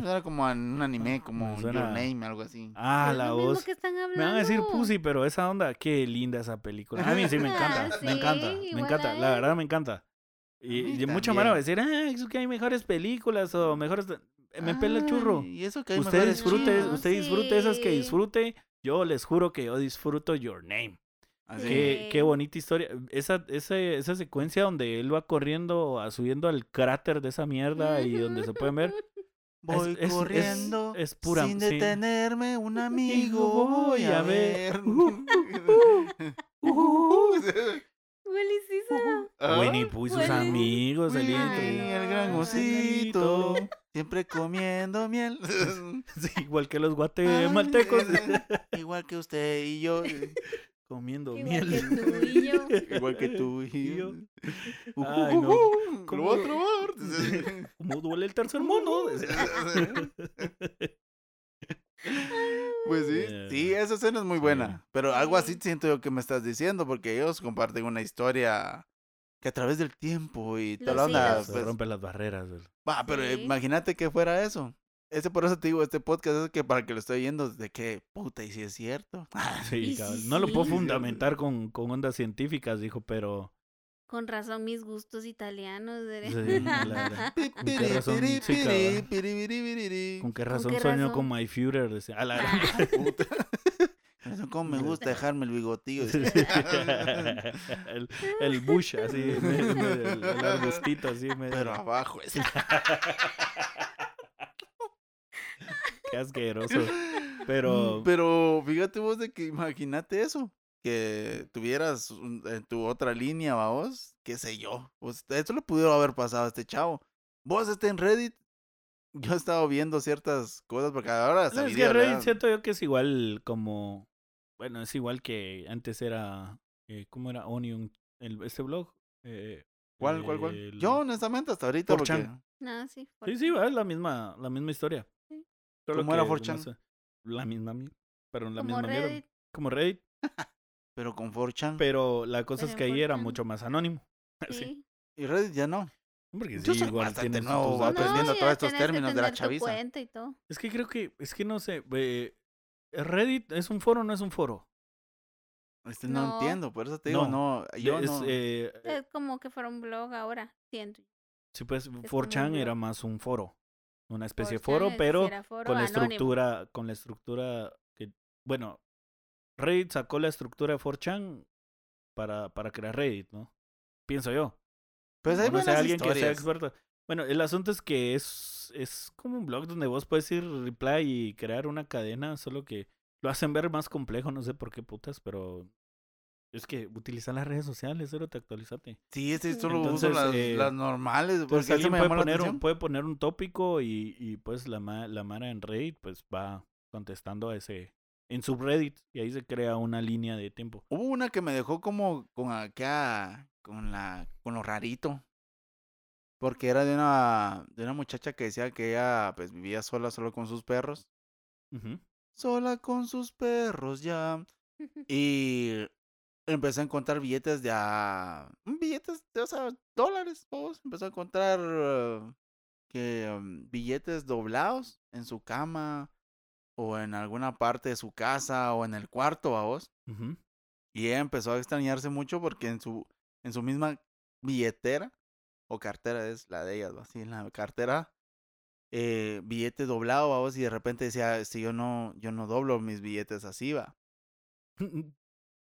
[SPEAKER 2] Era como en un anime, como
[SPEAKER 1] Me
[SPEAKER 2] Your
[SPEAKER 1] suena-
[SPEAKER 2] Name, algo así.
[SPEAKER 1] Ah,
[SPEAKER 3] Es
[SPEAKER 1] la
[SPEAKER 3] lo mismo
[SPEAKER 1] voz.
[SPEAKER 3] que están
[SPEAKER 1] Me van a decir
[SPEAKER 3] hablando.
[SPEAKER 1] Pussy, pero esa onda, qué linda esa película. A mí sí me encanta,
[SPEAKER 3] Ah,
[SPEAKER 1] me encanta,
[SPEAKER 3] sí,
[SPEAKER 1] me
[SPEAKER 3] igual
[SPEAKER 1] encanta,
[SPEAKER 3] a
[SPEAKER 1] la
[SPEAKER 3] él.
[SPEAKER 1] verdad me encanta.
[SPEAKER 2] A mí
[SPEAKER 1] Y, y mucha mano va a decir, ah, es que hay mejores películas o mejores... Eh, Me pela el churro.
[SPEAKER 2] Ay, Y eso que hay
[SPEAKER 1] Usted
[SPEAKER 2] mejores
[SPEAKER 1] disfrute,
[SPEAKER 2] chicos.
[SPEAKER 3] No,
[SPEAKER 1] usted disfrute esas que
[SPEAKER 3] sí.
[SPEAKER 1] disfrute. Yo les juro que yo disfruto Your Name.
[SPEAKER 2] Así.
[SPEAKER 1] Qué, qué
[SPEAKER 3] Sí.
[SPEAKER 1] bonita historia. Esa, esa, esa secuencia donde él va corriendo, a- subiendo al cráter de esa mierda y donde se pueden ver.
[SPEAKER 2] Voy
[SPEAKER 1] es- es-
[SPEAKER 2] corriendo
[SPEAKER 1] es pura-
[SPEAKER 2] sin
[SPEAKER 1] sí.
[SPEAKER 2] detenerme, un
[SPEAKER 1] Amigo,
[SPEAKER 2] amigo voy a ver.
[SPEAKER 3] Felicísima.
[SPEAKER 2] Ah,
[SPEAKER 1] Winnie Pooh y sus
[SPEAKER 3] Winnie-
[SPEAKER 1] amigos. el
[SPEAKER 2] Winnie,
[SPEAKER 1] lindo.
[SPEAKER 3] Ay,
[SPEAKER 2] el gran
[SPEAKER 3] no.
[SPEAKER 2] osito, siempre comiendo miel.
[SPEAKER 1] Sí, igual que los
[SPEAKER 2] Ay, eh,
[SPEAKER 1] guatemaltecos.
[SPEAKER 2] Igual que usted y yo.
[SPEAKER 1] Comiendo
[SPEAKER 3] Igual que
[SPEAKER 1] miel.
[SPEAKER 3] tú y yo.
[SPEAKER 2] Igual que tú y yo.
[SPEAKER 1] Ay, no.
[SPEAKER 2] Lo voy a
[SPEAKER 1] ¿Cómo? Como duele el tercer mundo.
[SPEAKER 2] trobar. Pues sí, sí,
[SPEAKER 1] Eh,
[SPEAKER 2] esa escena es muy
[SPEAKER 1] sí.
[SPEAKER 2] buena. Pero algo así
[SPEAKER 3] Sí.
[SPEAKER 2] siento yo que me estás diciendo, porque ellos comparten una historia que a través del tiempo y toda
[SPEAKER 3] Los
[SPEAKER 2] la onda.
[SPEAKER 3] hilos.
[SPEAKER 1] Se
[SPEAKER 2] pues,
[SPEAKER 1] rompen las barreras. güey.
[SPEAKER 2] va, pero
[SPEAKER 3] Sí.
[SPEAKER 2] imagínate que fuera eso. Ese por eso te digo, este podcast es que para el que lo estoy oyendo, de que puta, y si es cierto.
[SPEAKER 1] Sí,
[SPEAKER 3] Y
[SPEAKER 1] cabal.
[SPEAKER 3] sí,
[SPEAKER 1] No lo puedo
[SPEAKER 3] sí.
[SPEAKER 1] fundamentar con, con ondas científicas, dijo, pero.
[SPEAKER 3] Con razón mis gustos italianos. diré.
[SPEAKER 1] Sí, "Mm, la- la-
[SPEAKER 2] ¿Con
[SPEAKER 1] qué razón, sí, cabrón.
[SPEAKER 2] piribiribiribiri.
[SPEAKER 1] ¿Con qué razón
[SPEAKER 3] qué
[SPEAKER 1] sueño
[SPEAKER 3] razón?
[SPEAKER 1] con My Future? Decía, a la gran-
[SPEAKER 3] Ah,
[SPEAKER 2] Puta. Son cómo me gusta dejarme el bigotillo.
[SPEAKER 1] el, el bush, así, en medio del- el, arbustito, así, en medio.
[SPEAKER 2] Pero abajo es.
[SPEAKER 1] Qué asqueroso.
[SPEAKER 3] Mm.
[SPEAKER 1] Pero,
[SPEAKER 2] Pero fíjate vos de que imagínate eso. Que tuvieras un- en tu otra línea, ¿va vos, qué sé yo. Pues esto le pudiera haber pasado a este chavo. Vos estés en Reddit. Yo he estado viendo ciertas cosas porque ahora hasta
[SPEAKER 1] No, es que
[SPEAKER 2] video le
[SPEAKER 1] Reddit
[SPEAKER 2] dan.
[SPEAKER 1] siento yo que es igual como. Bueno, es igual que antes era. eh, ¿Cómo era Onion? El, este blog. Eh,
[SPEAKER 2] ¿Cuál, cuál, cuál?
[SPEAKER 1] el-
[SPEAKER 2] Yo honestamente hasta ahorita porque
[SPEAKER 1] 4chan.
[SPEAKER 3] No, sí. por-
[SPEAKER 1] Sí, sí, va, es la misma, la misma historia.
[SPEAKER 3] Sí.
[SPEAKER 1] Solo
[SPEAKER 2] ¿Cómo era
[SPEAKER 1] que
[SPEAKER 2] 4chan?
[SPEAKER 1] más- La misma. mier- Pero la
[SPEAKER 3] Como
[SPEAKER 1] misma mierda.
[SPEAKER 3] Reddit.
[SPEAKER 1] Como Reddit.
[SPEAKER 2] Pero con 4chan.
[SPEAKER 1] Pero la cosa
[SPEAKER 3] Pero
[SPEAKER 1] es
[SPEAKER 3] en
[SPEAKER 1] que ahí era
[SPEAKER 3] 4chan.
[SPEAKER 1] mucho más anónimo. Sí.
[SPEAKER 3] Sí.
[SPEAKER 2] Y Reddit ya no.
[SPEAKER 1] Porque
[SPEAKER 2] Yo
[SPEAKER 1] sí,
[SPEAKER 2] soy
[SPEAKER 1] igual
[SPEAKER 2] bastante
[SPEAKER 1] tienes
[SPEAKER 2] nuevo,
[SPEAKER 1] tus
[SPEAKER 2] va,
[SPEAKER 1] datos.
[SPEAKER 2] aprendiendo
[SPEAKER 3] ya
[SPEAKER 2] todos estos
[SPEAKER 3] tenés que
[SPEAKER 2] términos de la
[SPEAKER 3] tener tu
[SPEAKER 2] chaviza.
[SPEAKER 3] cuenta y todo.
[SPEAKER 1] Es que creo que, es que no sé, eh, Reddit es un foro, o no es un foro.
[SPEAKER 2] Este, no,
[SPEAKER 3] No.
[SPEAKER 2] entiendo, por eso te digo, no.
[SPEAKER 1] De-
[SPEAKER 2] yo
[SPEAKER 1] es,
[SPEAKER 2] no.
[SPEAKER 1] eh, eh,
[SPEAKER 3] Es como que fuera un blog ahora, siento.
[SPEAKER 1] sí, pues
[SPEAKER 3] un
[SPEAKER 1] 4chan era
[SPEAKER 3] blog.
[SPEAKER 1] más un foro, una especie de
[SPEAKER 3] 4chan
[SPEAKER 1] foro,
[SPEAKER 3] es-
[SPEAKER 1] pero
[SPEAKER 3] era foro
[SPEAKER 1] con la
[SPEAKER 3] anónimo.
[SPEAKER 1] estructura, con la estructura que, bueno, Reddit sacó la estructura de 4chan para, para crear Reddit, ¿no? Pienso yo.
[SPEAKER 2] pues hay
[SPEAKER 1] O no sé,
[SPEAKER 2] buenas
[SPEAKER 1] alguien que sea
[SPEAKER 2] historias.
[SPEAKER 1] experto. Bueno, el asunto es que es, es como un blog donde vos puedes ir reply y crear una cadena, solo que lo hacen ver más complejo, no sé por qué putas, pero es que utilizan las redes sociales, pero te actualizate.
[SPEAKER 2] Sí, este solo uso
[SPEAKER 1] Entonces,
[SPEAKER 2] las,
[SPEAKER 1] eh,
[SPEAKER 2] las normales.
[SPEAKER 1] Entonces
[SPEAKER 2] Porque eso
[SPEAKER 1] alguien
[SPEAKER 2] me
[SPEAKER 1] puede
[SPEAKER 2] llamó la
[SPEAKER 1] poner, un,
[SPEAKER 2] atención.
[SPEAKER 1] puede poner un tópico y, y pues la, ma- la Mara en Reddit pues va contestando a ese, en subreddit, y ahí se crea una línea de tiempo.
[SPEAKER 2] Hubo una que me dejó como con acá, con la, con lo rarito. Porque era de una, de una muchacha que decía que ella pues vivía sola, solo con sus perros.
[SPEAKER 1] Ujú.
[SPEAKER 2] Sola con sus perros ya. Y empecé a encontrar billetes de a... Billetes de, o sea, dólares, vamos. Empecé a encontrar eh, que um, billetes doblados en su cama o en alguna parte de su casa o en el cuarto, vamos.
[SPEAKER 1] Ujú.
[SPEAKER 2] Y ella empezó a extrañarse mucho porque en su, en su misma billetera, o cartera es la de ellas, ¿va? Sí, en la cartera, eh, billete doblado, vamos, y de repente decía, si yo no, yo no doblo mis billetes así, va.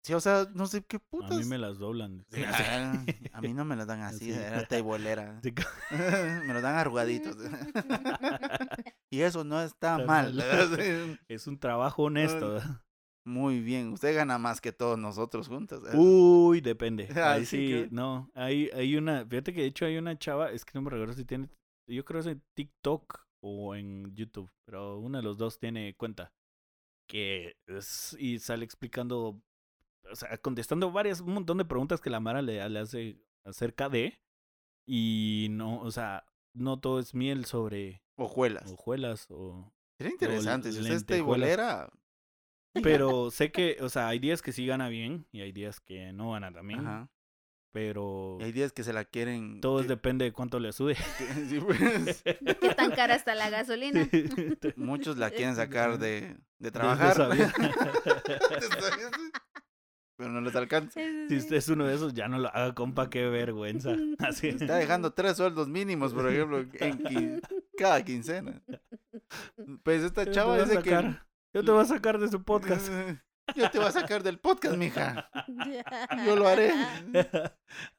[SPEAKER 2] Sí, o sea, no sé qué
[SPEAKER 1] A mí
[SPEAKER 2] putas.
[SPEAKER 1] me las doblan.
[SPEAKER 2] Sí, ah, A mí no me lo dan así,
[SPEAKER 1] Así.
[SPEAKER 2] era teibolera.
[SPEAKER 1] Sí, co-
[SPEAKER 2] me lo dan arrugaditos. y eso no está
[SPEAKER 1] Está
[SPEAKER 2] mal.
[SPEAKER 1] mal. Es un trabajo honesto. ¿verdad?
[SPEAKER 2] Muy bien, usted gana más que todos nosotros ¿eh? juntos.
[SPEAKER 1] Uh, Uy, depende.
[SPEAKER 2] Ah,
[SPEAKER 1] Ahí
[SPEAKER 2] sí,
[SPEAKER 1] sí,
[SPEAKER 2] creo.
[SPEAKER 1] no. Hay, hay una, fíjate que de hecho hay una chava, es que no me recuerdo si tiene, yo creo que es en TikTok o en YouTube, pero uno de los dos tiene cuenta. Que es, y sale explicando, o sea, contestando varias, un montón de preguntas que la Mara le, le hace acerca de. Y no, o sea, no todo es miel sobre
[SPEAKER 2] Ojuelas.
[SPEAKER 1] hojuelas o
[SPEAKER 2] Sería interesante, si usted es
[SPEAKER 1] lentejuelas.
[SPEAKER 2] teibolera.
[SPEAKER 1] Pero sé que, o sea, hay días que sí gana bien y hay días que no gana también.
[SPEAKER 2] Ajá.
[SPEAKER 1] Pero
[SPEAKER 2] y Hay días que se la quieren.
[SPEAKER 1] todo
[SPEAKER 2] que-
[SPEAKER 1] depende de cuánto le sude.
[SPEAKER 2] que- sí, pues,
[SPEAKER 3] ¿Qué tan cara está la gasolina?
[SPEAKER 2] Muchos la quieren sacar de, de trabajar. Pero no les alcanza.
[SPEAKER 1] si usted es uno de esos, ya no lo haga, compa, qué vergüenza. Así es.
[SPEAKER 2] Está dejando tres sueldos mínimos, por ejemplo, en qui- cada quincena. Pues esta
[SPEAKER 1] Yo te
[SPEAKER 2] chava
[SPEAKER 1] voy a
[SPEAKER 2] dice que.
[SPEAKER 1] sacar- Yo te voy a sacar de su podcast.
[SPEAKER 2] Yo te voy a sacar del podcast, mija. Yo lo haré.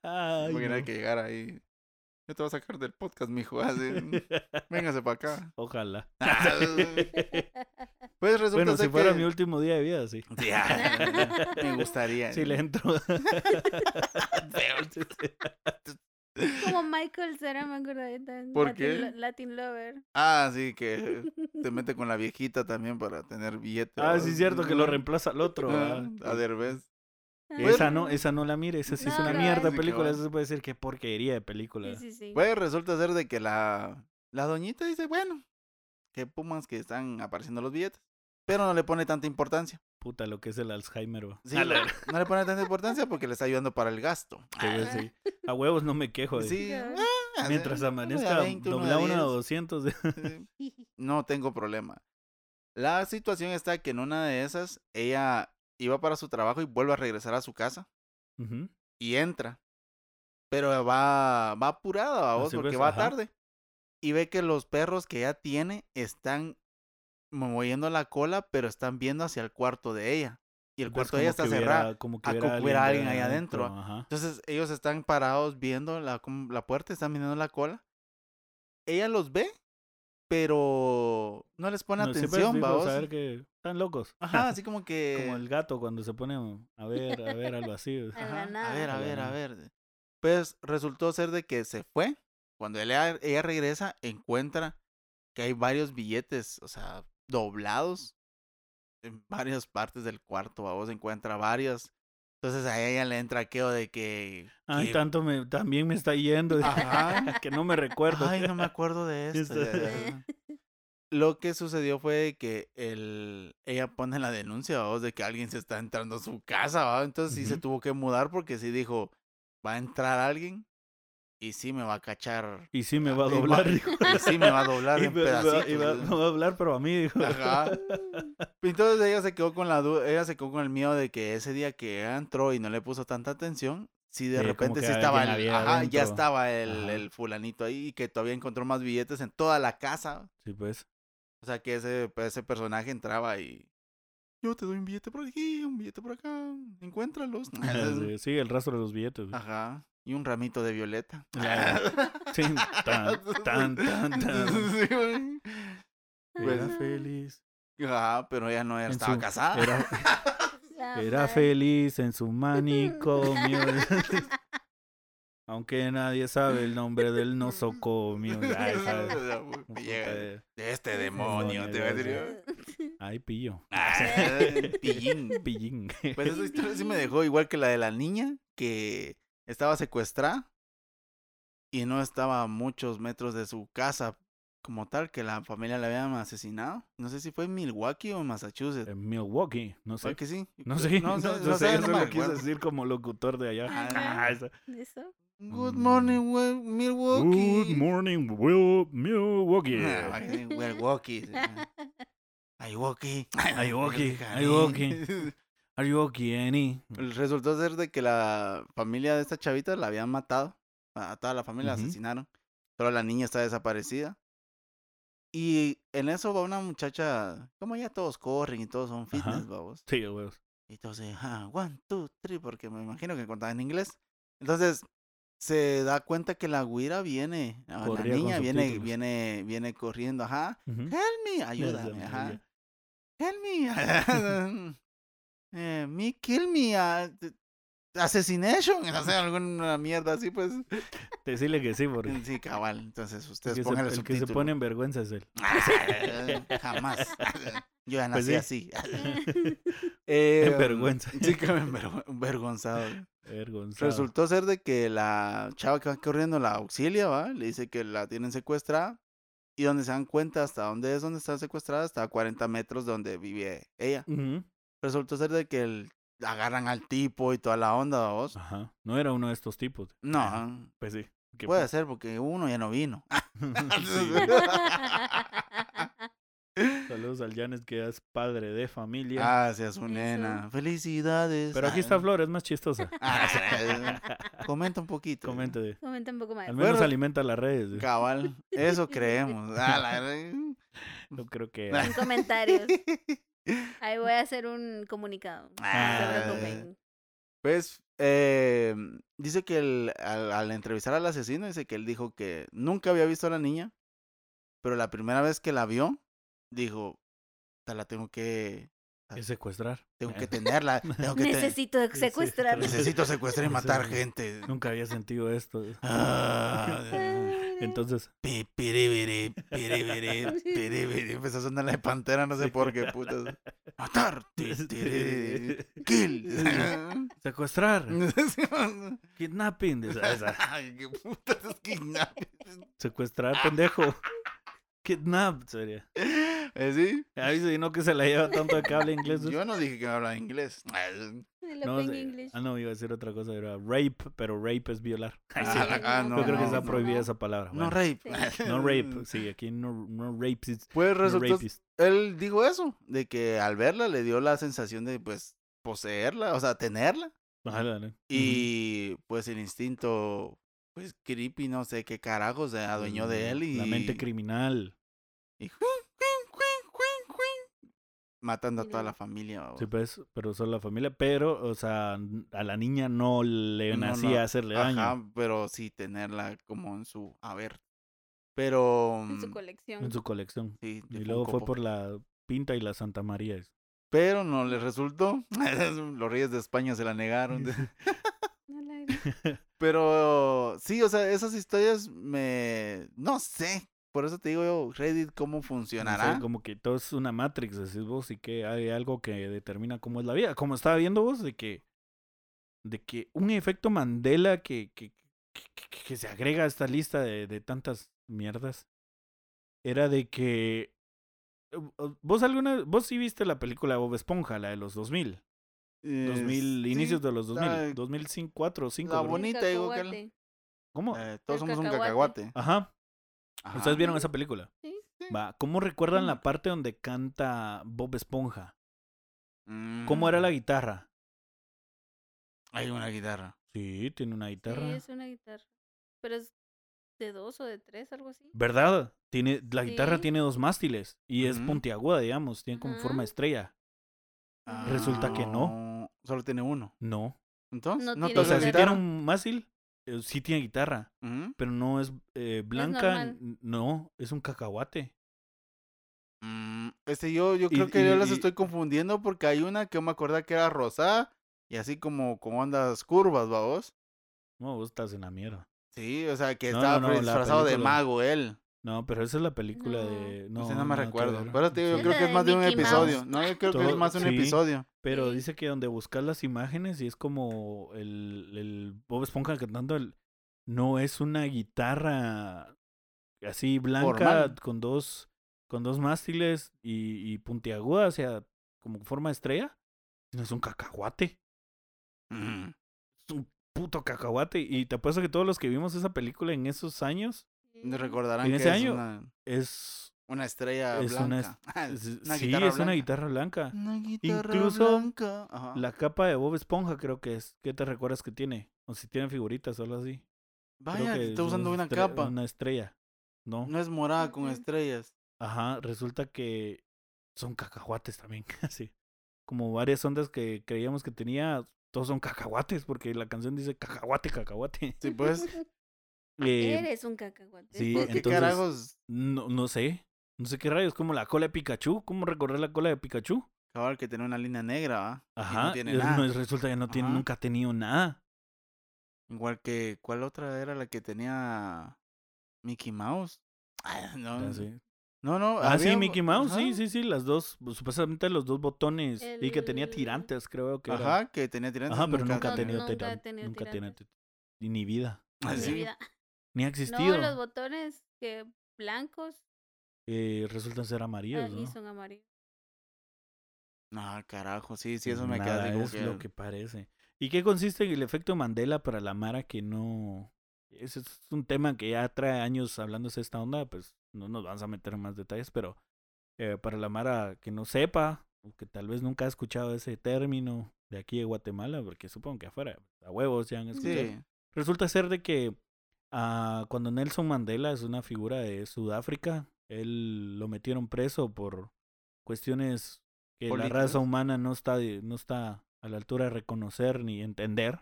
[SPEAKER 1] Ay,
[SPEAKER 2] Porque no hay
[SPEAKER 1] no.
[SPEAKER 2] que llegar ahí. Yo te voy a sacar del podcast, mijo. Así, Véngase para acá.
[SPEAKER 1] Ojalá.
[SPEAKER 2] Pues resulta
[SPEAKER 1] Bueno,
[SPEAKER 2] ser
[SPEAKER 1] si fuera
[SPEAKER 2] que-
[SPEAKER 1] mi último día de vida, sí.
[SPEAKER 2] Sí, ah, me gustaría.
[SPEAKER 1] Sí, le entro.
[SPEAKER 3] Como Michael Cera, me acuerdo de tan-
[SPEAKER 2] ¿Por
[SPEAKER 3] Latin
[SPEAKER 2] qué?
[SPEAKER 3] lo- Latin Lover.
[SPEAKER 2] Ah, sí, que se mete con la viejita también para tener billete.
[SPEAKER 1] Ah, sí,
[SPEAKER 2] ¿verdad?
[SPEAKER 1] es cierto que lo
[SPEAKER 2] Ah,
[SPEAKER 1] reemplaza al otro. ¿verdad?
[SPEAKER 2] A Derbez.
[SPEAKER 3] Ah,
[SPEAKER 1] Esa no, esa no la mire, esa sí es
[SPEAKER 3] No,
[SPEAKER 1] una
[SPEAKER 3] no,
[SPEAKER 1] mierda
[SPEAKER 2] esa
[SPEAKER 1] de
[SPEAKER 2] que
[SPEAKER 1] película,
[SPEAKER 2] va.
[SPEAKER 1] esa se puede decir que porquería de película.
[SPEAKER 3] Sí, sí, sí.
[SPEAKER 2] Pues resulta ser de que la, la doñita dice, bueno, que pumas que están apareciendo los billetes. Pero no le pone tanta importancia.
[SPEAKER 1] Puta lo que es el Alzheimer, va.
[SPEAKER 2] Sí,
[SPEAKER 1] A,
[SPEAKER 2] le- no le pone tanta importancia porque le está ayudando para el gasto. Ah,
[SPEAKER 1] que ve, sí. A huevos no me quejo. de-
[SPEAKER 2] Sí.
[SPEAKER 3] Ya.
[SPEAKER 2] ah,
[SPEAKER 1] Mientras
[SPEAKER 2] uno de a
[SPEAKER 1] amanezca,
[SPEAKER 2] 20, uno de a
[SPEAKER 1] dobla una
[SPEAKER 2] 10.
[SPEAKER 1] a 200. de-
[SPEAKER 2] Sí, No tengo problema. La situación está que en una de esas, ella iba para su trabajo y vuelve a regresar a su casa
[SPEAKER 1] Ujú.
[SPEAKER 2] y entra. Pero va, va apurada, ¿va vos,
[SPEAKER 1] Así
[SPEAKER 2] porque
[SPEAKER 1] pues,
[SPEAKER 2] va
[SPEAKER 1] ajá.
[SPEAKER 2] tarde. Y ve que los perros que ella tiene están moviendo la cola, pero están viendo hacia el cuarto de ella. y el
[SPEAKER 1] Ves
[SPEAKER 2] cuarto de ella
[SPEAKER 1] como
[SPEAKER 2] está
[SPEAKER 1] que hubiera-
[SPEAKER 2] cerrado.
[SPEAKER 1] Como
[SPEAKER 2] a que hubiera alguien ahí adentro.
[SPEAKER 1] Ajá.
[SPEAKER 2] Entonces ellos están parados viendo la, com- la puerta, están mirando la cola. Ella los ve, pero no les pone
[SPEAKER 1] No, siempre les
[SPEAKER 2] atención,
[SPEAKER 1] digo,
[SPEAKER 2] ¿va vos?
[SPEAKER 1] saber que están locos.
[SPEAKER 2] Ajá, así como que...
[SPEAKER 1] Como el gato cuando se pone a ver, a ver algo así.
[SPEAKER 3] A la
[SPEAKER 2] Ajá,
[SPEAKER 3] nada.
[SPEAKER 2] A ver, a
[SPEAKER 1] A la
[SPEAKER 2] ver, a
[SPEAKER 1] nada.
[SPEAKER 2] ver. Pues resultó ser de que se fue. Cuando ella, ella regresa, encuentra que hay varios billetes, o sea, doblados en varias partes del cuarto. A vos encuentra varios. Entonces a ella le entra aquello de que.
[SPEAKER 1] Ay,
[SPEAKER 2] que,
[SPEAKER 1] tanto me, también me está yendo.
[SPEAKER 2] Ajá.
[SPEAKER 1] que no me recuerdo.
[SPEAKER 2] Ay, no me acuerdo de esto.
[SPEAKER 1] Esto.
[SPEAKER 2] ya, ya, ya. Lo que sucedió fue que el, ella pone la denuncia, vamos, de que alguien se está entrando a su casa, ¿va? Entonces sí se
[SPEAKER 1] Ujú.
[SPEAKER 2] tuvo que mudar porque sí dijo, va a entrar alguien y sí me va a cachar.
[SPEAKER 1] Y sí me va a
[SPEAKER 2] Y va-
[SPEAKER 1] doblar, dijo.
[SPEAKER 2] Y sí me va a doblar
[SPEAKER 1] Y
[SPEAKER 2] en
[SPEAKER 1] me va,
[SPEAKER 2] pedacitos.
[SPEAKER 1] y va- me va a doblar, pero a mí, dijo.
[SPEAKER 2] Ajá. Entonces ella se quedó con la duda, ella se quedó con el miedo de que ese día que ella entró y no le puso tanta atención, si
[SPEAKER 1] Sí,
[SPEAKER 2] de
[SPEAKER 1] como
[SPEAKER 2] repente
[SPEAKER 1] que
[SPEAKER 2] sí estaba
[SPEAKER 1] alguien
[SPEAKER 2] el,
[SPEAKER 1] había
[SPEAKER 2] ajá, ya
[SPEAKER 1] adentro.
[SPEAKER 2] estaba el,
[SPEAKER 1] Ajá.
[SPEAKER 2] el fulanito ahí y que todavía encontró más billetes en toda la casa.
[SPEAKER 1] Sí, pues.
[SPEAKER 2] O sea, que ese, pues, ese personaje entraba y... Yo te doy un billete por aquí, un billete por acá, encuéntralos.
[SPEAKER 1] Sí, sí, eh, el rastro de los billetes.
[SPEAKER 2] Ajá. Y un ramito de violeta.
[SPEAKER 1] Ya, Sí, tan, tan, tan, tan.
[SPEAKER 2] Sí, güey.
[SPEAKER 1] Era
[SPEAKER 2] Pues- ah.
[SPEAKER 1] feliz.
[SPEAKER 2] Ajá, pero ella no ella
[SPEAKER 1] en
[SPEAKER 2] estaba
[SPEAKER 1] su-
[SPEAKER 2] casada.
[SPEAKER 1] Era,
[SPEAKER 3] La
[SPEAKER 1] era
[SPEAKER 3] madre.
[SPEAKER 1] feliz en su manicomio. Aunque nadie sabe el nombre del nosocomio. Ay, ¿sabes?
[SPEAKER 2] Llega,
[SPEAKER 1] Eh,
[SPEAKER 2] De este
[SPEAKER 3] Ese
[SPEAKER 2] demonio,
[SPEAKER 1] demonio,
[SPEAKER 2] te voy a
[SPEAKER 1] ya,
[SPEAKER 2] decir.
[SPEAKER 1] Ay, pillo.
[SPEAKER 2] Ah, yo. Pillín.
[SPEAKER 1] Pillín.
[SPEAKER 2] Pues esa historia sí me dejó igual que la de la niña que estaba secuestrada y no estaba a muchos metros de su casa como tal, que la familia la habían asesinado. No sé si fue en Milwaukee o en Massachusetts.
[SPEAKER 1] En Milwaukee, no sé.
[SPEAKER 2] ¿Fue que Eh, sí?
[SPEAKER 1] No sé,
[SPEAKER 2] No,
[SPEAKER 1] no,
[SPEAKER 2] sé,
[SPEAKER 1] no,
[SPEAKER 2] no sé,
[SPEAKER 1] sé,
[SPEAKER 2] no
[SPEAKER 1] eso
[SPEAKER 2] me
[SPEAKER 1] lo quise
[SPEAKER 2] acuerdo.
[SPEAKER 1] decir como locutor de allá.
[SPEAKER 3] Ajá.
[SPEAKER 1] Ah, esa.
[SPEAKER 3] ¿Eso?
[SPEAKER 2] Good
[SPEAKER 1] Mm.
[SPEAKER 2] morning, we- Milwaukee.
[SPEAKER 1] Good morning, Will Milwaukee.
[SPEAKER 2] Ah, va a decir Milwaukee. Milwaukee.
[SPEAKER 1] Milwaukee, Milwaukee. Are you okay, Annie?
[SPEAKER 2] Resultó ser de que la familia de esta chavita la habían matado. A a toda la familia la
[SPEAKER 1] Ujú.
[SPEAKER 2] asesinaron. Solo la niña está desaparecida. Y en eso va una muchacha. Como ya todos corren y todos son
[SPEAKER 1] Ajá.
[SPEAKER 2] fitness, babos.
[SPEAKER 1] Sí, huevos.
[SPEAKER 2] Y entonces, ah, one, two, three, porque me imagino que contaba en inglés. Entonces, se da cuenta que la güira viene. ah, La
[SPEAKER 1] Corría con
[SPEAKER 2] niña viene,
[SPEAKER 1] subtítulos.
[SPEAKER 2] viene, viene corriendo, ajá.
[SPEAKER 1] Ujú.
[SPEAKER 2] Help me, ayúdame,
[SPEAKER 1] Ayúdame,
[SPEAKER 2] ajá.
[SPEAKER 1] ya.
[SPEAKER 2] Help me. ah, eh, me kill me. ah, t- assassination. No sé, alguna mierda así, pues.
[SPEAKER 1] Decirle que sí, porque
[SPEAKER 2] Sí, cabal. Entonces,
[SPEAKER 1] Pues el
[SPEAKER 2] ustedes
[SPEAKER 1] que,
[SPEAKER 2] pónganle
[SPEAKER 1] se, el que se
[SPEAKER 2] subtítulos.
[SPEAKER 1] pone en vergüenza es él.
[SPEAKER 2] Ah, Jamás. Yo ya nací
[SPEAKER 1] Pues sí.
[SPEAKER 2] así.
[SPEAKER 1] Es
[SPEAKER 2] Eh,
[SPEAKER 1] vergüenza.
[SPEAKER 2] Sí, que me envergü- envergonzado.
[SPEAKER 1] Vergonzado.
[SPEAKER 2] Resultó ser de que la chava que va corriendo la auxilia, ¿va? Le dice que la tienen secuestrada. Y donde se dan cuenta hasta dónde es donde está secuestrada, está a 40 metros de donde vive ella.
[SPEAKER 1] Ujú.
[SPEAKER 2] Resultó ser de que el- agarran al tipo y toda la onda, vos.
[SPEAKER 1] Ajá. No era uno de estos tipos.
[SPEAKER 2] No,
[SPEAKER 1] Ajá.
[SPEAKER 2] ah,
[SPEAKER 1] Pues sí. ¿Qué
[SPEAKER 2] puede ser porque uno ya no vino.
[SPEAKER 1] p- Sí, güey. Saludos al Janes, que es padre de familia.
[SPEAKER 2] Gracias, su
[SPEAKER 3] Eso.
[SPEAKER 2] nena. Felicidades.
[SPEAKER 1] Pero aquí está Flor, es más chistosa.
[SPEAKER 2] Ah, sí. Comenta un poquito.
[SPEAKER 1] Comenta. de-
[SPEAKER 3] Comenta un poco más.
[SPEAKER 1] Al menos
[SPEAKER 2] Bueno.
[SPEAKER 1] alimenta las redes. güey.
[SPEAKER 2] Cabal, eso creemos. Ah, la re-
[SPEAKER 1] No creo que.
[SPEAKER 3] En comentarios. Ahí voy a hacer un comunicado. No se
[SPEAKER 2] Ah,
[SPEAKER 3] preocupen.
[SPEAKER 2] Pues eh, dice que el- al, al entrevistar al asesino, dice que él dijo que nunca había visto a la niña, pero la primera vez que la vio, dijo, "Ta la tengo que,
[SPEAKER 1] Es secuestrar.
[SPEAKER 2] tengo que
[SPEAKER 1] Eh,
[SPEAKER 2] tenerla, tengo que te-
[SPEAKER 3] Necesito
[SPEAKER 1] sí,
[SPEAKER 3] secuestrar.
[SPEAKER 1] claro.
[SPEAKER 2] necesito secuestrar y matar
[SPEAKER 1] Necesito-
[SPEAKER 2] gente.
[SPEAKER 1] Nunca había sentido esto.
[SPEAKER 2] Ah,
[SPEAKER 1] Entonces,
[SPEAKER 2] pi- piribiri, piribiri, piribiri. Empezó a sonar la de pantera, no sé por qué, putas. Matar, ti- tiriri, kill.
[SPEAKER 1] secuestrar, kidnapping, de esa- esa.
[SPEAKER 2] Ay, qué putas es kidnapping.
[SPEAKER 1] secuestrar, pendejo. Kidnap sería.
[SPEAKER 2] Eh, sí.
[SPEAKER 1] Ahí sí, no que se la lleva tanto de que habla inglés.
[SPEAKER 2] Yo no dije que hablaba inglés.
[SPEAKER 3] El
[SPEAKER 1] No,
[SPEAKER 3] Open
[SPEAKER 1] se-
[SPEAKER 3] English.
[SPEAKER 1] ah, no, iba a decir otra cosa, era rape, pero rape es violar. Ay, sí.
[SPEAKER 2] Ah, la- ah,
[SPEAKER 1] Yo
[SPEAKER 2] no,
[SPEAKER 1] creo que
[SPEAKER 2] no,
[SPEAKER 1] está
[SPEAKER 2] no.
[SPEAKER 1] prohibida esa palabra.
[SPEAKER 2] No
[SPEAKER 1] bueno.
[SPEAKER 2] rape.
[SPEAKER 3] Sí.
[SPEAKER 1] No rape, sí, aquí no, no rapist.
[SPEAKER 2] Pues
[SPEAKER 1] no
[SPEAKER 2] resultó,
[SPEAKER 1] rapist.
[SPEAKER 2] él dijo eso, de que al verla le dio la sensación de pues poseerla, o sea, tenerla.
[SPEAKER 1] Ajá, dale.
[SPEAKER 2] Y pues el instinto, pues creepy, no sé qué carajo, se
[SPEAKER 1] Ujú.
[SPEAKER 2] adueñó de él y...
[SPEAKER 1] La mente criminal.
[SPEAKER 2] y cuin, cuin, cuin, cuin, cuin. matando a
[SPEAKER 3] Y
[SPEAKER 2] toda
[SPEAKER 3] luego-
[SPEAKER 2] la familia. babos.
[SPEAKER 1] Sí, pues, pero solo la familia. Pero, o sea, n- a la niña no le
[SPEAKER 2] No,
[SPEAKER 1] nacía
[SPEAKER 2] no.
[SPEAKER 1] hacerle daño.
[SPEAKER 2] Ajá, pero sí tenerla como en su haber. Pero
[SPEAKER 3] en su
[SPEAKER 2] mm,
[SPEAKER 3] colección.
[SPEAKER 1] En su colección.
[SPEAKER 2] sí, de
[SPEAKER 1] Y luego
[SPEAKER 2] Funko
[SPEAKER 1] fue por
[SPEAKER 2] Pop.
[SPEAKER 1] la Pinta y la Santa María.
[SPEAKER 2] Pero no les resultó. Los reyes de España se la negaron.
[SPEAKER 3] No la hagan.
[SPEAKER 2] Pero sí, o sea, esas historias me... No sé. Por eso te digo yo, Reddit, ¿cómo funcionará?
[SPEAKER 1] No sé, como que todo es una Matrix, decís vos, y que hay algo que determina cómo es la vida. Como estaba viendo vos, de que, de que un efecto Mandela que, que, que, que- que se agrega a esta lista de, de tantas mierdas, era de que... u- u- ¿Vos alguna vos sí viste la película Bob Esponja, la de los 2000?
[SPEAKER 2] Eh,
[SPEAKER 1] 2000 inicios de los 2000,
[SPEAKER 2] ay,
[SPEAKER 1] 2005, 4 o 5.
[SPEAKER 2] la
[SPEAKER 1] creo.
[SPEAKER 2] boni- bonita,
[SPEAKER 3] El
[SPEAKER 2] digo, que-
[SPEAKER 3] cacahuate.
[SPEAKER 1] ¿Cómo?
[SPEAKER 2] eh, todos
[SPEAKER 3] El
[SPEAKER 2] somos un
[SPEAKER 3] cacahuate.
[SPEAKER 2] cacahuate.
[SPEAKER 1] Ajá.
[SPEAKER 2] Ajá.
[SPEAKER 1] ¿Ustedes vieron
[SPEAKER 3] Ajá.
[SPEAKER 1] esa película?
[SPEAKER 3] Sí.
[SPEAKER 1] Va, ¿cómo recuerdan
[SPEAKER 3] Ujú.
[SPEAKER 1] la parte donde canta Bob Esponja? ¿Cómo era la
[SPEAKER 2] Mm,
[SPEAKER 1] guitarra?
[SPEAKER 2] Hay una guitarra.
[SPEAKER 1] Sí, tiene una guitarra.
[SPEAKER 3] Sí, es una guitarra. Pero es de dos o de tres, algo así.
[SPEAKER 1] ¿Verdad? Tiene, la guitarra
[SPEAKER 3] Sí.
[SPEAKER 1] tiene dos mástiles y es
[SPEAKER 2] Ujú.
[SPEAKER 1] puntiaguda, digamos, tiene como forma
[SPEAKER 3] Ajá.
[SPEAKER 1] de estrella.
[SPEAKER 3] Ah.
[SPEAKER 1] Resulta que no.
[SPEAKER 2] Ah, Solo tiene uno.
[SPEAKER 1] No.
[SPEAKER 2] Entonces,
[SPEAKER 3] No
[SPEAKER 1] O
[SPEAKER 3] tiene
[SPEAKER 2] toca
[SPEAKER 1] sea,
[SPEAKER 3] guitarra.
[SPEAKER 1] si tiene
[SPEAKER 2] la
[SPEAKER 1] un mástil, eh, sí tiene guitarra,
[SPEAKER 2] Ujú.
[SPEAKER 1] pero no es eh, blanca,
[SPEAKER 3] normal.
[SPEAKER 1] n- no, es un cacahuate.
[SPEAKER 2] Mm, este, yo, yo
[SPEAKER 1] Y-
[SPEAKER 2] creo que yo
[SPEAKER 1] y-
[SPEAKER 2] las
[SPEAKER 1] y-
[SPEAKER 2] estoy confundiendo porque hay una que me acordaba que era rosada y así como con ondas curvas, vamos.
[SPEAKER 1] No, vos estás en la mierda.
[SPEAKER 2] Sí, o sea, que
[SPEAKER 1] No,
[SPEAKER 2] estaba
[SPEAKER 1] no, no, la
[SPEAKER 2] disfrazado de
[SPEAKER 1] película.
[SPEAKER 2] mago él.
[SPEAKER 1] No, pero esa es la película de...
[SPEAKER 2] No,
[SPEAKER 1] No,
[SPEAKER 2] sé, Pues, no me
[SPEAKER 1] nada que
[SPEAKER 2] recuerdo.
[SPEAKER 1] ver.
[SPEAKER 2] Pero te digo, yo
[SPEAKER 1] Sí.
[SPEAKER 2] creo
[SPEAKER 3] la
[SPEAKER 2] que es
[SPEAKER 3] de
[SPEAKER 2] más de un
[SPEAKER 3] Mickey Mouse.
[SPEAKER 2] episodio. No, yo creo que es
[SPEAKER 1] Todo-
[SPEAKER 2] más de un
[SPEAKER 1] sí.
[SPEAKER 2] episodio.
[SPEAKER 1] Pero
[SPEAKER 3] Sí.
[SPEAKER 1] dice que donde buscas las imágenes y es como el, el Bob Esponja cantando, el, no es una guitarra así blanca
[SPEAKER 2] Formal.
[SPEAKER 1] con dos con dos mástiles y, y puntiaguda, o sea, como forma de estrella, sino es un cacahuate,
[SPEAKER 2] Mm.
[SPEAKER 1] es un puto cacahuate. Y te apuesto que todos los que vimos esa película en esos años
[SPEAKER 2] No Recordarán
[SPEAKER 1] En
[SPEAKER 2] que
[SPEAKER 1] ese
[SPEAKER 2] es
[SPEAKER 1] año-
[SPEAKER 2] una,
[SPEAKER 1] es,
[SPEAKER 2] una estrella
[SPEAKER 1] es una
[SPEAKER 2] blanca.
[SPEAKER 1] es-
[SPEAKER 2] Ah,
[SPEAKER 1] sí,
[SPEAKER 2] Una
[SPEAKER 1] es
[SPEAKER 2] guitarra
[SPEAKER 1] una
[SPEAKER 2] blanca.
[SPEAKER 1] guitarra blanca.
[SPEAKER 2] Una guitarra
[SPEAKER 1] Incluso
[SPEAKER 2] blanca. Ajá.
[SPEAKER 1] La capa de Bob Esponja creo que es, ¿qué te recuerdas que tiene? O si tienen figuritas o algo así. Creo
[SPEAKER 2] Vaya,
[SPEAKER 1] que
[SPEAKER 2] ah, está
[SPEAKER 1] es
[SPEAKER 2] usando una
[SPEAKER 1] estre-
[SPEAKER 2] capa.
[SPEAKER 1] Una estrella. ¿No?
[SPEAKER 2] No es morada con
[SPEAKER 3] Ujú.
[SPEAKER 2] estrellas.
[SPEAKER 1] Ajá, resulta que son cacahuates también, así. Como varias ondas que creíamos que tenía, todos son cacahuates, porque la canción dice cacahuate, cacahuate.
[SPEAKER 2] Sí, pues.
[SPEAKER 1] Eh,
[SPEAKER 3] Eres un cacahuate.
[SPEAKER 1] sí,
[SPEAKER 2] ¿Por qué
[SPEAKER 1] entonces-
[SPEAKER 2] carajos?
[SPEAKER 1] no, no sé, no sé qué rayos, como la cola de Pikachu, ¿cómo recordar la cola de Pikachu?
[SPEAKER 2] Cabal que tiene una línea negra, ¿va? Y
[SPEAKER 1] Ajá,
[SPEAKER 2] no tiene
[SPEAKER 1] y es-
[SPEAKER 2] nada.
[SPEAKER 1] no es- resulta que no tiene,
[SPEAKER 2] Ajá.
[SPEAKER 1] nunca ha tenido nada.
[SPEAKER 2] Igual que, ¿cuál otra era la que tenía Mickey Mouse? Ah, no,
[SPEAKER 1] Ya sé.
[SPEAKER 2] no, no.
[SPEAKER 1] Ah, sí,
[SPEAKER 2] había-
[SPEAKER 1] Mickey Mouse, sí,
[SPEAKER 2] ajá,
[SPEAKER 1] sí, sí, las dos, supuestamente los dos botones, y que tenía
[SPEAKER 3] El-
[SPEAKER 1] tirantes, creo que era.
[SPEAKER 2] Ajá, que tenía tirantes.
[SPEAKER 1] Ajá, pero nunca, ha
[SPEAKER 3] No,
[SPEAKER 1] tenido
[SPEAKER 3] nunca
[SPEAKER 1] tiran-
[SPEAKER 3] ha tenido
[SPEAKER 1] Nunca ha tenido
[SPEAKER 3] tirantes.
[SPEAKER 1] ti- y Ni vida.
[SPEAKER 2] Ah,
[SPEAKER 3] Mi
[SPEAKER 2] sí.
[SPEAKER 3] vida.
[SPEAKER 1] Ni ha
[SPEAKER 3] No,
[SPEAKER 1] existido.
[SPEAKER 3] los botones que blancos
[SPEAKER 1] Eh, resultan ser amarillos,
[SPEAKER 3] ahí
[SPEAKER 1] ¿no?
[SPEAKER 3] son amarillos.
[SPEAKER 2] Ah, carajo, sí, sí, eso me queda
[SPEAKER 1] Nada,
[SPEAKER 2] así como
[SPEAKER 1] es
[SPEAKER 2] que-
[SPEAKER 1] lo que parece. ¿Y qué consiste en el efecto Mandela para la Mara que no... Ese es un tema que ya trae años hablándose esta onda, pues no nos vamos a meter en más detalles, pero eh, para la Mara que no sepa, o que tal vez nunca ha escuchado ese término de aquí de Guatemala, porque supongo que afuera, pues, a huevos ya han escuchado.
[SPEAKER 2] Sí.
[SPEAKER 1] Resulta ser de que ah, cuando Nelson Mandela es una figura de Sudáfrica, él lo metieron preso por cuestiones que la
[SPEAKER 2] Políticas.
[SPEAKER 1] raza humana no está, de- no está a la altura de reconocer ni entender.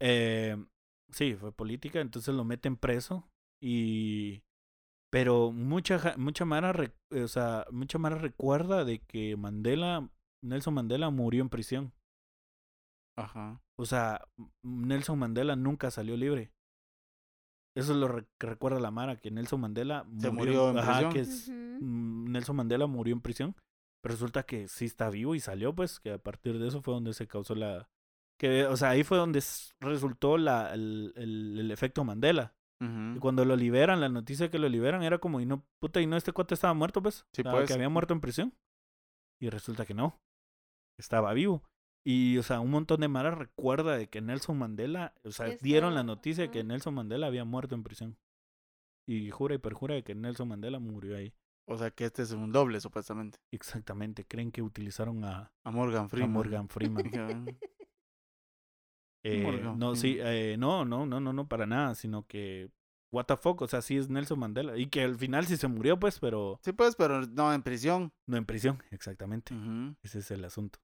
[SPEAKER 1] Eh, sí, fue política, entonces lo meten preso y... Pero mucha, ja- mucha, mara, re- o sea, mucha mara recuerda de que Mandela, Nelson Mandela murió en prisión.
[SPEAKER 2] Ajá.
[SPEAKER 1] O sea, M- Nelson Mandela nunca salió libre. Eso es lo re- que recuerda la Mara, que Nelson Mandela
[SPEAKER 2] Se murió en
[SPEAKER 1] ajá,
[SPEAKER 2] prisión.
[SPEAKER 1] que es-
[SPEAKER 3] Ujú.
[SPEAKER 1] mm, Nelson Mandela murió en prisión. Pero resulta que sí está vivo y salió, pues, que a partir de eso fue donde se causó la... Que, o sea, ahí fue donde s- resultó la, el, el- el efecto Mandela.
[SPEAKER 2] ujú.
[SPEAKER 1] Y cuando lo liberan, la noticia que lo liberan era como, y no, puta, y no, este cuate estaba muerto, pues.
[SPEAKER 2] Sí,
[SPEAKER 1] O sea,
[SPEAKER 2] pues.
[SPEAKER 1] Que había muerto en prisión. Y resulta que no. Estaba vivo. Y, o sea, un montón de maras recuerda de que Nelson Mandela, o sea,
[SPEAKER 3] Que
[SPEAKER 1] dieron la
[SPEAKER 3] estaba,
[SPEAKER 1] noticia de que
[SPEAKER 3] ajá.
[SPEAKER 1] Nelson Mandela había muerto en prisión. Y jura y perjura de que Nelson Mandela murió ahí.
[SPEAKER 2] O sea, que este es un doble, supuestamente.
[SPEAKER 1] Exactamente, creen que utilizaron a,
[SPEAKER 2] A Morgan
[SPEAKER 1] a
[SPEAKER 2] Freeman.
[SPEAKER 1] Morgan Freeman.
[SPEAKER 2] Freeman.
[SPEAKER 1] Eh,
[SPEAKER 2] Morgan
[SPEAKER 1] no, eh, sí,
[SPEAKER 2] Freeman.
[SPEAKER 1] eh, no, no, no, no, no, para nada, sino que what the fuck, o sea, sí es Nelson Mandela. Y que al final sí se murió, pues, pero
[SPEAKER 2] Sí, pues, pero no en prisión.
[SPEAKER 1] no en prisión, exactamente.
[SPEAKER 2] Ujú.
[SPEAKER 1] Ese es el asunto.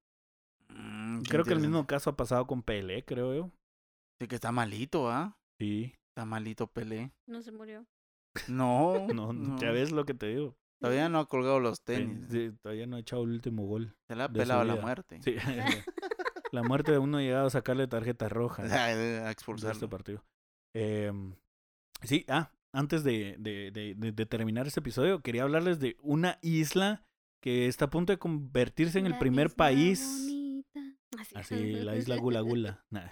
[SPEAKER 2] Mm, qué
[SPEAKER 1] Creo que el
[SPEAKER 2] interesante.
[SPEAKER 1] mismo caso ha pasado con Pelé, creo yo.
[SPEAKER 2] Sí, que está malito, ¿ah?
[SPEAKER 1] Sí,
[SPEAKER 2] Está malito Pelé.
[SPEAKER 3] No se murió.
[SPEAKER 2] No,
[SPEAKER 1] no, ya ves lo que te digo. Eh,
[SPEAKER 2] Todavía no ha colgado los tenis.
[SPEAKER 1] Sí, todavía no ha echado el último gol.
[SPEAKER 2] Se le ha
[SPEAKER 1] de su
[SPEAKER 2] pelado la
[SPEAKER 1] vida.
[SPEAKER 2] muerte.
[SPEAKER 1] Sí. La muerte de uno ha llegado a sacarle tarjeta roja.
[SPEAKER 2] O sea, a
[SPEAKER 1] de este
[SPEAKER 2] expulsarlo.
[SPEAKER 1] partido. Em, sí, ah, antes de, de- de- de- de terminar este episodio, quería hablarles de una isla que está a punto de convertirse en el
[SPEAKER 3] La
[SPEAKER 1] primer
[SPEAKER 3] isla
[SPEAKER 1] país.
[SPEAKER 3] bonita. Así.
[SPEAKER 1] Así, la isla Gula Gula. nah.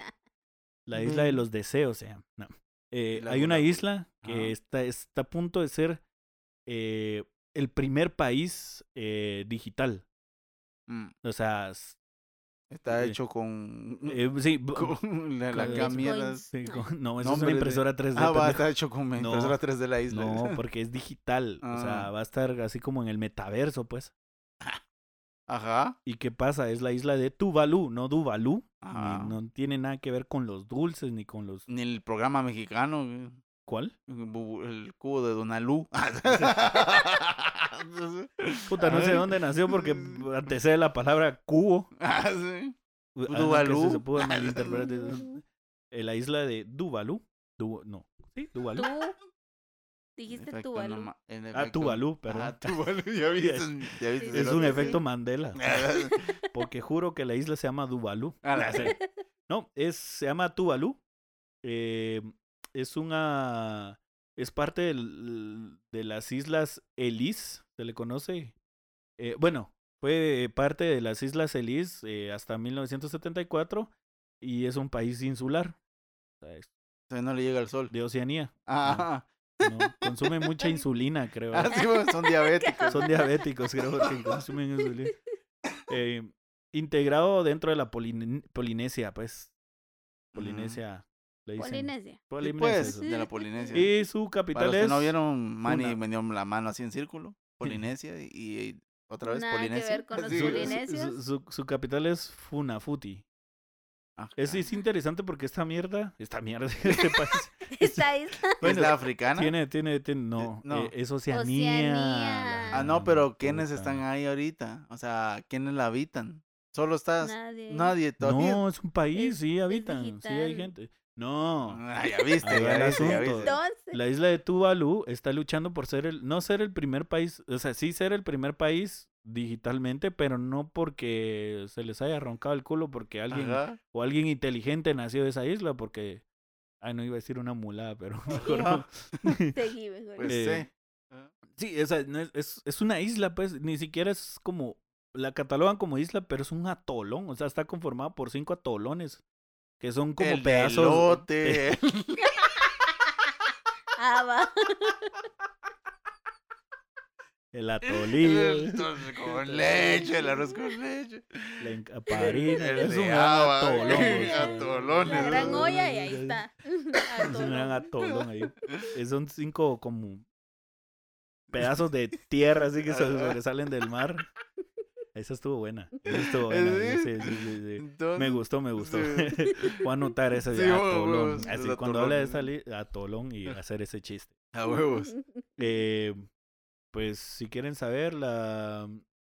[SPEAKER 1] La isla de
[SPEAKER 2] Ven.
[SPEAKER 1] los deseos, se llama, no. Eh,
[SPEAKER 2] Isla
[SPEAKER 1] hay una
[SPEAKER 2] Gula Gula.
[SPEAKER 1] isla
[SPEAKER 2] Ajá.
[SPEAKER 1] que está, está a punto de ser eh, el primer país eh, digital.
[SPEAKER 2] Mm,
[SPEAKER 1] O sea, s-
[SPEAKER 2] Está
[SPEAKER 1] Sí.
[SPEAKER 2] hecho con,
[SPEAKER 1] eh, sí, b-
[SPEAKER 2] con la, la
[SPEAKER 1] con-
[SPEAKER 2] camioneta.
[SPEAKER 3] Bitcoins.
[SPEAKER 1] sí,
[SPEAKER 3] No.
[SPEAKER 1] con- no, eso
[SPEAKER 2] No,
[SPEAKER 1] es una
[SPEAKER 2] hombre, de-
[SPEAKER 1] impresora 3D.
[SPEAKER 2] Ah, va,
[SPEAKER 1] pendejo.
[SPEAKER 2] está hecho con mi
[SPEAKER 1] No.
[SPEAKER 2] impresora 3 de la isla.
[SPEAKER 1] No, porque es digital. O sea,
[SPEAKER 2] Ah.
[SPEAKER 1] va a estar así como en el metaverso, pues.
[SPEAKER 2] Ajá.
[SPEAKER 1] ¿Y qué pasa? Es la isla de Tuvalu, no Duvalu. ni-
[SPEAKER 2] Ajá.
[SPEAKER 1] No tiene nada que ver con los dulces ni con los.
[SPEAKER 2] ah. Ni el programa mexicano. eh,
[SPEAKER 1] ¿Cuál?
[SPEAKER 2] bu- El cubo de Donalú. Ah,
[SPEAKER 1] Puta, no sé
[SPEAKER 2] Ay.
[SPEAKER 1] dónde nació porque antecede la palabra cubo.
[SPEAKER 2] Ah,
[SPEAKER 1] Ah,
[SPEAKER 2] sí.
[SPEAKER 1] no, que
[SPEAKER 2] Tuvalu.
[SPEAKER 1] se- se puede malinterpretar. Eh, la isla de Duvalu. Du- no. Sí, Ah, Duvalu.
[SPEAKER 3] Tú
[SPEAKER 2] En
[SPEAKER 3] dijiste
[SPEAKER 2] efecto,
[SPEAKER 3] tú,
[SPEAKER 2] no
[SPEAKER 3] Alu.
[SPEAKER 2] ma- en
[SPEAKER 1] Ah,
[SPEAKER 2] efecto.
[SPEAKER 1] Tuvalu, perdón.
[SPEAKER 2] Ah, Tuvalu, ya viste. ya viste el
[SPEAKER 3] sí,
[SPEAKER 1] es un
[SPEAKER 2] otro.
[SPEAKER 1] efecto Mandela. Porque juro que la isla se llama Duvalu.
[SPEAKER 2] Ah, la-
[SPEAKER 1] No, es, se llama Tuvalu. Eh, es una. Es parte del- de las islas Elis, se le conoce. Eh, bueno, fue parte de las islas Elis eh, hasta 1974 y es un país insular o sea, es
[SPEAKER 2] Todavía no le llega el sol.
[SPEAKER 1] de Oceanía.
[SPEAKER 2] Ah,
[SPEAKER 1] ¿no? Consume mucha insulina, creo.
[SPEAKER 2] ah, sí, bueno, son diabéticos.
[SPEAKER 1] Son diabéticos, creo, porque consumen insulina. Eh, integrado dentro de la Polin- Polinesia, pues. Polinesia. le dicen.
[SPEAKER 3] Polinesia.
[SPEAKER 2] Sí,
[SPEAKER 1] Polinesia,
[SPEAKER 2] pues,
[SPEAKER 1] eso.
[SPEAKER 2] de la Polinesia.
[SPEAKER 1] Y su capital
[SPEAKER 2] Para los
[SPEAKER 1] es.
[SPEAKER 2] que no vieron, Manny
[SPEAKER 1] una.
[SPEAKER 2] me dio la mano así en círculo. Polinesia y, y otra vez
[SPEAKER 3] Nada que
[SPEAKER 2] Polinesia.
[SPEAKER 3] ver con los
[SPEAKER 2] Así,
[SPEAKER 1] su-
[SPEAKER 3] polinesios.
[SPEAKER 1] su, su- su capital es Funafuti.
[SPEAKER 2] ajá.
[SPEAKER 1] Es, es interesante porque esta mierda. Esta mierda. este país,
[SPEAKER 3] Esta isla.
[SPEAKER 1] bueno, eh,
[SPEAKER 2] ¿Isla africana?
[SPEAKER 1] tiene, tiene, tiene- No,
[SPEAKER 2] Eh, no.
[SPEAKER 1] eh, es Oceanía.
[SPEAKER 3] Oceanía.
[SPEAKER 2] Ah, no, pero ¿quiénes
[SPEAKER 1] puta.
[SPEAKER 2] están ahí ahorita? O sea, ¿quiénes la habitan? Solo estás...
[SPEAKER 3] Nadie.
[SPEAKER 2] Nadie todavía.
[SPEAKER 1] No, es un país,
[SPEAKER 3] Es-
[SPEAKER 1] sí
[SPEAKER 3] es
[SPEAKER 1] habitan, sí hay
[SPEAKER 3] digital.
[SPEAKER 1] gente. No,
[SPEAKER 2] Ah, ya viste,
[SPEAKER 1] Ahí va
[SPEAKER 2] ya
[SPEAKER 1] el
[SPEAKER 2] viste, ya
[SPEAKER 1] asunto.
[SPEAKER 2] viste.
[SPEAKER 3] Entonces,
[SPEAKER 1] la isla de Tuvalu está luchando por ser el, no ser el primer país, o sea, sí ser el primer país digitalmente, pero no porque se les haya roncado el culo porque alguien
[SPEAKER 2] Ajá.
[SPEAKER 1] o alguien inteligente nació de esa isla porque ay no iba a decir una mulada pero mejor no.
[SPEAKER 3] seguí mejor.
[SPEAKER 2] Pues
[SPEAKER 1] Eh,
[SPEAKER 2] sí.
[SPEAKER 1] sí esa no es, es- es una isla pues ni siquiera es como la catalogan como isla pero es un atolón o sea está conformada por cinco atolones que son como
[SPEAKER 2] el
[SPEAKER 1] pedazos eh,
[SPEAKER 2] elote, el-
[SPEAKER 3] Ah, va.
[SPEAKER 1] el atolillo
[SPEAKER 2] el arroz con leche, el arroz con leche.
[SPEAKER 1] la encaparina
[SPEAKER 2] El
[SPEAKER 1] es
[SPEAKER 2] de
[SPEAKER 1] un gran
[SPEAKER 2] agua,
[SPEAKER 1] atolón
[SPEAKER 2] el
[SPEAKER 1] o sea,
[SPEAKER 2] atolón,
[SPEAKER 3] La gran
[SPEAKER 1] ¿no?
[SPEAKER 3] olla y ahí está.
[SPEAKER 1] es un gran
[SPEAKER 3] Atolón.
[SPEAKER 1] atolón ahí Eh, son cinco como pedazos de tierra así que se
[SPEAKER 2] Ajá.
[SPEAKER 1] sobresalen del mar. Esa estuvo buena. Esa estuvo buena.
[SPEAKER 2] ¿Sí?
[SPEAKER 1] sí, sí, sí, sí.
[SPEAKER 2] Entonces,
[SPEAKER 1] Me gustó, me gustó.
[SPEAKER 2] sí.
[SPEAKER 1] Voy a anotar ese de
[SPEAKER 2] Sí, vos,
[SPEAKER 1] atolón.
[SPEAKER 2] vos,
[SPEAKER 1] Así,
[SPEAKER 2] el
[SPEAKER 1] cuando habla de
[SPEAKER 2] atolón.
[SPEAKER 1] salir, atolón y hacer ese chiste.
[SPEAKER 2] A huevos.
[SPEAKER 1] Eh, pues si quieren saber, la.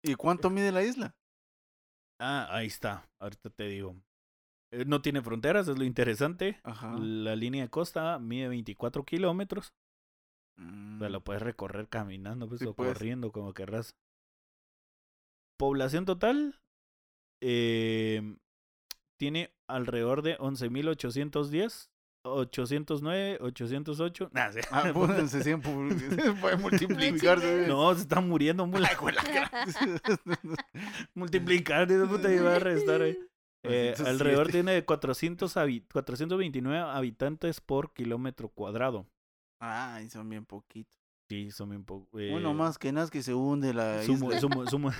[SPEAKER 2] ¿Y cuánto mide la isla?
[SPEAKER 1] Ah, ahí está. Ahorita te digo. Eh, No tiene fronteras, es lo interesante.
[SPEAKER 2] Ajá.
[SPEAKER 1] La línea de costa mide 24 kilómetros. O sea,
[SPEAKER 2] Mm,
[SPEAKER 1] lo puedes recorrer caminando, pues,
[SPEAKER 2] Sí,
[SPEAKER 1] o
[SPEAKER 2] pues.
[SPEAKER 1] corriendo, como querrás. Población total eh, tiene alrededor de 11.810, 809, 808. Nah, sí.
[SPEAKER 2] Ah, bueno, se siente pu- puede multiplicarse.
[SPEAKER 1] No, se está muriendo. mul-
[SPEAKER 2] Ay, güey, la cara.
[SPEAKER 1] multiplicar, de puta, y va a restar ahí. Eh,
[SPEAKER 2] 407.
[SPEAKER 1] alrededor tiene de 400 habi- 429 habitantes por kilómetro cuadrado.
[SPEAKER 2] Ay, son bien poquitos.
[SPEAKER 1] Sí, son bien poco.
[SPEAKER 2] Uno
[SPEAKER 1] eh,
[SPEAKER 2] más que nazca y se hunde la
[SPEAKER 1] sumo-
[SPEAKER 2] isla.
[SPEAKER 1] sumo- sumo-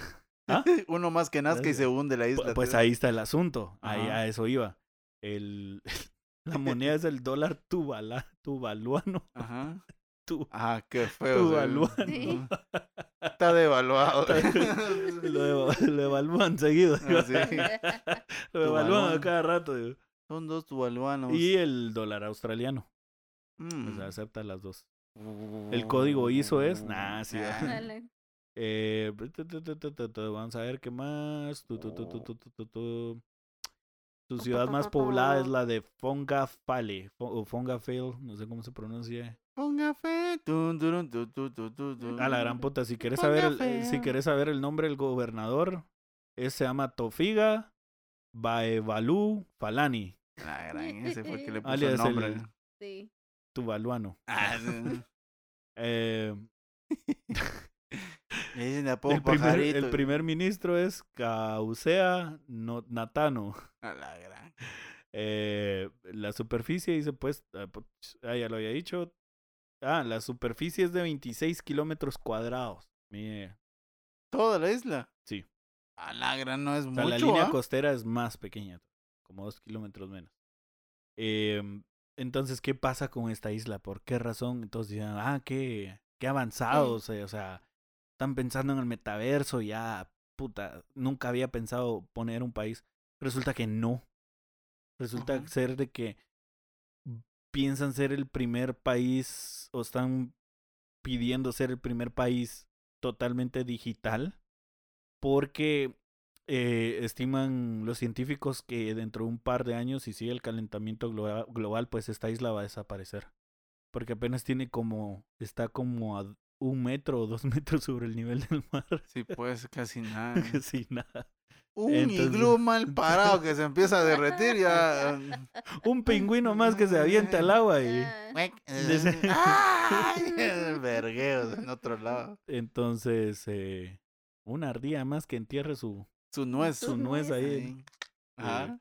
[SPEAKER 2] Uno más que nazca y se hunde la
[SPEAKER 1] Pu-
[SPEAKER 2] isla.
[SPEAKER 1] Pues ahí está el asunto. Ahí
[SPEAKER 2] Ajá.
[SPEAKER 1] a eso iba. El, la moneda es el dólar tubala, tuvaluano.
[SPEAKER 2] Ajá.
[SPEAKER 1] Tu-
[SPEAKER 2] Ah, qué feo.
[SPEAKER 1] Tu
[SPEAKER 2] se ve.
[SPEAKER 1] evalúan.
[SPEAKER 3] Sí.
[SPEAKER 2] Está devaluado.
[SPEAKER 1] lo, eva- lo evalúan seguido.
[SPEAKER 2] Ah, sí.
[SPEAKER 1] Lo evalúan a
[SPEAKER 2] Tuvaluano.
[SPEAKER 1] cada rato. digo.
[SPEAKER 2] Son dos tuvaluanos.
[SPEAKER 1] Y el dólar australiano. pues, O sea,
[SPEAKER 2] Mm.
[SPEAKER 1] acepta las dos. El código ISO es. Nah, sí.
[SPEAKER 2] Ah.
[SPEAKER 3] Dale.
[SPEAKER 1] Eh, tu, tu, tu, tu, tu, tu, vamos a ver qué más. Tu, tu, tu, tu, tu, tu, tu, tu. Tu
[SPEAKER 3] Pa,
[SPEAKER 1] ciudad
[SPEAKER 3] pa,
[SPEAKER 1] más
[SPEAKER 3] pa,
[SPEAKER 1] poblada es
[SPEAKER 3] pa.
[SPEAKER 1] la de Fongafale Fo- o Fongafale, no sé cómo se pronuncia.
[SPEAKER 2] Ponga fe. Tun, turun, tu, tu, tu, tu, tu.
[SPEAKER 1] A la gran puta, si quieres saber el, eh, si
[SPEAKER 2] Fongafale.
[SPEAKER 1] quieres saber el nombre del gobernador, ese se llama Tofiga Baevalu Falani,
[SPEAKER 2] La gran, ese fue el que le puso
[SPEAKER 1] Alias
[SPEAKER 2] el nombre.
[SPEAKER 1] el-
[SPEAKER 3] Sí.
[SPEAKER 1] Tuvaluano.
[SPEAKER 2] Ah, sí.
[SPEAKER 1] Eh,
[SPEAKER 2] Le dicen de a poco
[SPEAKER 1] el, primer,
[SPEAKER 2] pajarito.
[SPEAKER 1] el primer ministro es Kausea No- Natano.
[SPEAKER 2] A la gran.
[SPEAKER 1] Eh, la superficie, dice pues, ah, pu- ah, ya lo había dicho. Ah, la superficie es de 26 kilómetros cuadrados. Mire,
[SPEAKER 2] Toda la isla.
[SPEAKER 1] Sí.
[SPEAKER 2] A la gran no es
[SPEAKER 1] o
[SPEAKER 2] mucho.
[SPEAKER 1] sea, la línea
[SPEAKER 2] ¿ah?
[SPEAKER 1] costera es más pequeña, como dos kilómetros menos. Em, entonces, ¿qué pasa con esta isla? ¿Por qué razón? Entonces dicen, ah, qué, qué avanzados, eh, o sea, están pensando en el metaverso, ya, puta, nunca había pensado poner un país. Resulta que no. Resulta
[SPEAKER 2] Ujú.
[SPEAKER 1] ser de que piensan ser el primer país o están pidiendo ser el primer país totalmente digital porque eh, estiman los científicos que dentro de un par de años, si sigue el calentamiento globa- global, pues esta isla va a desaparecer. Porque apenas tiene como, está como a un metro o dos metros sobre el nivel del mar,
[SPEAKER 2] Sí, pues casi nada.
[SPEAKER 1] sin nada.
[SPEAKER 2] Un
[SPEAKER 1] Entonces-
[SPEAKER 2] iglú mal parado que se empieza a derretir ya. um,
[SPEAKER 1] Un pingüino más que se avienta al agua y...
[SPEAKER 3] Ah,
[SPEAKER 2] Cuec,
[SPEAKER 1] Dice-
[SPEAKER 2] eh, ¡Ay! El vergueo en otro lado.
[SPEAKER 1] Entonces, eh, una ardía más que entierre su,
[SPEAKER 2] Su nuez.
[SPEAKER 1] su nuez
[SPEAKER 3] nuez.
[SPEAKER 1] ahí.
[SPEAKER 2] ahí. Ajá.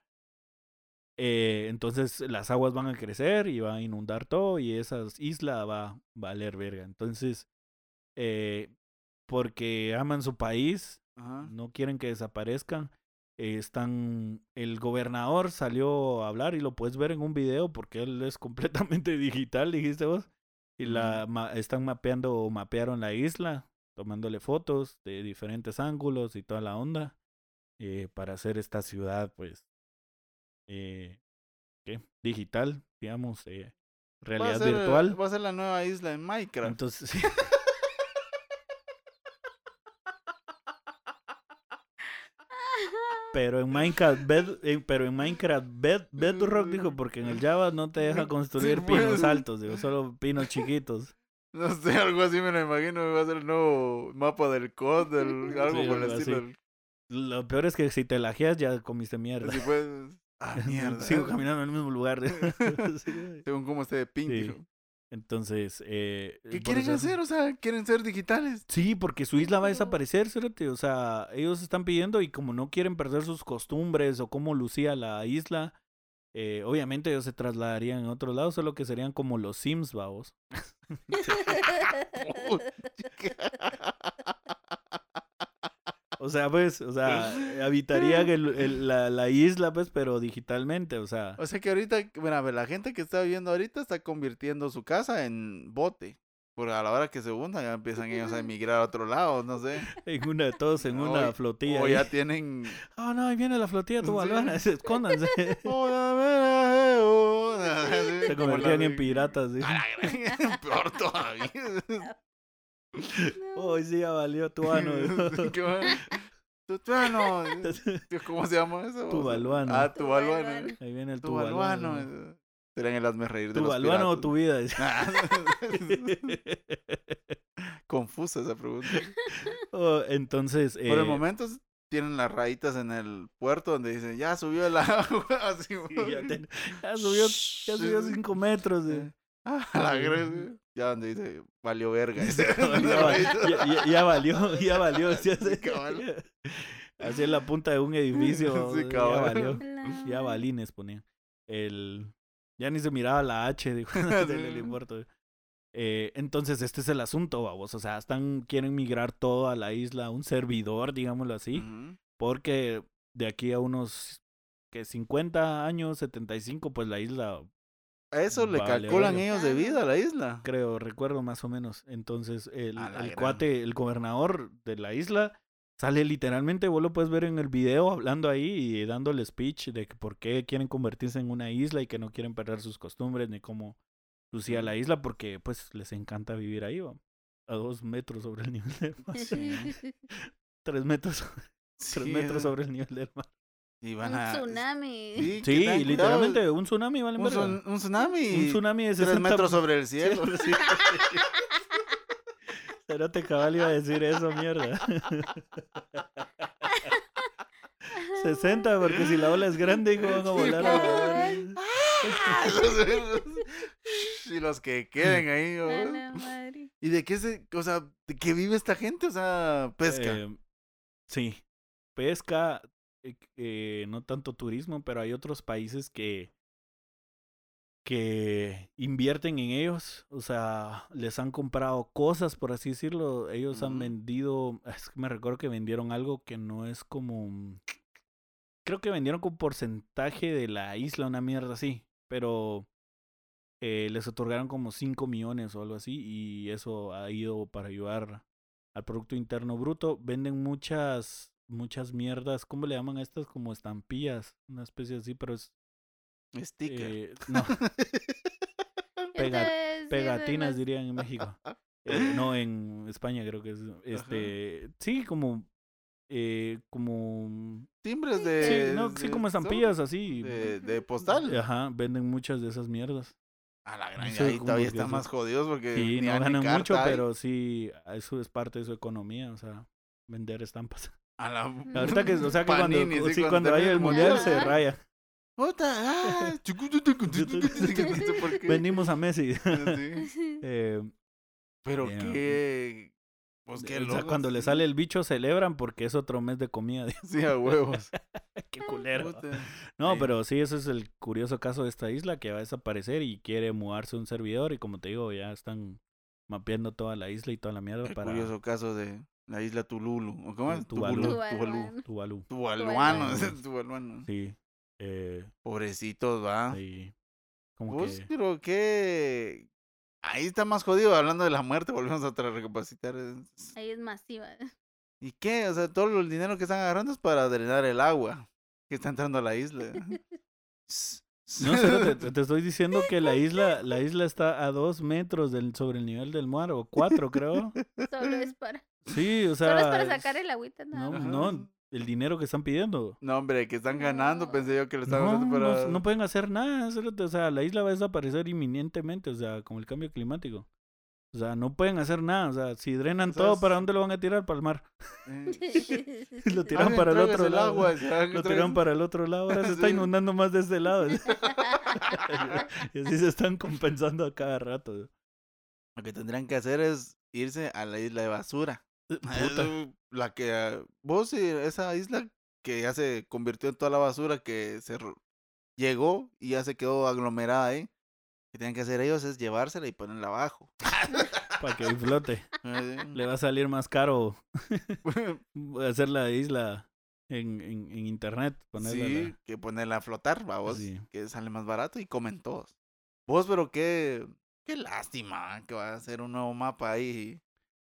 [SPEAKER 1] Eh, entonces las aguas van a crecer y va a inundar todo y esa isla va a valer verga. Entonces, eh, porque aman su país,
[SPEAKER 2] Ajá.
[SPEAKER 1] no quieren que desaparezcan, eh, están... El gobernador salió a hablar y lo puedes ver en un video porque él es completamente digital, dijiste vos. Y la ma- están mapeando o mapearon la isla, tomándole fotos de diferentes ángulos y toda la onda eh, para hacer esta ciudad, pues, eh, ¿qué? Digital, digamos, eh,
[SPEAKER 2] Va a
[SPEAKER 1] realidad
[SPEAKER 2] ser, eh,
[SPEAKER 1] virtual.
[SPEAKER 2] Va a ser la nueva isla en Minecraft.
[SPEAKER 1] Entonces, sí. Pero en Minecraft, Bed- eh, pero en Minecraft Bed- Bedrock dijo, porque en el Java no te deja construir
[SPEAKER 2] Sí, pues.
[SPEAKER 1] pinos altos, digo, solo pinos chiquitos.
[SPEAKER 2] No sé, algo así me lo imagino. Va a ser el nuevo mapa del COD, del- algo
[SPEAKER 1] Sí,
[SPEAKER 2] por el
[SPEAKER 1] algo
[SPEAKER 2] estilo.
[SPEAKER 1] Lo peor es que si te lajeas ya comiste mierda.
[SPEAKER 2] Así pues. Ah, mierda.
[SPEAKER 1] Sigo caminando en el mismo lugar. Sí.
[SPEAKER 2] Según cómo esté de
[SPEAKER 1] Sí.
[SPEAKER 2] pinche. ¿no?
[SPEAKER 1] Entonces, eh,
[SPEAKER 2] ¿Qué
[SPEAKER 1] por
[SPEAKER 2] quieren
[SPEAKER 1] eso-
[SPEAKER 2] hacer? O sea, quieren ser digitales.
[SPEAKER 1] Sí, porque su isla va a
[SPEAKER 3] Ujú.
[SPEAKER 1] desaparecer, cerote, O sea, ellos están pidiendo y como no quieren perder sus costumbres o cómo lucía la isla, eh, obviamente ellos se trasladarían a otro lado, solo que serían como los Sims, babos. O sea, pues, o sea, habitarían el- el- la, la isla, pues, pero digitalmente, o sea.
[SPEAKER 2] O sea que ahorita, mira, ve, la gente que está viviendo ahorita está convirtiendo su casa en bote. Porque a la hora que se hundan ya empiezan ellos a emigrar a otro lado, no sé.
[SPEAKER 1] En una, todos en una
[SPEAKER 2] Hoy-
[SPEAKER 1] flotilla.
[SPEAKER 2] o
[SPEAKER 1] ahí.
[SPEAKER 2] ya tienen...
[SPEAKER 1] Oh, no, ahí viene la flotilla, tu
[SPEAKER 2] Sí.
[SPEAKER 1] balona, escóndanse.
[SPEAKER 2] Hola, mira, eh, oh, así,
[SPEAKER 1] Se
[SPEAKER 2] como
[SPEAKER 1] convertían
[SPEAKER 2] la
[SPEAKER 1] en
[SPEAKER 2] de-
[SPEAKER 1] piratas. ¿sí?
[SPEAKER 2] A la gran- Peor todavía.
[SPEAKER 3] no.
[SPEAKER 1] Hoy sí ya valió tu ano.
[SPEAKER 2] Qué bueno. Tutuano. ¿Cómo se llama eso?
[SPEAKER 1] Tuvaluano.
[SPEAKER 2] Ah, Tuvaluano.
[SPEAKER 3] Tuvaluano.
[SPEAKER 1] Ahí viene el tubaluano.
[SPEAKER 2] Tuvaluano. Serían el hazme reír de
[SPEAKER 1] Tu
[SPEAKER 2] los
[SPEAKER 1] balón o tu vida. dice.
[SPEAKER 2] piratas. Confusa esa pregunta.
[SPEAKER 1] Oh, entonces,
[SPEAKER 2] Por
[SPEAKER 1] eh,
[SPEAKER 2] el momento s- tienen las rayitas en el puerto donde dicen, ya subió el agua. Así,
[SPEAKER 1] sí,
[SPEAKER 2] güey.
[SPEAKER 1] ya, te- ya subió, ya subió
[SPEAKER 2] Sí.
[SPEAKER 1] cinco metros. eh.
[SPEAKER 2] Ah, la gran- Ya donde dice, valió verga. Dice,
[SPEAKER 1] No,
[SPEAKER 2] las
[SPEAKER 1] ya, va-
[SPEAKER 2] rayitas.
[SPEAKER 1] ya- ya- ya valió, ya valió. Así hace-
[SPEAKER 2] cabal.
[SPEAKER 1] así en la punta de un edificio.
[SPEAKER 2] Sí,
[SPEAKER 1] ya
[SPEAKER 2] cabal.
[SPEAKER 1] valió.
[SPEAKER 3] La-
[SPEAKER 1] Ya balines ponían. El... Ya ni se miraba la H dijo, del
[SPEAKER 2] Sí.
[SPEAKER 1] helipuerto. Eh, entonces, este es el asunto, babos. O sea, están, quieren migrar todo a la isla, a un servidor, digámoslo así.
[SPEAKER 2] Ujú.
[SPEAKER 1] Porque de aquí a unos que 50 años, 75, pues la isla,
[SPEAKER 2] A eso le
[SPEAKER 1] Vale,
[SPEAKER 2] calculan
[SPEAKER 1] verga.
[SPEAKER 2] ellos de vida a la isla.
[SPEAKER 1] creo, recuerdo más o menos. Entonces, el,
[SPEAKER 2] A la
[SPEAKER 1] el
[SPEAKER 2] gran.
[SPEAKER 1] cuate, el gobernador de la isla, sale literalmente, vos lo puedes ver en el video hablando ahí y dando el speech de que por qué quieren convertirse en una isla y que no quieren perder sus costumbres ni cómo Lucía a la isla porque pues les encanta vivir ahí, va, a dos metros sobre el nivel del mar. Tres metros, sobre- tres
[SPEAKER 2] Sí,
[SPEAKER 1] metros
[SPEAKER 2] es-
[SPEAKER 1] sobre el nivel del mar.
[SPEAKER 2] Y
[SPEAKER 3] Un
[SPEAKER 2] van a...
[SPEAKER 3] tsunami.
[SPEAKER 2] Sí, que
[SPEAKER 1] Sí,
[SPEAKER 2] tengan cuidado.
[SPEAKER 1] literalmente, un tsunami, vale,
[SPEAKER 2] Un,
[SPEAKER 1] verga.
[SPEAKER 2] tsun- un tsunami.
[SPEAKER 1] Un tsunami de 60
[SPEAKER 2] Tres metros sobre el cielo.
[SPEAKER 1] Espérate, cabal iba a decir eso, mierda. 60, porque si la ola es grande, hijo, van a volar. a la verga.
[SPEAKER 2] y los que queden ahí.
[SPEAKER 3] A
[SPEAKER 2] ¿no?
[SPEAKER 3] la madre.
[SPEAKER 2] ¿Y de qué se, o sea, de qué vive esta gente? O sea, pesca.
[SPEAKER 1] Eh, sí, pesca, eh, eh, no tanto turismo, pero hay otros países que, que invierten en ellos, o sea, les han comprado cosas, por así decirlo, ellos han
[SPEAKER 2] Ujú.
[SPEAKER 1] vendido, ah, es que me recuerdo que vendieron algo que no es como, un- creo que vendieron con porcentaje de la isla, una mierda así, pero... eh, les otorgaron como 5 millones o algo así y eso ha ido para ayudar al Producto Interno Bruto. Venden muchas, muchas mierdas. ¿Cómo le llaman a estas? Como estampillas. Una especie así, pero es...
[SPEAKER 2] Sticker.
[SPEAKER 1] eh, no, Pega-
[SPEAKER 3] Entonces, sí,
[SPEAKER 1] pegatinas
[SPEAKER 3] además-
[SPEAKER 1] dirían en México. Eh, no, en España creo que es... Este, Sí, como... eh, como...
[SPEAKER 2] Timbres
[SPEAKER 1] Sí,
[SPEAKER 2] de.
[SPEAKER 1] no, sí,
[SPEAKER 2] de-
[SPEAKER 1] como
[SPEAKER 2] son
[SPEAKER 1] estampillas así. eh,
[SPEAKER 2] De, de postal.
[SPEAKER 1] Ajá, venden muchas de esas mierdas.
[SPEAKER 2] A la gran.
[SPEAKER 1] No
[SPEAKER 2] y
[SPEAKER 1] sé
[SPEAKER 2] ahí
[SPEAKER 1] cómo
[SPEAKER 2] todavía
[SPEAKER 1] que
[SPEAKER 2] están
[SPEAKER 1] sí.
[SPEAKER 2] más jodidos porque.
[SPEAKER 1] Sí,
[SPEAKER 2] ni
[SPEAKER 1] no
[SPEAKER 2] dan ni
[SPEAKER 1] ganan
[SPEAKER 2] carta
[SPEAKER 1] mucho,
[SPEAKER 2] hay.
[SPEAKER 1] pero sí, eso es parte de su economía, o sea, vender estampas.
[SPEAKER 2] A la.
[SPEAKER 1] Ahorita que, o sea, que cuando,
[SPEAKER 2] Panini, sí,
[SPEAKER 1] sí,
[SPEAKER 2] cuando
[SPEAKER 1] cuando hay
[SPEAKER 2] termina
[SPEAKER 1] el
[SPEAKER 2] el
[SPEAKER 1] mundial
[SPEAKER 3] mundial.
[SPEAKER 1] se raya.
[SPEAKER 2] Puta, ah, chucu, chucu, chucu, chucu, chucu, no sé por qué.
[SPEAKER 1] Vendimos a Messi.
[SPEAKER 2] Sí.
[SPEAKER 1] Eh,
[SPEAKER 2] Pero
[SPEAKER 1] Ya.
[SPEAKER 2] qué. Pues qué
[SPEAKER 1] o sea,
[SPEAKER 2] loco.
[SPEAKER 1] cuando le sale el bicho celebran porque es otro mes de comida.
[SPEAKER 2] Sí, a huevos.
[SPEAKER 1] Qué culero.
[SPEAKER 2] Puta.
[SPEAKER 1] No,
[SPEAKER 2] Sí.
[SPEAKER 1] pero sí, ese es el curioso caso de esta isla que va a desaparecer y quiere mudarse un servidor y como te digo, ya están mapeando toda la isla y toda la mierda
[SPEAKER 2] El
[SPEAKER 1] para
[SPEAKER 2] curioso caso de la isla Tululu. ¿o ¿Cómo es?
[SPEAKER 1] Tuvalu.
[SPEAKER 2] Tubulú,
[SPEAKER 3] Tuvalu.
[SPEAKER 1] Tuvalu.
[SPEAKER 2] Tuvaluano.
[SPEAKER 1] Tuvaluanos.
[SPEAKER 2] Tuvaluano.
[SPEAKER 1] Sí. Eh,
[SPEAKER 2] Pobrecitos, va.
[SPEAKER 1] ahí, Como
[SPEAKER 2] Pues,
[SPEAKER 1] que...
[SPEAKER 2] pero que. Ahí está más jodido. Hablando de la muerte, volvemos a tra- recapacitar. es-
[SPEAKER 3] Ahí es masiva.
[SPEAKER 2] ¿Y qué? O sea, todo el dinero que están agarrando es para drenar el agua que está entrando a la isla.
[SPEAKER 1] No, espérate, te, te estoy diciendo que la isla, la isla está a dos metros del, sobre el nivel del mar, o cuatro creo.
[SPEAKER 3] Solo es para,
[SPEAKER 1] Sí, o sea...
[SPEAKER 3] solo es para sacar
[SPEAKER 1] es-
[SPEAKER 3] el agüita. nada
[SPEAKER 1] No,
[SPEAKER 3] más.
[SPEAKER 2] Ajá.
[SPEAKER 1] no, el dinero que están pidiendo.
[SPEAKER 2] No, hombre, que están ganando.
[SPEAKER 3] No.
[SPEAKER 2] Pensé yo que lo estaban
[SPEAKER 1] No,
[SPEAKER 2] ganando
[SPEAKER 1] no
[SPEAKER 2] para.
[SPEAKER 1] s- no pueden hacer nada, cerote, o sea, la isla va a desaparecer inminentemente, o sea, como el cambio climático. O sea, no pueden hacer nada, o sea, si drenan
[SPEAKER 2] O sea,
[SPEAKER 1] todo,
[SPEAKER 2] es-
[SPEAKER 1] ¿para dónde lo van a tirar? Para el mar.
[SPEAKER 2] eh.
[SPEAKER 1] Lo tiran
[SPEAKER 2] Alguien
[SPEAKER 1] para el
[SPEAKER 2] tráigase
[SPEAKER 1] otro
[SPEAKER 2] el
[SPEAKER 1] lado.
[SPEAKER 2] agua, si alguien
[SPEAKER 1] Lo
[SPEAKER 2] tráigase-
[SPEAKER 1] tiran para el otro lado, ahora se está
[SPEAKER 2] Sí.
[SPEAKER 1] inundando más de este lado. y así se están compensando a cada rato.
[SPEAKER 2] Lo que tendrían que hacer es irse a la isla de basura.
[SPEAKER 1] Puta.
[SPEAKER 2] Eh, La que ah, vos y esa isla que ya se convirtió en toda la basura que se ro- llegó y ya se quedó aglomerada ahí. Lo que tienen que hacer ellos es llevársela y ponerla abajo.
[SPEAKER 1] Para que flote.
[SPEAKER 2] Eh,
[SPEAKER 1] Le va a salir más caro hacer la isla en, en, en internet. ponerla a la-
[SPEAKER 2] sí, que ponerla a flotar, va vos,
[SPEAKER 1] Sí.
[SPEAKER 2] que sale más barato y comen todos. Vos, pero qué, qué lástima ¿eh? que va a hacer un nuevo mapa ahí.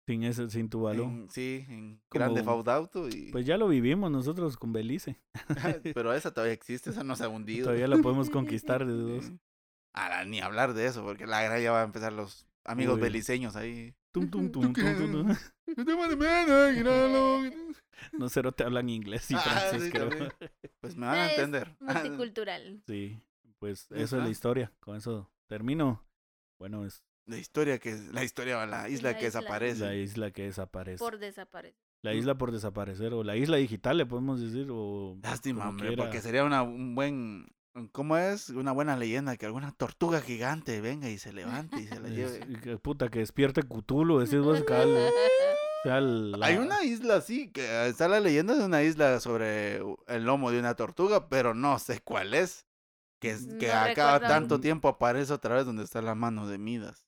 [SPEAKER 1] sin, ese, sin tu balón.
[SPEAKER 2] en- sí, en
[SPEAKER 1] Como-
[SPEAKER 2] Grande Theft Auto y...
[SPEAKER 1] Pues ya lo vivimos nosotros con Belice.
[SPEAKER 2] Pero esa todavía existe, esa no se ha hundido.
[SPEAKER 1] Todavía la podemos conquistar de dos.
[SPEAKER 2] Sí. A la- ni hablar de eso, porque la gran ya va a empezar los amigos
[SPEAKER 1] Uy.
[SPEAKER 2] beliceños ahí.
[SPEAKER 1] Tum, tum, tum, tum, tum, tum. No cero te hablan inglés y
[SPEAKER 2] Ah,
[SPEAKER 1] francés,
[SPEAKER 2] sí,
[SPEAKER 1] creo.
[SPEAKER 2] también. Pues me van a
[SPEAKER 3] Es
[SPEAKER 2] entender.
[SPEAKER 3] Multicultural.
[SPEAKER 1] Sí, pues eso es
[SPEAKER 2] Ajá.
[SPEAKER 1] la historia. Con eso termino. Bueno, es
[SPEAKER 2] La historia que es- la historia va, la isla
[SPEAKER 3] La
[SPEAKER 2] que
[SPEAKER 3] isla.
[SPEAKER 1] la
[SPEAKER 2] desaparece.
[SPEAKER 1] isla que desaparece.
[SPEAKER 3] Por mm. desaparecer.
[SPEAKER 1] La isla por desaparecer, o la isla digital, le podemos decir, o...
[SPEAKER 2] Lástima,
[SPEAKER 1] como
[SPEAKER 2] hombre,
[SPEAKER 1] quiera.
[SPEAKER 2] porque sería una un buen ¿cómo es? Una buena leyenda que alguna tortuga gigante venga y se levante y se la
[SPEAKER 1] es-
[SPEAKER 2] lleve.
[SPEAKER 1] que Puta, que despierte Cthulhu, decís vos, cabal, cabal, la-
[SPEAKER 2] Hay una isla así, que ah, está la leyenda de una isla sobre el lomo de una tortuga, pero no sé cuál es. Que, es- que
[SPEAKER 3] No
[SPEAKER 2] a cada
[SPEAKER 3] recuerdo.
[SPEAKER 2] tanto tiempo aparece otra vez donde está la mano de Midas.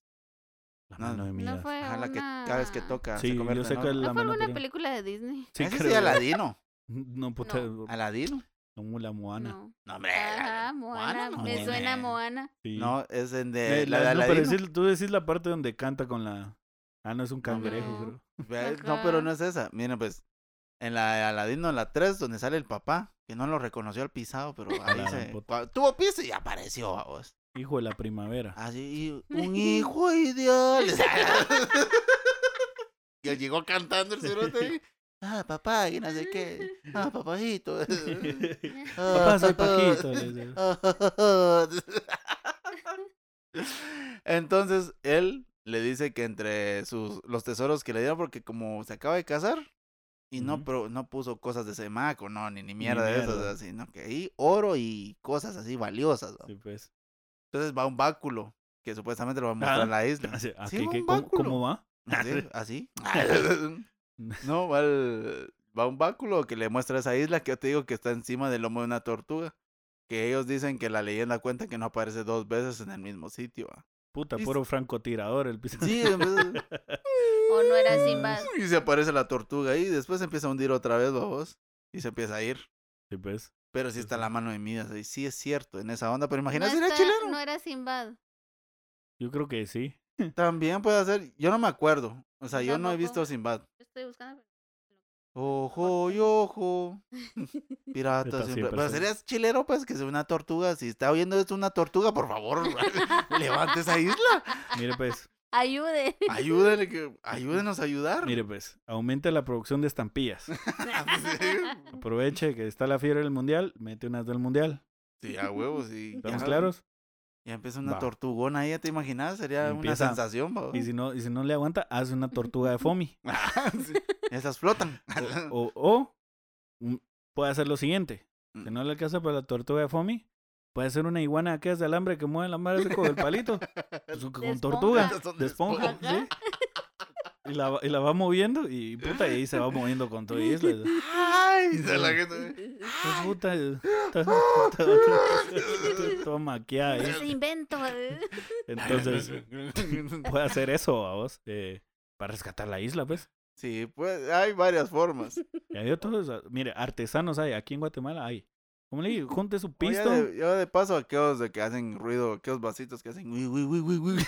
[SPEAKER 1] la mano de
[SPEAKER 3] No
[SPEAKER 1] Midas.
[SPEAKER 3] fue
[SPEAKER 2] Ajá, Ah, la que
[SPEAKER 3] una... Ah,
[SPEAKER 2] cada vez que toca
[SPEAKER 1] Sí,
[SPEAKER 2] se
[SPEAKER 1] yo
[SPEAKER 2] convierte
[SPEAKER 1] sé
[SPEAKER 2] en
[SPEAKER 1] que
[SPEAKER 2] oro.
[SPEAKER 1] la
[SPEAKER 3] ¿No fue
[SPEAKER 1] mano
[SPEAKER 3] una
[SPEAKER 1] película.
[SPEAKER 3] película de Disney?
[SPEAKER 1] Sí,
[SPEAKER 2] Ese sí,
[SPEAKER 1] creo.
[SPEAKER 2] Aladino.
[SPEAKER 1] No, puta,
[SPEAKER 2] Aladino.
[SPEAKER 1] como la Moana.
[SPEAKER 3] No.
[SPEAKER 2] No, hombre.
[SPEAKER 3] Ajá,
[SPEAKER 2] Ala-
[SPEAKER 3] Moana.
[SPEAKER 2] Eh, Moana,
[SPEAKER 3] Me
[SPEAKER 2] no,
[SPEAKER 3] suena a
[SPEAKER 2] hombre.
[SPEAKER 3] Moana.
[SPEAKER 1] sí.
[SPEAKER 2] No, es en de,
[SPEAKER 1] Eh,
[SPEAKER 2] la, de
[SPEAKER 1] la- no, pero
[SPEAKER 2] Aladino.
[SPEAKER 1] decís- tú decís la parte donde canta con la... Ah, no, es un cangrejo,
[SPEAKER 3] no.
[SPEAKER 1] creo.
[SPEAKER 2] Ve, No, pero
[SPEAKER 3] Ajá.
[SPEAKER 2] no es esa. Mira, pues, en la de Aladino, la 3, donde sale el papá, que no lo reconoció al pisado, pero ahí
[SPEAKER 1] la
[SPEAKER 2] se...
[SPEAKER 1] puta.
[SPEAKER 2] cua- Tuvo piso y apareció, vamos.
[SPEAKER 1] Hijo de la primavera.
[SPEAKER 2] Ah, Así, un hijo ideal. y él llegó cantando el cerote. Ah, papá, y no sé qué. Ah, papajito.
[SPEAKER 1] Papá, soy Paquito. le dice.
[SPEAKER 2] Entonces él le dice que entre sus los tesoros que le dieron, porque como se acaba de casar y no,
[SPEAKER 1] Ujú.
[SPEAKER 2] pro- no puso cosas de semaco, no, ni, ni mierda de esas,
[SPEAKER 1] mierda.
[SPEAKER 2] así, no, que ahí oro y cosas así valiosas. ¿no?
[SPEAKER 1] Sí, pues.
[SPEAKER 2] Entonces va un báculo que supuestamente lo va a mostrar
[SPEAKER 1] Ah,
[SPEAKER 2] en la isla.
[SPEAKER 1] Así, ah,
[SPEAKER 2] Sí,
[SPEAKER 1] ¿qué-
[SPEAKER 2] va
[SPEAKER 1] qué-
[SPEAKER 2] un
[SPEAKER 1] cómo,
[SPEAKER 2] báculo.
[SPEAKER 1] cómo va?
[SPEAKER 2] Así, así. Ah, No, va, el- va un báculo que le muestra esa isla que yo te digo que está encima del lomo de una tortuga. Que ellos dicen que la leyenda cuenta que no aparece dos veces en el mismo sitio. ¿va?
[SPEAKER 1] Puta,
[SPEAKER 2] Y-
[SPEAKER 1] puro francotirador el piso.
[SPEAKER 2] Sí, entonces-
[SPEAKER 3] O no era Simba.
[SPEAKER 2] y se aparece la tortuga ahí. Después se empieza a hundir otra vez, babos. Y se empieza a ir.
[SPEAKER 1] Sí, pues.
[SPEAKER 2] Pero sí está la mano de Midas. ahí, Sí es cierto, en esa onda. Pero
[SPEAKER 3] No,
[SPEAKER 2] imagínate, era
[SPEAKER 3] está-
[SPEAKER 2] chileno.
[SPEAKER 3] no era Sinbad.
[SPEAKER 1] Yo creo que sí.
[SPEAKER 2] También puede hacer. Yo no me acuerdo. O sea, yo no he
[SPEAKER 3] Tampoco.
[SPEAKER 2] visto Sinbad.
[SPEAKER 3] Yo estoy buscando.
[SPEAKER 2] Ojo y ojo.
[SPEAKER 1] Pirata
[SPEAKER 2] Pirata siempre.
[SPEAKER 1] siempre
[SPEAKER 2] Pero
[SPEAKER 1] soy.
[SPEAKER 2] serías chilero, pues, que sea una tortuga. Si está oyendo esto una tortuga, por favor, levante esa isla.
[SPEAKER 1] Mire, pues.
[SPEAKER 3] Ayude.
[SPEAKER 2] Ayúdenle, que, ayúdenos a ayudar.
[SPEAKER 1] Mire, pues. Aumenta la producción de estampillas.
[SPEAKER 2] Ah,
[SPEAKER 1] Aproveche que está la fiebre del mundial. Mete unas del mundial.
[SPEAKER 2] Sí, a huevos, sí.
[SPEAKER 1] ¿Estamos
[SPEAKER 2] Ya-
[SPEAKER 1] claros?
[SPEAKER 2] Ya empieza una
[SPEAKER 1] Va.
[SPEAKER 2] tortugona ahí, ¿ya te imaginas? Sería
[SPEAKER 1] Empieza.
[SPEAKER 2] una sensación, babo.
[SPEAKER 1] Y si no, y si no le aguanta, hace una tortuga de foamy.
[SPEAKER 2] Ah, Sí. Esas flotan.
[SPEAKER 1] O, o mm, puede hacer lo siguiente.
[SPEAKER 2] Mm.
[SPEAKER 1] Si no le alcanza para la tortuga de foamy, puede hacer una iguana de aquellas de alambre que mueve la madre así con el palito. Pues, con
[SPEAKER 3] De
[SPEAKER 1] tortuga,
[SPEAKER 2] esponja. Son de
[SPEAKER 1] de esponja.
[SPEAKER 3] esponja.
[SPEAKER 1] sí. Y la, va- y la va moviendo y puta, y ahí se va moviendo con todo. Y isla. Pues,
[SPEAKER 2] Ay, se la gente.
[SPEAKER 1] puta, eh, está- está- está toda maquiada ahí.
[SPEAKER 3] Ese invento. ¿eh?
[SPEAKER 1] Entonces, puede hacer eso, vamos. Eh, para rescatar la isla, pues.
[SPEAKER 2] Sí, pues hay varias formas.
[SPEAKER 1] Y hay otros, ah, mire, artesanos hay, aquí en Guatemala hay. ¿Cómo le digo? Junte su
[SPEAKER 2] Oye,
[SPEAKER 1] pisto.
[SPEAKER 2] de- yo de paso aquellos de que hacen ruido, aquellos vasitos que hacen uy, uy, uy, uy, uy.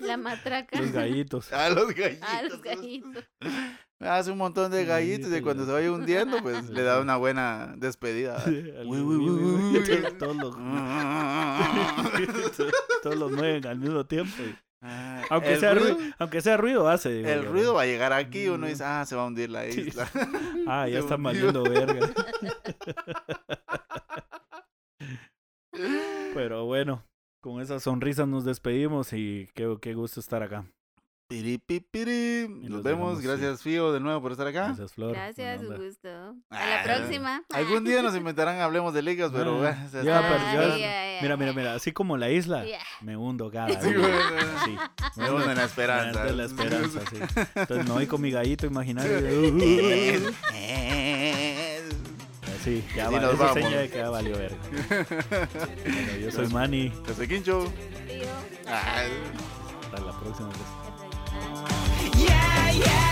[SPEAKER 3] La matraca.
[SPEAKER 1] Los gallitos.
[SPEAKER 2] A los gallitos.
[SPEAKER 3] Ah, los gallitos.
[SPEAKER 2] Hace un montón de
[SPEAKER 1] Sí,
[SPEAKER 2] gallitos y
[SPEAKER 1] sí,
[SPEAKER 2] cuando
[SPEAKER 1] sí.
[SPEAKER 2] se vaya hundiendo, pues
[SPEAKER 1] Sí,
[SPEAKER 2] le da
[SPEAKER 1] sí.
[SPEAKER 2] una buena despedida.
[SPEAKER 1] Al-
[SPEAKER 2] Uy, uy, uy, uy, uy.
[SPEAKER 1] Todos- Todos los, todos los mueven al mismo tiempo. y- Aunque,
[SPEAKER 2] El
[SPEAKER 1] sea ruido,
[SPEAKER 2] ruido-
[SPEAKER 1] aunque sea ruido, hace. digo,
[SPEAKER 2] El
[SPEAKER 1] yo,
[SPEAKER 2] ruido
[SPEAKER 1] ¿no?
[SPEAKER 2] va a llegar aquí y uno dice, ah, se va a hundir
[SPEAKER 1] Sí.
[SPEAKER 2] la isla.
[SPEAKER 1] Ah,
[SPEAKER 2] se
[SPEAKER 1] ya están
[SPEAKER 2] hundió.
[SPEAKER 1] valiendo verga. Pero bueno, con esas sonrisas nos despedimos y qué, qué gusto estar acá.
[SPEAKER 2] Piri, pi, piri. Nos
[SPEAKER 1] los
[SPEAKER 2] vemos.
[SPEAKER 1] dejamos, sí.
[SPEAKER 2] Gracias, Fío, de nuevo por estar acá.
[SPEAKER 1] Gracias, Flor.
[SPEAKER 3] Gracias,
[SPEAKER 1] buena
[SPEAKER 3] un
[SPEAKER 1] onda.
[SPEAKER 3] gusto. A la
[SPEAKER 2] Ah,
[SPEAKER 3] próxima.
[SPEAKER 2] Algún día nos inventarán, hablemos de ligas, pero
[SPEAKER 1] Ah,
[SPEAKER 2] bueno, se
[SPEAKER 1] ya,
[SPEAKER 2] está
[SPEAKER 1] pero ya-
[SPEAKER 2] pensando.
[SPEAKER 1] Mira, mira, mira, así como la isla,
[SPEAKER 3] Yeah.
[SPEAKER 1] me hundo cada
[SPEAKER 2] Sí,
[SPEAKER 1] día.
[SPEAKER 2] bueno.
[SPEAKER 1] Sí,
[SPEAKER 2] Me uno en la esperanza.
[SPEAKER 1] de la esperanza, sí. Entonces me voy con mi gallito imaginario. Sí, ya
[SPEAKER 2] Así
[SPEAKER 1] valió.
[SPEAKER 2] nos
[SPEAKER 1] Esa
[SPEAKER 2] vamos.
[SPEAKER 1] seña de que ya valió verga. Bueno, yo soy Manny.
[SPEAKER 2] Yo soy Quincho. Ah,
[SPEAKER 3] Tío.
[SPEAKER 2] Ay.
[SPEAKER 1] Hasta la próxima. pues.
[SPEAKER 3] Ay.
[SPEAKER 5] Yeah, yeah.